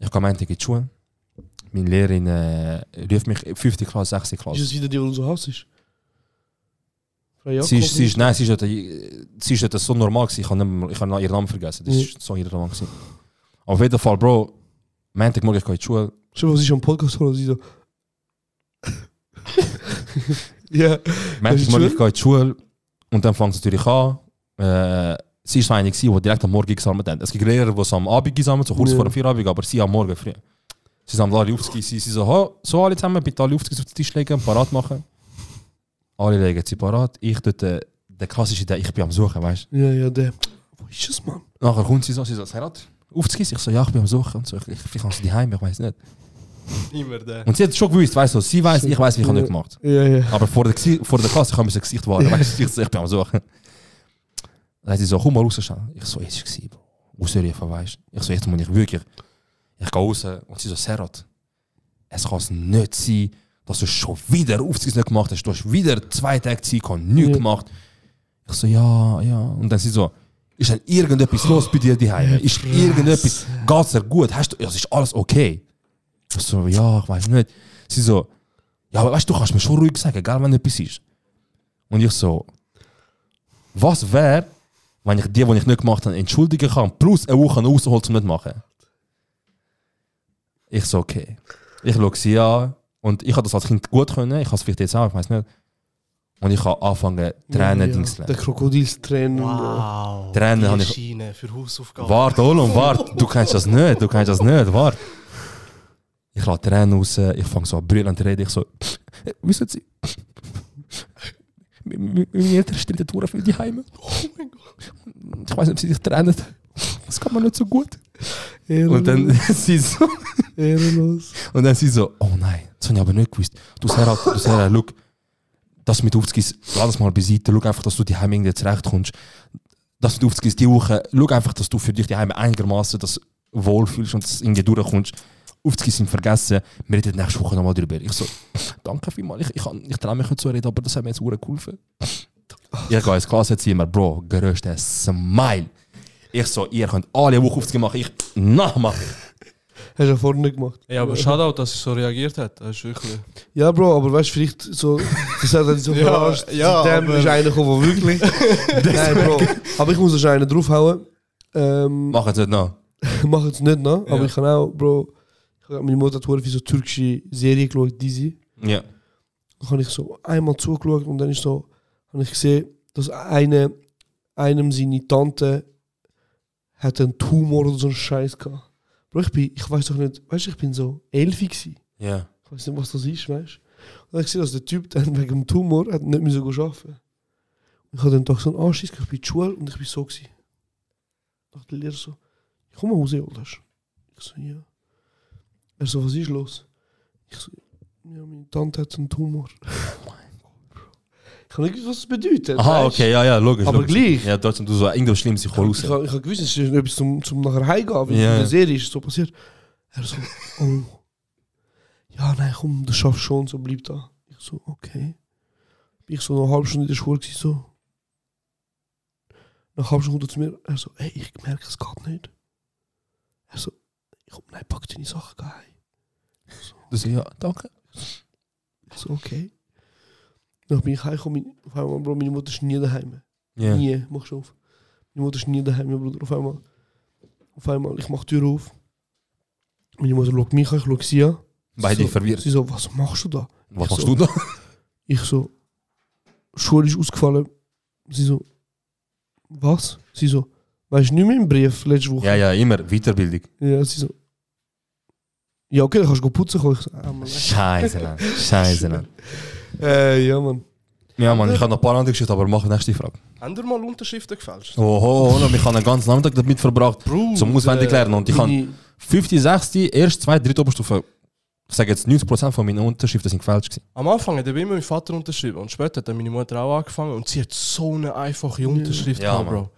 Speaker 2: ich gehe am Montag in die Schule. Meine Lehrerin äh, ruft mich 5. Klasse, 6.
Speaker 1: Ist
Speaker 2: Klasse.
Speaker 1: das wieder die, die unser Haus ist? Frau Jakob?
Speaker 2: Also. Sie ist, sie ist, nein, sie ist, dort, äh, sie ist dort so normal gewesen. Ich habe nicht mehr- ich habe ihren Namen vergessen. dus Das
Speaker 1: Mhm.
Speaker 2: ist so irrelevant gewesen. Auf jeden Fall, Bro, Montagmorgen ich gehe in die Schule.
Speaker 1: Schon, was ich am Podcast höre, sie so. [laughs] Ja.
Speaker 2: Montagmorgen ich gehe in die Schule. Und dann fängt es natürlich an. Äh, sie ist so eine gewesen, die direkt am Morgen gesammelt hat. Es gibt Lehrer, die es am Abend gesammelt so kurz
Speaker 1: Ja.
Speaker 2: vor dem Feierabend, aber sie am Morgen früh. Sie sammelt alle Aufzüge. Sie, sie so, «Ha, so alle zusammen, bitte alle Aufzüge auf den Tisch legen, parat machen. Alle legen sie parat. Ich dort, äh, der klassische, der ich bin am Suchen, weißt du.
Speaker 1: Ja, ja, der. Wo ist das, Mann?
Speaker 2: Nachher kommt sie so, sie sagt, Herat, aufzugießen. Ich so, ja, ich bin am Suchen und so. Ich, ich, vielleicht haben sie die Heim, ich weiß nicht.
Speaker 8: Immer der.
Speaker 2: Und sie hat schon gewusst, weißt du, sie weiß, ich weiß, ich habe nicht gemacht.
Speaker 1: Ja, ja.
Speaker 2: Aber vor der, Gesi- vor der Klasse kann man sein Gesicht wahren, weißt du, ich, so, ich bin am Suchen. Dann hat sie so, komm mal raus schauen. Ich so, jetzt ist es gewesen, Bro. Rausrufen, weißt du. Ich so, jetzt muss ich wirklich. Ich gehe raus und sie so, Serat, es kann es nicht sein, dass du schon wieder aufziehst nicht gemacht hast. Du hast wieder zwei Tage Zeit, gehabt, nichts
Speaker 1: Ja.
Speaker 2: gemacht. Ich so, ja, ja. Und dann sie so, ist dann irgendetwas los bei dir daheim? Ist irgendetwas, geht's dir gut? Hast du, ja, es ist alles okay? Ich so, ja, ich weiß nicht. Sie so, ja, aber weißt du, du kannst mir schon ruhig sagen, egal wenn etwas ist. Und ich so, was wäre, wenn ich die, die ich nicht gemacht habe, entschuldigen kann, plus eine Woche rausholen, um nicht zu machen? Ich so, okay. Ich schaue sie an und ich habe das als Kind gut können, ich habe es vielleicht jetzt auch, ich weiß nicht. Und ich habe angefangen, Tränen ja, zu
Speaker 1: Der Krokodilstränen.
Speaker 8: Wow.
Speaker 2: Tränen
Speaker 8: Die
Speaker 2: habe ich-
Speaker 8: Schiene für Hausaufgaben.
Speaker 2: Warte, Olum, warte, du kennst das nicht, du kennst das nicht, warte. Ich lasse Tränen raus, ich fange so an brüllen zu reden, ich so, wissen Sie, meine meine Eltern stellen Touren für die Heime. Ich weiß nicht, ob sie sich trennen. Das kann man nicht so gut.
Speaker 1: Ehrenlos.
Speaker 2: Und dann [laughs] sie so,
Speaker 1: Ehrenlos.
Speaker 2: und dann sie so, oh nein, das habe ich aber nicht gewusst. Du Sarah, [laughs] du Sarah, schau, das mit Aufzugis, lass es mal beiseite, schau einfach, dass du die Heim irgendwie zurechtkommst. Das mit Aufzugis, die Woche, schau einfach, dass du für dich die Heim einigermaßen das wohlfühlst und das irgendwie durchkommst. Aufzugis sind vergessen, wir reden nächste Woche nochmal drüber. Ich so, danke vielmals, ich, ich, kann- ich traue mich nicht zu reden, aber das hat mir jetzt sehr geholfen. Ich gehe ins Klassenzimmer, Bro, größter Smile. Ich so, ihr könnt alle Woche Aufzugis machen, ich nachmachen.
Speaker 1: Hast du ja vorhin nicht gemacht.
Speaker 8: Ja, aber Shoutout, dass sie so reagiert hat. Das ist wirklich.
Speaker 1: Ja, Bro, aber weißt du, vielleicht so, das hat er so
Speaker 8: [laughs] Ja,
Speaker 1: verarscht.
Speaker 8: ja,
Speaker 1: Dem
Speaker 8: aber-
Speaker 1: ist einer gekommen, der wirklich.
Speaker 8: [laughs]
Speaker 1: Nein, Bro. Aber ich muss wahrscheinlich einen draufhauen. Ähm,
Speaker 2: Machen sie es noch.
Speaker 1: mach jetzt nicht, ne? Aber
Speaker 8: Ja.
Speaker 1: ich kann auch, Bro. Ich hab- Meine Mutter hat verdammt viel so türkische Serie geschaut, diese.
Speaker 2: Ja.
Speaker 1: Dann habe ich so einmal zugeschaut und dann ist so, habe ich gesehen, dass eine, einem seine Tante hat einen Tumor oder so einen Scheiß gehabt. Bro, ich bin, ich weiß doch nicht, weißt du, ich bin so elf gsi.
Speaker 2: Ja.
Speaker 1: Ich weiß nicht, was das ist, weißt du? Und dann habe ich gesehen, dass der Typ dann wegen dem Tumor hat nicht mehr so gut arbeiten. Und ich habe dann gedacht, so einen Anschiss, ich bin in die Schule und ich bin so gewesen. Ich dachte, der Lehrer so, ich komme nach Hause, oder? Ich so, ja. Er so, was ist los? Ich so, ja, meine Tante hat so einen Tumor. [laughs]
Speaker 2: Oh
Speaker 1: Ich habe nicht gewusst, was das bedeutet.
Speaker 2: Aha,
Speaker 1: weißt?
Speaker 2: okay, ja, ja, logisch.
Speaker 1: Aber
Speaker 2: logisch.
Speaker 1: gleich.
Speaker 2: Ja, trotzdem, du so, irgendwas Schlimmes, ich hole raus.
Speaker 1: Ich, hab- ich habe gewusst, es ist etwas zum, zum nachher heimgehen, weil
Speaker 2: Ja.
Speaker 1: in der Serie ist so passiert. Er so, oh, ja, nein, komm, du schaffst schon, so bleib da. Ich so, okay. Bin ich so noch eine halbe Stunde in der Schule gewesen, so. Nach einer halben Stunde kommt er zu mir, er so, hey, ich merke, es geht nicht. Er so, ich komm, nein, pack deine Sachen, geh heim.
Speaker 2: Du so, ja, danke.
Speaker 1: Ich so, okay. Dann bin ich heimgekommen, auf einmal, Bro, meine Mutter ist nie daheim.
Speaker 2: Ja.
Speaker 1: Nie, machst du auf. Meine Mutter ist nie daheim, mein Bruder, auf einmal. Auf einmal, ich mach die Tür auf. Meine Mutter schaut mich an, ich schaue sie an. Sie
Speaker 2: Beide
Speaker 1: so,
Speaker 2: verwirrt.
Speaker 1: Sie so, was machst du da?
Speaker 2: Was
Speaker 1: Ich
Speaker 2: machst
Speaker 1: so,
Speaker 2: du da?
Speaker 1: Ich so, Schule ist ausgefallen. Sie so, was? Sie so, weißt du nicht mehr im Brief letzte Woche?
Speaker 2: Ja, ja, immer. Weiterbildung.
Speaker 1: Ja, sie so, ja okay, dann kannst du go putzen kommen. Ich so, ah, Mann.
Speaker 2: Scheiße, Mann. Scheiße, Mann.
Speaker 1: Äh, ja, Mann.
Speaker 2: Ja, Mann, ich habe noch ein paar andere Geschichten, aber mach die nächste Frage.
Speaker 8: Haben wir mal Unterschriften gefälscht?
Speaker 2: Oh, Oho, Holo, ich habe einen ganzen Nachmittag damit verbracht, zum auswendig lernen. Und ich habe
Speaker 1: Meine-
Speaker 2: 50, 60, erst, zwei, dritte Oberstufe. Ich sage jetzt 90% von meinen Unterschriften sind gefälscht gewesen.
Speaker 8: Am Anfang hat er immer mein Vater unterschrieben und später hat dann meine Mutter auch angefangen und sie hat so eine einfache Unterschrift
Speaker 2: Ja,
Speaker 8: gehabt,
Speaker 2: Mann.
Speaker 8: Bro.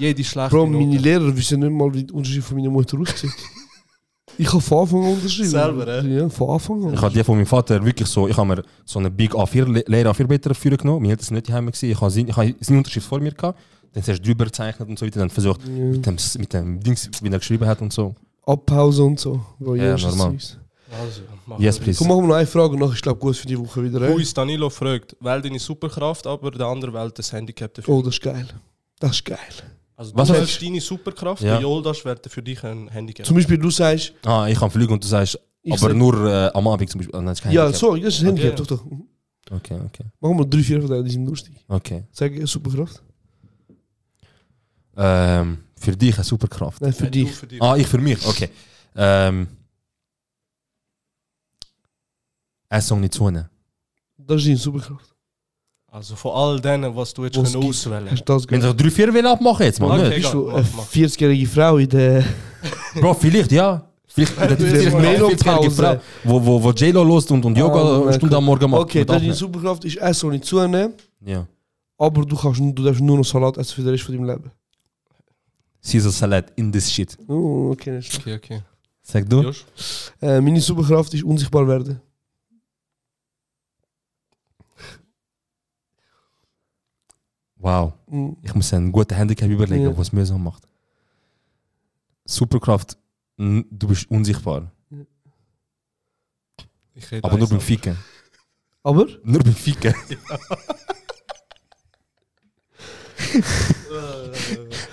Speaker 8: Jede schlechte
Speaker 1: Bro,
Speaker 8: Note.
Speaker 1: meine Lehrer wissen nicht mal, wie die Unterschrift von meiner Mutter
Speaker 2: [laughs]
Speaker 1: aussieht. ich habe von Anfang an unterschrieben.
Speaker 8: Selber, eh?
Speaker 1: Ja, von Anfang an.
Speaker 2: Ich habe die von meinem Vater wirklich so, ich habe mir so eine Big A4, le- leere A4-Blätter dafür genommen. Meine Eltern sind nicht daheim gewesen. Ich habe seine, ich habe seine Unterschrift vor mir gehabt. Dann hast du drüber gezeichnet und so weiter. Dann versucht, mit, dem, mit dem Dings, wie er geschrieben hat und so.
Speaker 1: Abpause und so. Bro,
Speaker 2: Ja,
Speaker 1: jedes
Speaker 2: normal.
Speaker 1: Zeugs.
Speaker 8: Also, machen
Speaker 2: Yes,
Speaker 8: wir
Speaker 2: please.
Speaker 1: Komm, machen wir noch eine Frage und nachher ist, glaube ich, gut für die Woche wieder. eh?
Speaker 8: Luis Danilo fragt, wähl deine Superkraft, aber der andere wählt das Handicap dafür.
Speaker 1: Oh, das ist geil. Das ist geil.
Speaker 8: Also
Speaker 2: Was
Speaker 8: du
Speaker 2: hast-
Speaker 8: wählst deine Superkraft,
Speaker 2: Ja.
Speaker 8: ja. Joldas wäre für dich ein Handicap.
Speaker 1: Zum Beispiel, du sagst,
Speaker 2: Ah, ich kann fliegen und du sagst,
Speaker 1: Ich
Speaker 2: aber
Speaker 1: sag-
Speaker 2: nur äh, am Abend zum Beispiel. Ah, nein, das ist kein
Speaker 1: ja,
Speaker 2: Handicap.
Speaker 1: sorry, das ist ein Handicap,
Speaker 8: Okay.
Speaker 1: doch, doch. Mhm.
Speaker 2: Okay, okay.
Speaker 1: Machen wir drei, vier von denen, die sind lustig.
Speaker 2: okay.
Speaker 1: Sag ich, Superkraft?
Speaker 2: Ähm, für dich eine Superkraft.
Speaker 1: Nein, für
Speaker 8: Nein, du
Speaker 1: dich.
Speaker 8: Für
Speaker 2: Ah, ich für mich, okay. Ähm. Ein Song nicht zunehmen.
Speaker 1: Das ist deine Superkraft.
Speaker 8: Also von all denen, was du jetzt
Speaker 1: Was
Speaker 8: können
Speaker 1: gibt-
Speaker 8: auswählen
Speaker 1: Hast du das
Speaker 2: Wenn
Speaker 1: gehört?
Speaker 2: ich drei, vier will abmachen jetzt, Mann.
Speaker 8: Okay.
Speaker 2: nicht?
Speaker 1: Bist du
Speaker 8: Egal,
Speaker 1: eine
Speaker 8: mach, mach.
Speaker 1: 40-jährige Frau in der.
Speaker 2: Bro, vielleicht, ja.
Speaker 1: [laughs]
Speaker 2: Vielleicht vielleicht-
Speaker 1: ist
Speaker 2: vielleicht eine
Speaker 1: Menopause.
Speaker 2: 40-jährige Frau, wo, wo, wo J-Lo lost und, und Yoga
Speaker 1: Ah,
Speaker 2: eine Stunde am Morgen macht.
Speaker 1: Okay,
Speaker 2: mit
Speaker 1: das ist deine
Speaker 2: abnehmen.
Speaker 1: Superkraft, ist Essen nicht zunehmen,
Speaker 2: Ja.
Speaker 1: aber du, kannst, du darfst nur noch Salat essen für den Rest von deinem Leben.
Speaker 2: Caesar Salad in this shit.
Speaker 1: Oh, okay, nicht schlecht.
Speaker 8: Okay, okay.
Speaker 2: Sag du?
Speaker 8: Josh?
Speaker 1: Äh, meine Superkraft ist unsichtbar werden.
Speaker 2: Wow.
Speaker 1: Mhm.
Speaker 2: Ich muss einen guten Handicap überlegen,
Speaker 1: Ja.
Speaker 2: was mühsam macht. Superkraft, n- du bist unsichtbar.
Speaker 8: Ich rede
Speaker 2: Aber nur
Speaker 8: eins
Speaker 2: beim
Speaker 8: ab.
Speaker 2: Ficken.
Speaker 1: Aber äh,
Speaker 2: Nur beim Ficken. [laughs]
Speaker 8: Äh,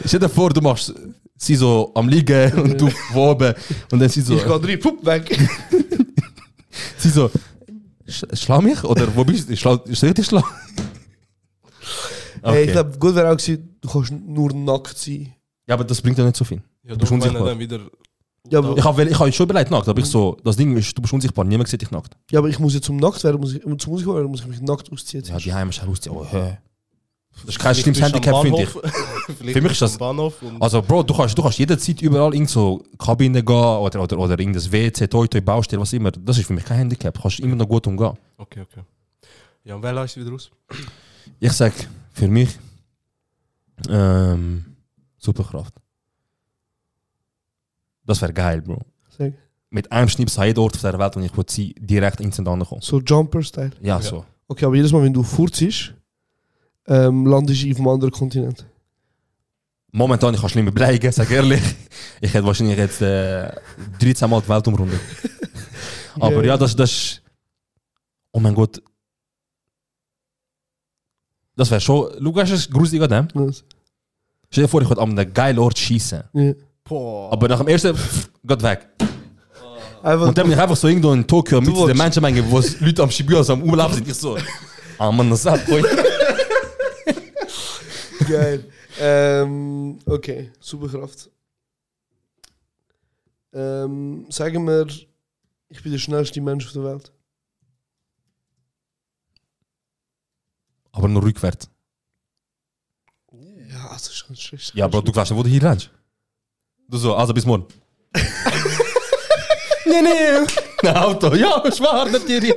Speaker 2: Stell dir vor, du machst sie so am Liegen und du oben und dann sie so,
Speaker 1: ich gehe drei, pup, weg.
Speaker 2: sie so "Sch- schlag mich oder wo bist du? Schlag, stell dich schlag.
Speaker 1: Hey, ich
Speaker 2: Okay.
Speaker 1: glaube, gut wäre auch gewesen, du kannst nur nackt sein.
Speaker 2: ja, aber das bringt ja nicht so viel.
Speaker 8: Ja,
Speaker 2: bist
Speaker 8: darum, wenn er
Speaker 2: unsichtbar.
Speaker 8: dann wieder...
Speaker 1: Ja, aber
Speaker 2: Ich habe ich hab schon überlegt nackt, aber ich so, das Ding ist, du bist unsichtbar, niemand sieht dich nackt.
Speaker 1: Ja, aber ich muss jetzt zum Nackt werden, muss ich, um zum Musiker werden, muss ich mich nackt ausziehen.
Speaker 2: Ja, die Heimat ist herausziehen. Oh, hä. Das ist kein schlimmes Handicap, finde ich. [laughs]
Speaker 8: ich.
Speaker 2: Für mich ist das-
Speaker 8: Bahnhof und
Speaker 2: Also Bro, du kannst, du kannst jederzeit überall in so Kabine gehen oder, oder, oder in das WC, Toi, Toi, Baustelle, was immer. Das ist für mich kein Handicap. Du kannst immer noch gut umgehen.
Speaker 8: Okay, okay. Ja, und wähle ich wieder raus.
Speaker 2: Ich sag, für mich, ähm, Superkraft. Das wäre geil, Bro.
Speaker 1: Sag.
Speaker 2: Mit einem Schnips an jeden Ort auf der Welt, wo ich will, sie direkt instant ankommen.
Speaker 1: So Jumper-Style.
Speaker 2: Ja,
Speaker 8: Ja.
Speaker 2: so.
Speaker 1: Okay, aber jedes Mal, wenn du furzisch, ähm, landest du auf einem anderen Kontinent.
Speaker 2: Momentan, ich kann schlimm bleiben, sag ehrlich. Ich hätte wahrscheinlich jetzt äh, 13 Mal die Welt umrundet. Aber ja, das, das ist. Oh mein Gott. Das wäre schon. Lukas ist gruselig an dem.
Speaker 1: Was?
Speaker 2: Stell dir vor, ich würde an einem geilen Ort schießen.
Speaker 1: Ja.
Speaker 8: Boah.
Speaker 2: Aber nach dem ersten. pff, Geht weg.
Speaker 1: Einfach,
Speaker 2: Und dann bin ich einfach so irgendwo in Tokio mit der
Speaker 1: willst-
Speaker 2: Menschenmenge, wo es Leute am Shibuya so am Urlaub sind. Ich so. Ah, Mann, das ist auch cool.
Speaker 1: [laughs] geil. Ähm, okay, Superkraft. Ähm, sagen wir, ich bin der schnellste Mensch auf der Welt.
Speaker 2: aber nur rückwärts.
Speaker 1: Ja, also schon schlecht.
Speaker 2: Ja, Bro, du weißt nicht, wo du hier rennst. Du so, also bis morgen. [laughs]
Speaker 1: Nee, nee.
Speaker 2: Ein Auto, ja, schwarz, natürlich.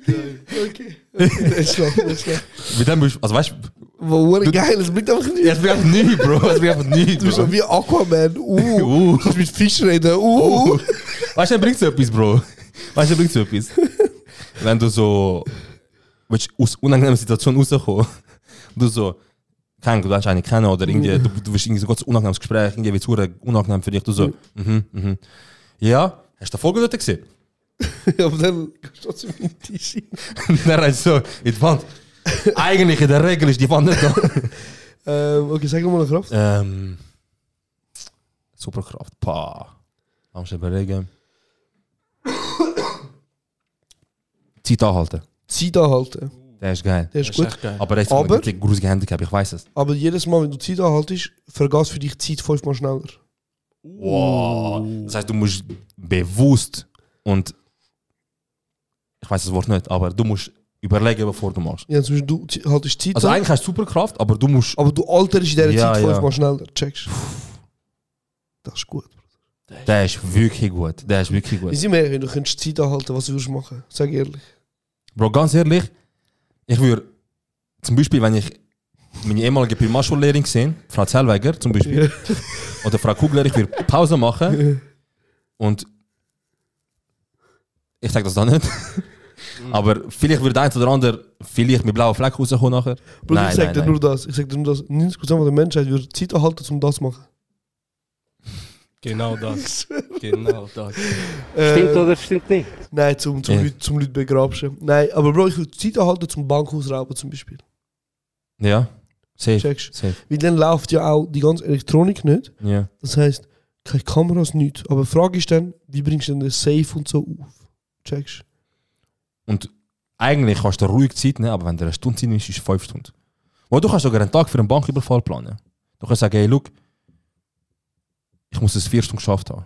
Speaker 1: Okay. okay. [laughs] Das ist schlecht, das ist schlecht.
Speaker 2: Mit dem bist also weißt du,
Speaker 1: Wow, hure geil, das bringt einfach nichts.
Speaker 2: es wird einfach nichts, Bro, es wird einfach nichts.
Speaker 1: Du bist
Speaker 2: Bro.
Speaker 1: so wie Aquaman. Uh.
Speaker 2: [laughs] Uh.
Speaker 1: Du kannst mit Fisch reden. Uh.
Speaker 2: Weißt du, dann bringt etwas, Bro. Weißt du, bringt etwas. Wenn du so willst, aus unangenehmen Situationen rauskommen du so, kein, du lernst einen kennen oder irgendwie, du, du bist irgendwie so ganz unangenehmes Gespräch, irgendwie wird es hure unangenehm für dich, du so, mhm, mhm. Ja, hast du die Folge dort gesehen?
Speaker 1: [laughs]
Speaker 2: [laughs]
Speaker 1: Aber dann kannst du trotzdem in den Tisch rein.
Speaker 2: Und dann hast du so, in die Wand. Eigentlich in der Regel ist die Wand nicht da.
Speaker 1: Ähm, okay, sag mal eine Kraft.
Speaker 2: ähm, Superkraft, pa. Lass mich überlegen. [coughs] Zeit anhalten.
Speaker 1: Zeit anhalten.
Speaker 2: Der ist geil.
Speaker 1: Der ist gut.
Speaker 2: Aber er ist
Speaker 1: Aber-
Speaker 2: ein grusige Handicap, ich weiß es.
Speaker 1: Aber jedes Mal, wenn du Zeit anhaltest, vergaß für dich Zeit fünfmal schneller. Oh.
Speaker 2: Wow. Das heißt, du musst bewusst und ich weiß das Wort nicht, aber du musst überlegen, bevor du machst.
Speaker 1: Ja, zum Beispiel, du z- haltest Zeit
Speaker 2: Also
Speaker 1: an,
Speaker 2: eigentlich hast du Superkraft, aber du musst.
Speaker 1: aber du alterst in dieser
Speaker 2: Ja,
Speaker 1: Zeit
Speaker 2: ja.
Speaker 1: fünfmal schneller. Checkst Das ist gut.
Speaker 2: Der ist wirklich gut. Der ist wirklich
Speaker 1: Ich
Speaker 2: gut.
Speaker 1: sehe mir, wenn du könntest Zeit anhalten, was würdest du machen? Sag ehrlich.
Speaker 2: Bro, ganz ehrlich, ich würde zum Beispiel, wenn ich meine ehemalige Primarschullehrerin sehe, Frau Zellweger zum Beispiel, oder Frau Kugler, ich würde Pause machen und ich sage das dann nicht.
Speaker 1: Mhm.
Speaker 2: Aber vielleicht wird der ein oder andere vielleicht mit blauen Fleck rauskommen nachher.
Speaker 1: Bro, ich sag dir
Speaker 2: nein.
Speaker 1: nur das. Ich sag dir nur das. 90% der Menschheit würde Zeit anhalten, um das zu machen.
Speaker 8: Genau das. genau das.
Speaker 6: Stimmt
Speaker 1: Äh,
Speaker 6: oder stimmt nicht?
Speaker 1: Nein, zum, zum,
Speaker 2: Ja.
Speaker 1: Leute, zum Leute begrabschen. Nein, aber Bro, ich würde Zeit anhalten, zum Bankhaus rauben zum Beispiel.
Speaker 2: Ja, safe.
Speaker 1: Checkst
Speaker 2: safe.
Speaker 1: Weil dann läuft ja auch die ganze Elektronik nicht.
Speaker 2: Ja.
Speaker 1: Das heißt, keine Kameras, nichts. Aber die Frage ist dann, wie bringst du denn den Safe und so auf? Checkst
Speaker 2: Und eigentlich kannst du ruhig Zeit nehmen, aber wenn du eine Stunde Zeit nimmst, ist es fünf Stunden. Weil du kannst sogar einen Tag für einen Banküberfall planen. Du kannst sagen, hey, look, ich muss es vier Stunden geschafft haben.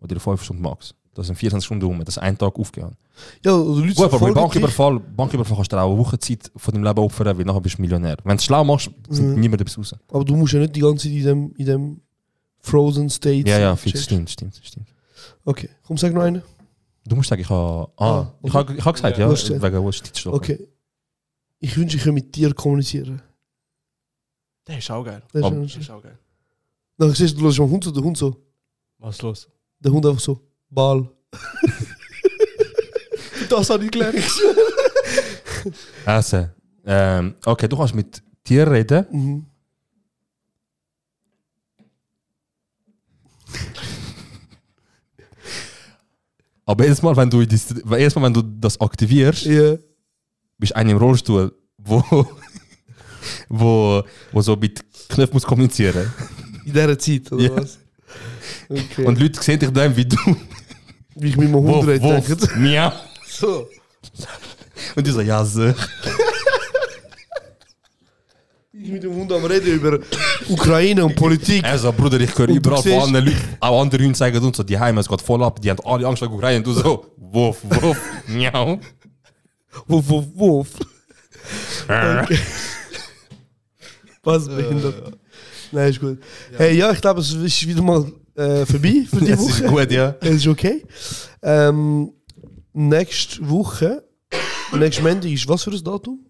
Speaker 2: Oder fünf Stunden max. Das sind 24 Stunden rum, das ist ein Tag aufgegangen.
Speaker 1: Ja, oder Leute
Speaker 2: Gut, aber bei
Speaker 1: verfolgen
Speaker 2: Banküberfall, Banküberfall kannst du auch eine Woche Zeit von deinem Leben opfern, weil nachher bist du Millionär. Wenn du es schlau machst, sind
Speaker 1: Mhm.
Speaker 2: niemand etwas raus.
Speaker 1: dich, aber du musst ja nicht die ganze Zeit in dem, in dem Frozen State
Speaker 2: Ja, ja,
Speaker 1: sein,
Speaker 2: fix,
Speaker 1: checkst?
Speaker 2: stimmt, stimmt, stimmt.
Speaker 1: Okay, komm, sag noch einen.
Speaker 2: Du musst sagen, ich habe. Ah,
Speaker 1: Ah,
Speaker 2: ich habe ich habe gesagt,
Speaker 8: Ja.
Speaker 2: ja,
Speaker 1: Du hast gesagt.
Speaker 2: wegen Wurst.
Speaker 1: Okay. Ich wünsche, ich könnte mit dir kommunizieren.
Speaker 8: Der ist auch geil.
Speaker 1: Das
Speaker 2: Aber-
Speaker 1: ist
Speaker 8: Der
Speaker 1: schön.
Speaker 8: ist auch geil.
Speaker 1: Dann siehst du, du hörst am Hund so, der Hund so.
Speaker 8: Was ist los?
Speaker 1: Der Hund einfach so, Ball. das habe ich gelernt.
Speaker 2: Also, ähm, okay, du kannst mit Tieren reden.
Speaker 1: Mhm.
Speaker 2: Aber jedes Mal, wenn du, das, weil jedes Mal, wenn du das aktivierst,
Speaker 1: Ja.
Speaker 2: bist du einer im Rollstuhl, wo, [laughs] wo, wo so mit Knöpfen muss kommunizieren.
Speaker 1: In dieser Zeit, oder
Speaker 2: Ja.
Speaker 1: was? Okay.
Speaker 2: Und Leute sehen dich dann,
Speaker 1: [laughs]
Speaker 2: wie du
Speaker 1: wie ich mit meinem Hund
Speaker 2: wuff,
Speaker 1: rede, denke
Speaker 2: wuff, miau.
Speaker 1: So.
Speaker 2: Und du so, ja, so.
Speaker 1: Ich mit dem Hund am Reden über Ukraine und Politik.
Speaker 2: Also, Bruder, ich höre
Speaker 1: du
Speaker 2: überall von
Speaker 1: siehst-
Speaker 2: anderen Leuten, auch andere Hunde sagen uns so, die Heime, es geht voll ab, die haben alle Angst vor Ukraine. Und du so, wuff, wuff, miau.
Speaker 1: Wuff, wuff, wuff. [laughs] Danke.
Speaker 2: [laughs] Äh.
Speaker 1: Was behindert. Nein, ist gut. Hey, ja, ich glaube, es ist wieder mal äh, vorbei für die
Speaker 2: Es ist
Speaker 1: Woche.
Speaker 2: gut, [laughs] ja.
Speaker 1: Es ist okay. Ähm, nächste Woche, nächstes Montag ist was für ein Datum?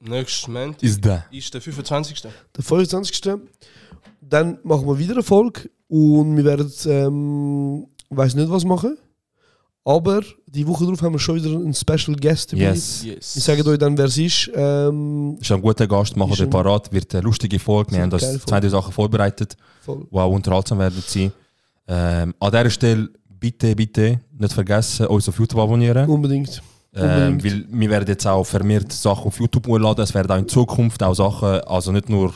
Speaker 8: Nächstes Moment
Speaker 2: Ist da.
Speaker 8: ist der 25.
Speaker 1: Der 25. Dann machen wir wieder eine Folge und wir werden, ähm, weiß nicht was machen. Aber die Woche darauf haben wir schon wieder einen Special Guest dabei.
Speaker 2: Yes.
Speaker 8: Yes.
Speaker 1: Ich sage euch dann, wer es ist. Ähm,
Speaker 2: Ist ein guter Gast, machen
Speaker 1: Ist
Speaker 2: wir
Speaker 1: ein-
Speaker 2: parat, wird eine lustige Folge. Wir
Speaker 1: Ist eine
Speaker 2: haben
Speaker 1: geile
Speaker 2: das
Speaker 1: Folge.
Speaker 2: zwei, drei Sachen vorbereitet.
Speaker 1: voll.
Speaker 2: die auch unterhaltsam werden sein. Ähm, an dieser Stelle bitte, bitte nicht vergessen, uns auf YouTube abonnieren.
Speaker 1: Unbedingt.
Speaker 2: Ähm, weil wir werden jetzt auch vermehrt Sachen auf YouTube hochladen. Es werden auch in Zukunft auch Sachen, also nicht nur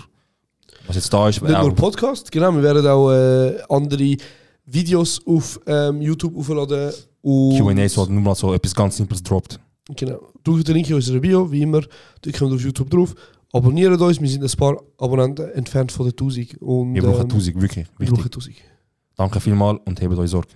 Speaker 2: was jetzt da ist,
Speaker 1: Nicht
Speaker 2: auch,
Speaker 1: nur Podcast, genau. Wir werden auch äh, andere Videos auf ähm, YouTube hochladen. und-
Speaker 2: QAs oder nur mal so etwas ganz Simples droppt.
Speaker 1: Genau. Drückt den Link in unserer Bio, wie immer. Da kommt auf YouTube dus. drauf. Abonniert uns. Wir sind ein paar Abonnenten entfernt von der 1000. Und,
Speaker 2: Wir brauchen
Speaker 1: ähm,
Speaker 2: 1000, wirklich.
Speaker 1: Wir
Speaker 2: Wichtig.
Speaker 1: brauchen 1000.
Speaker 2: Danke vielmals und hebt euch Sorge.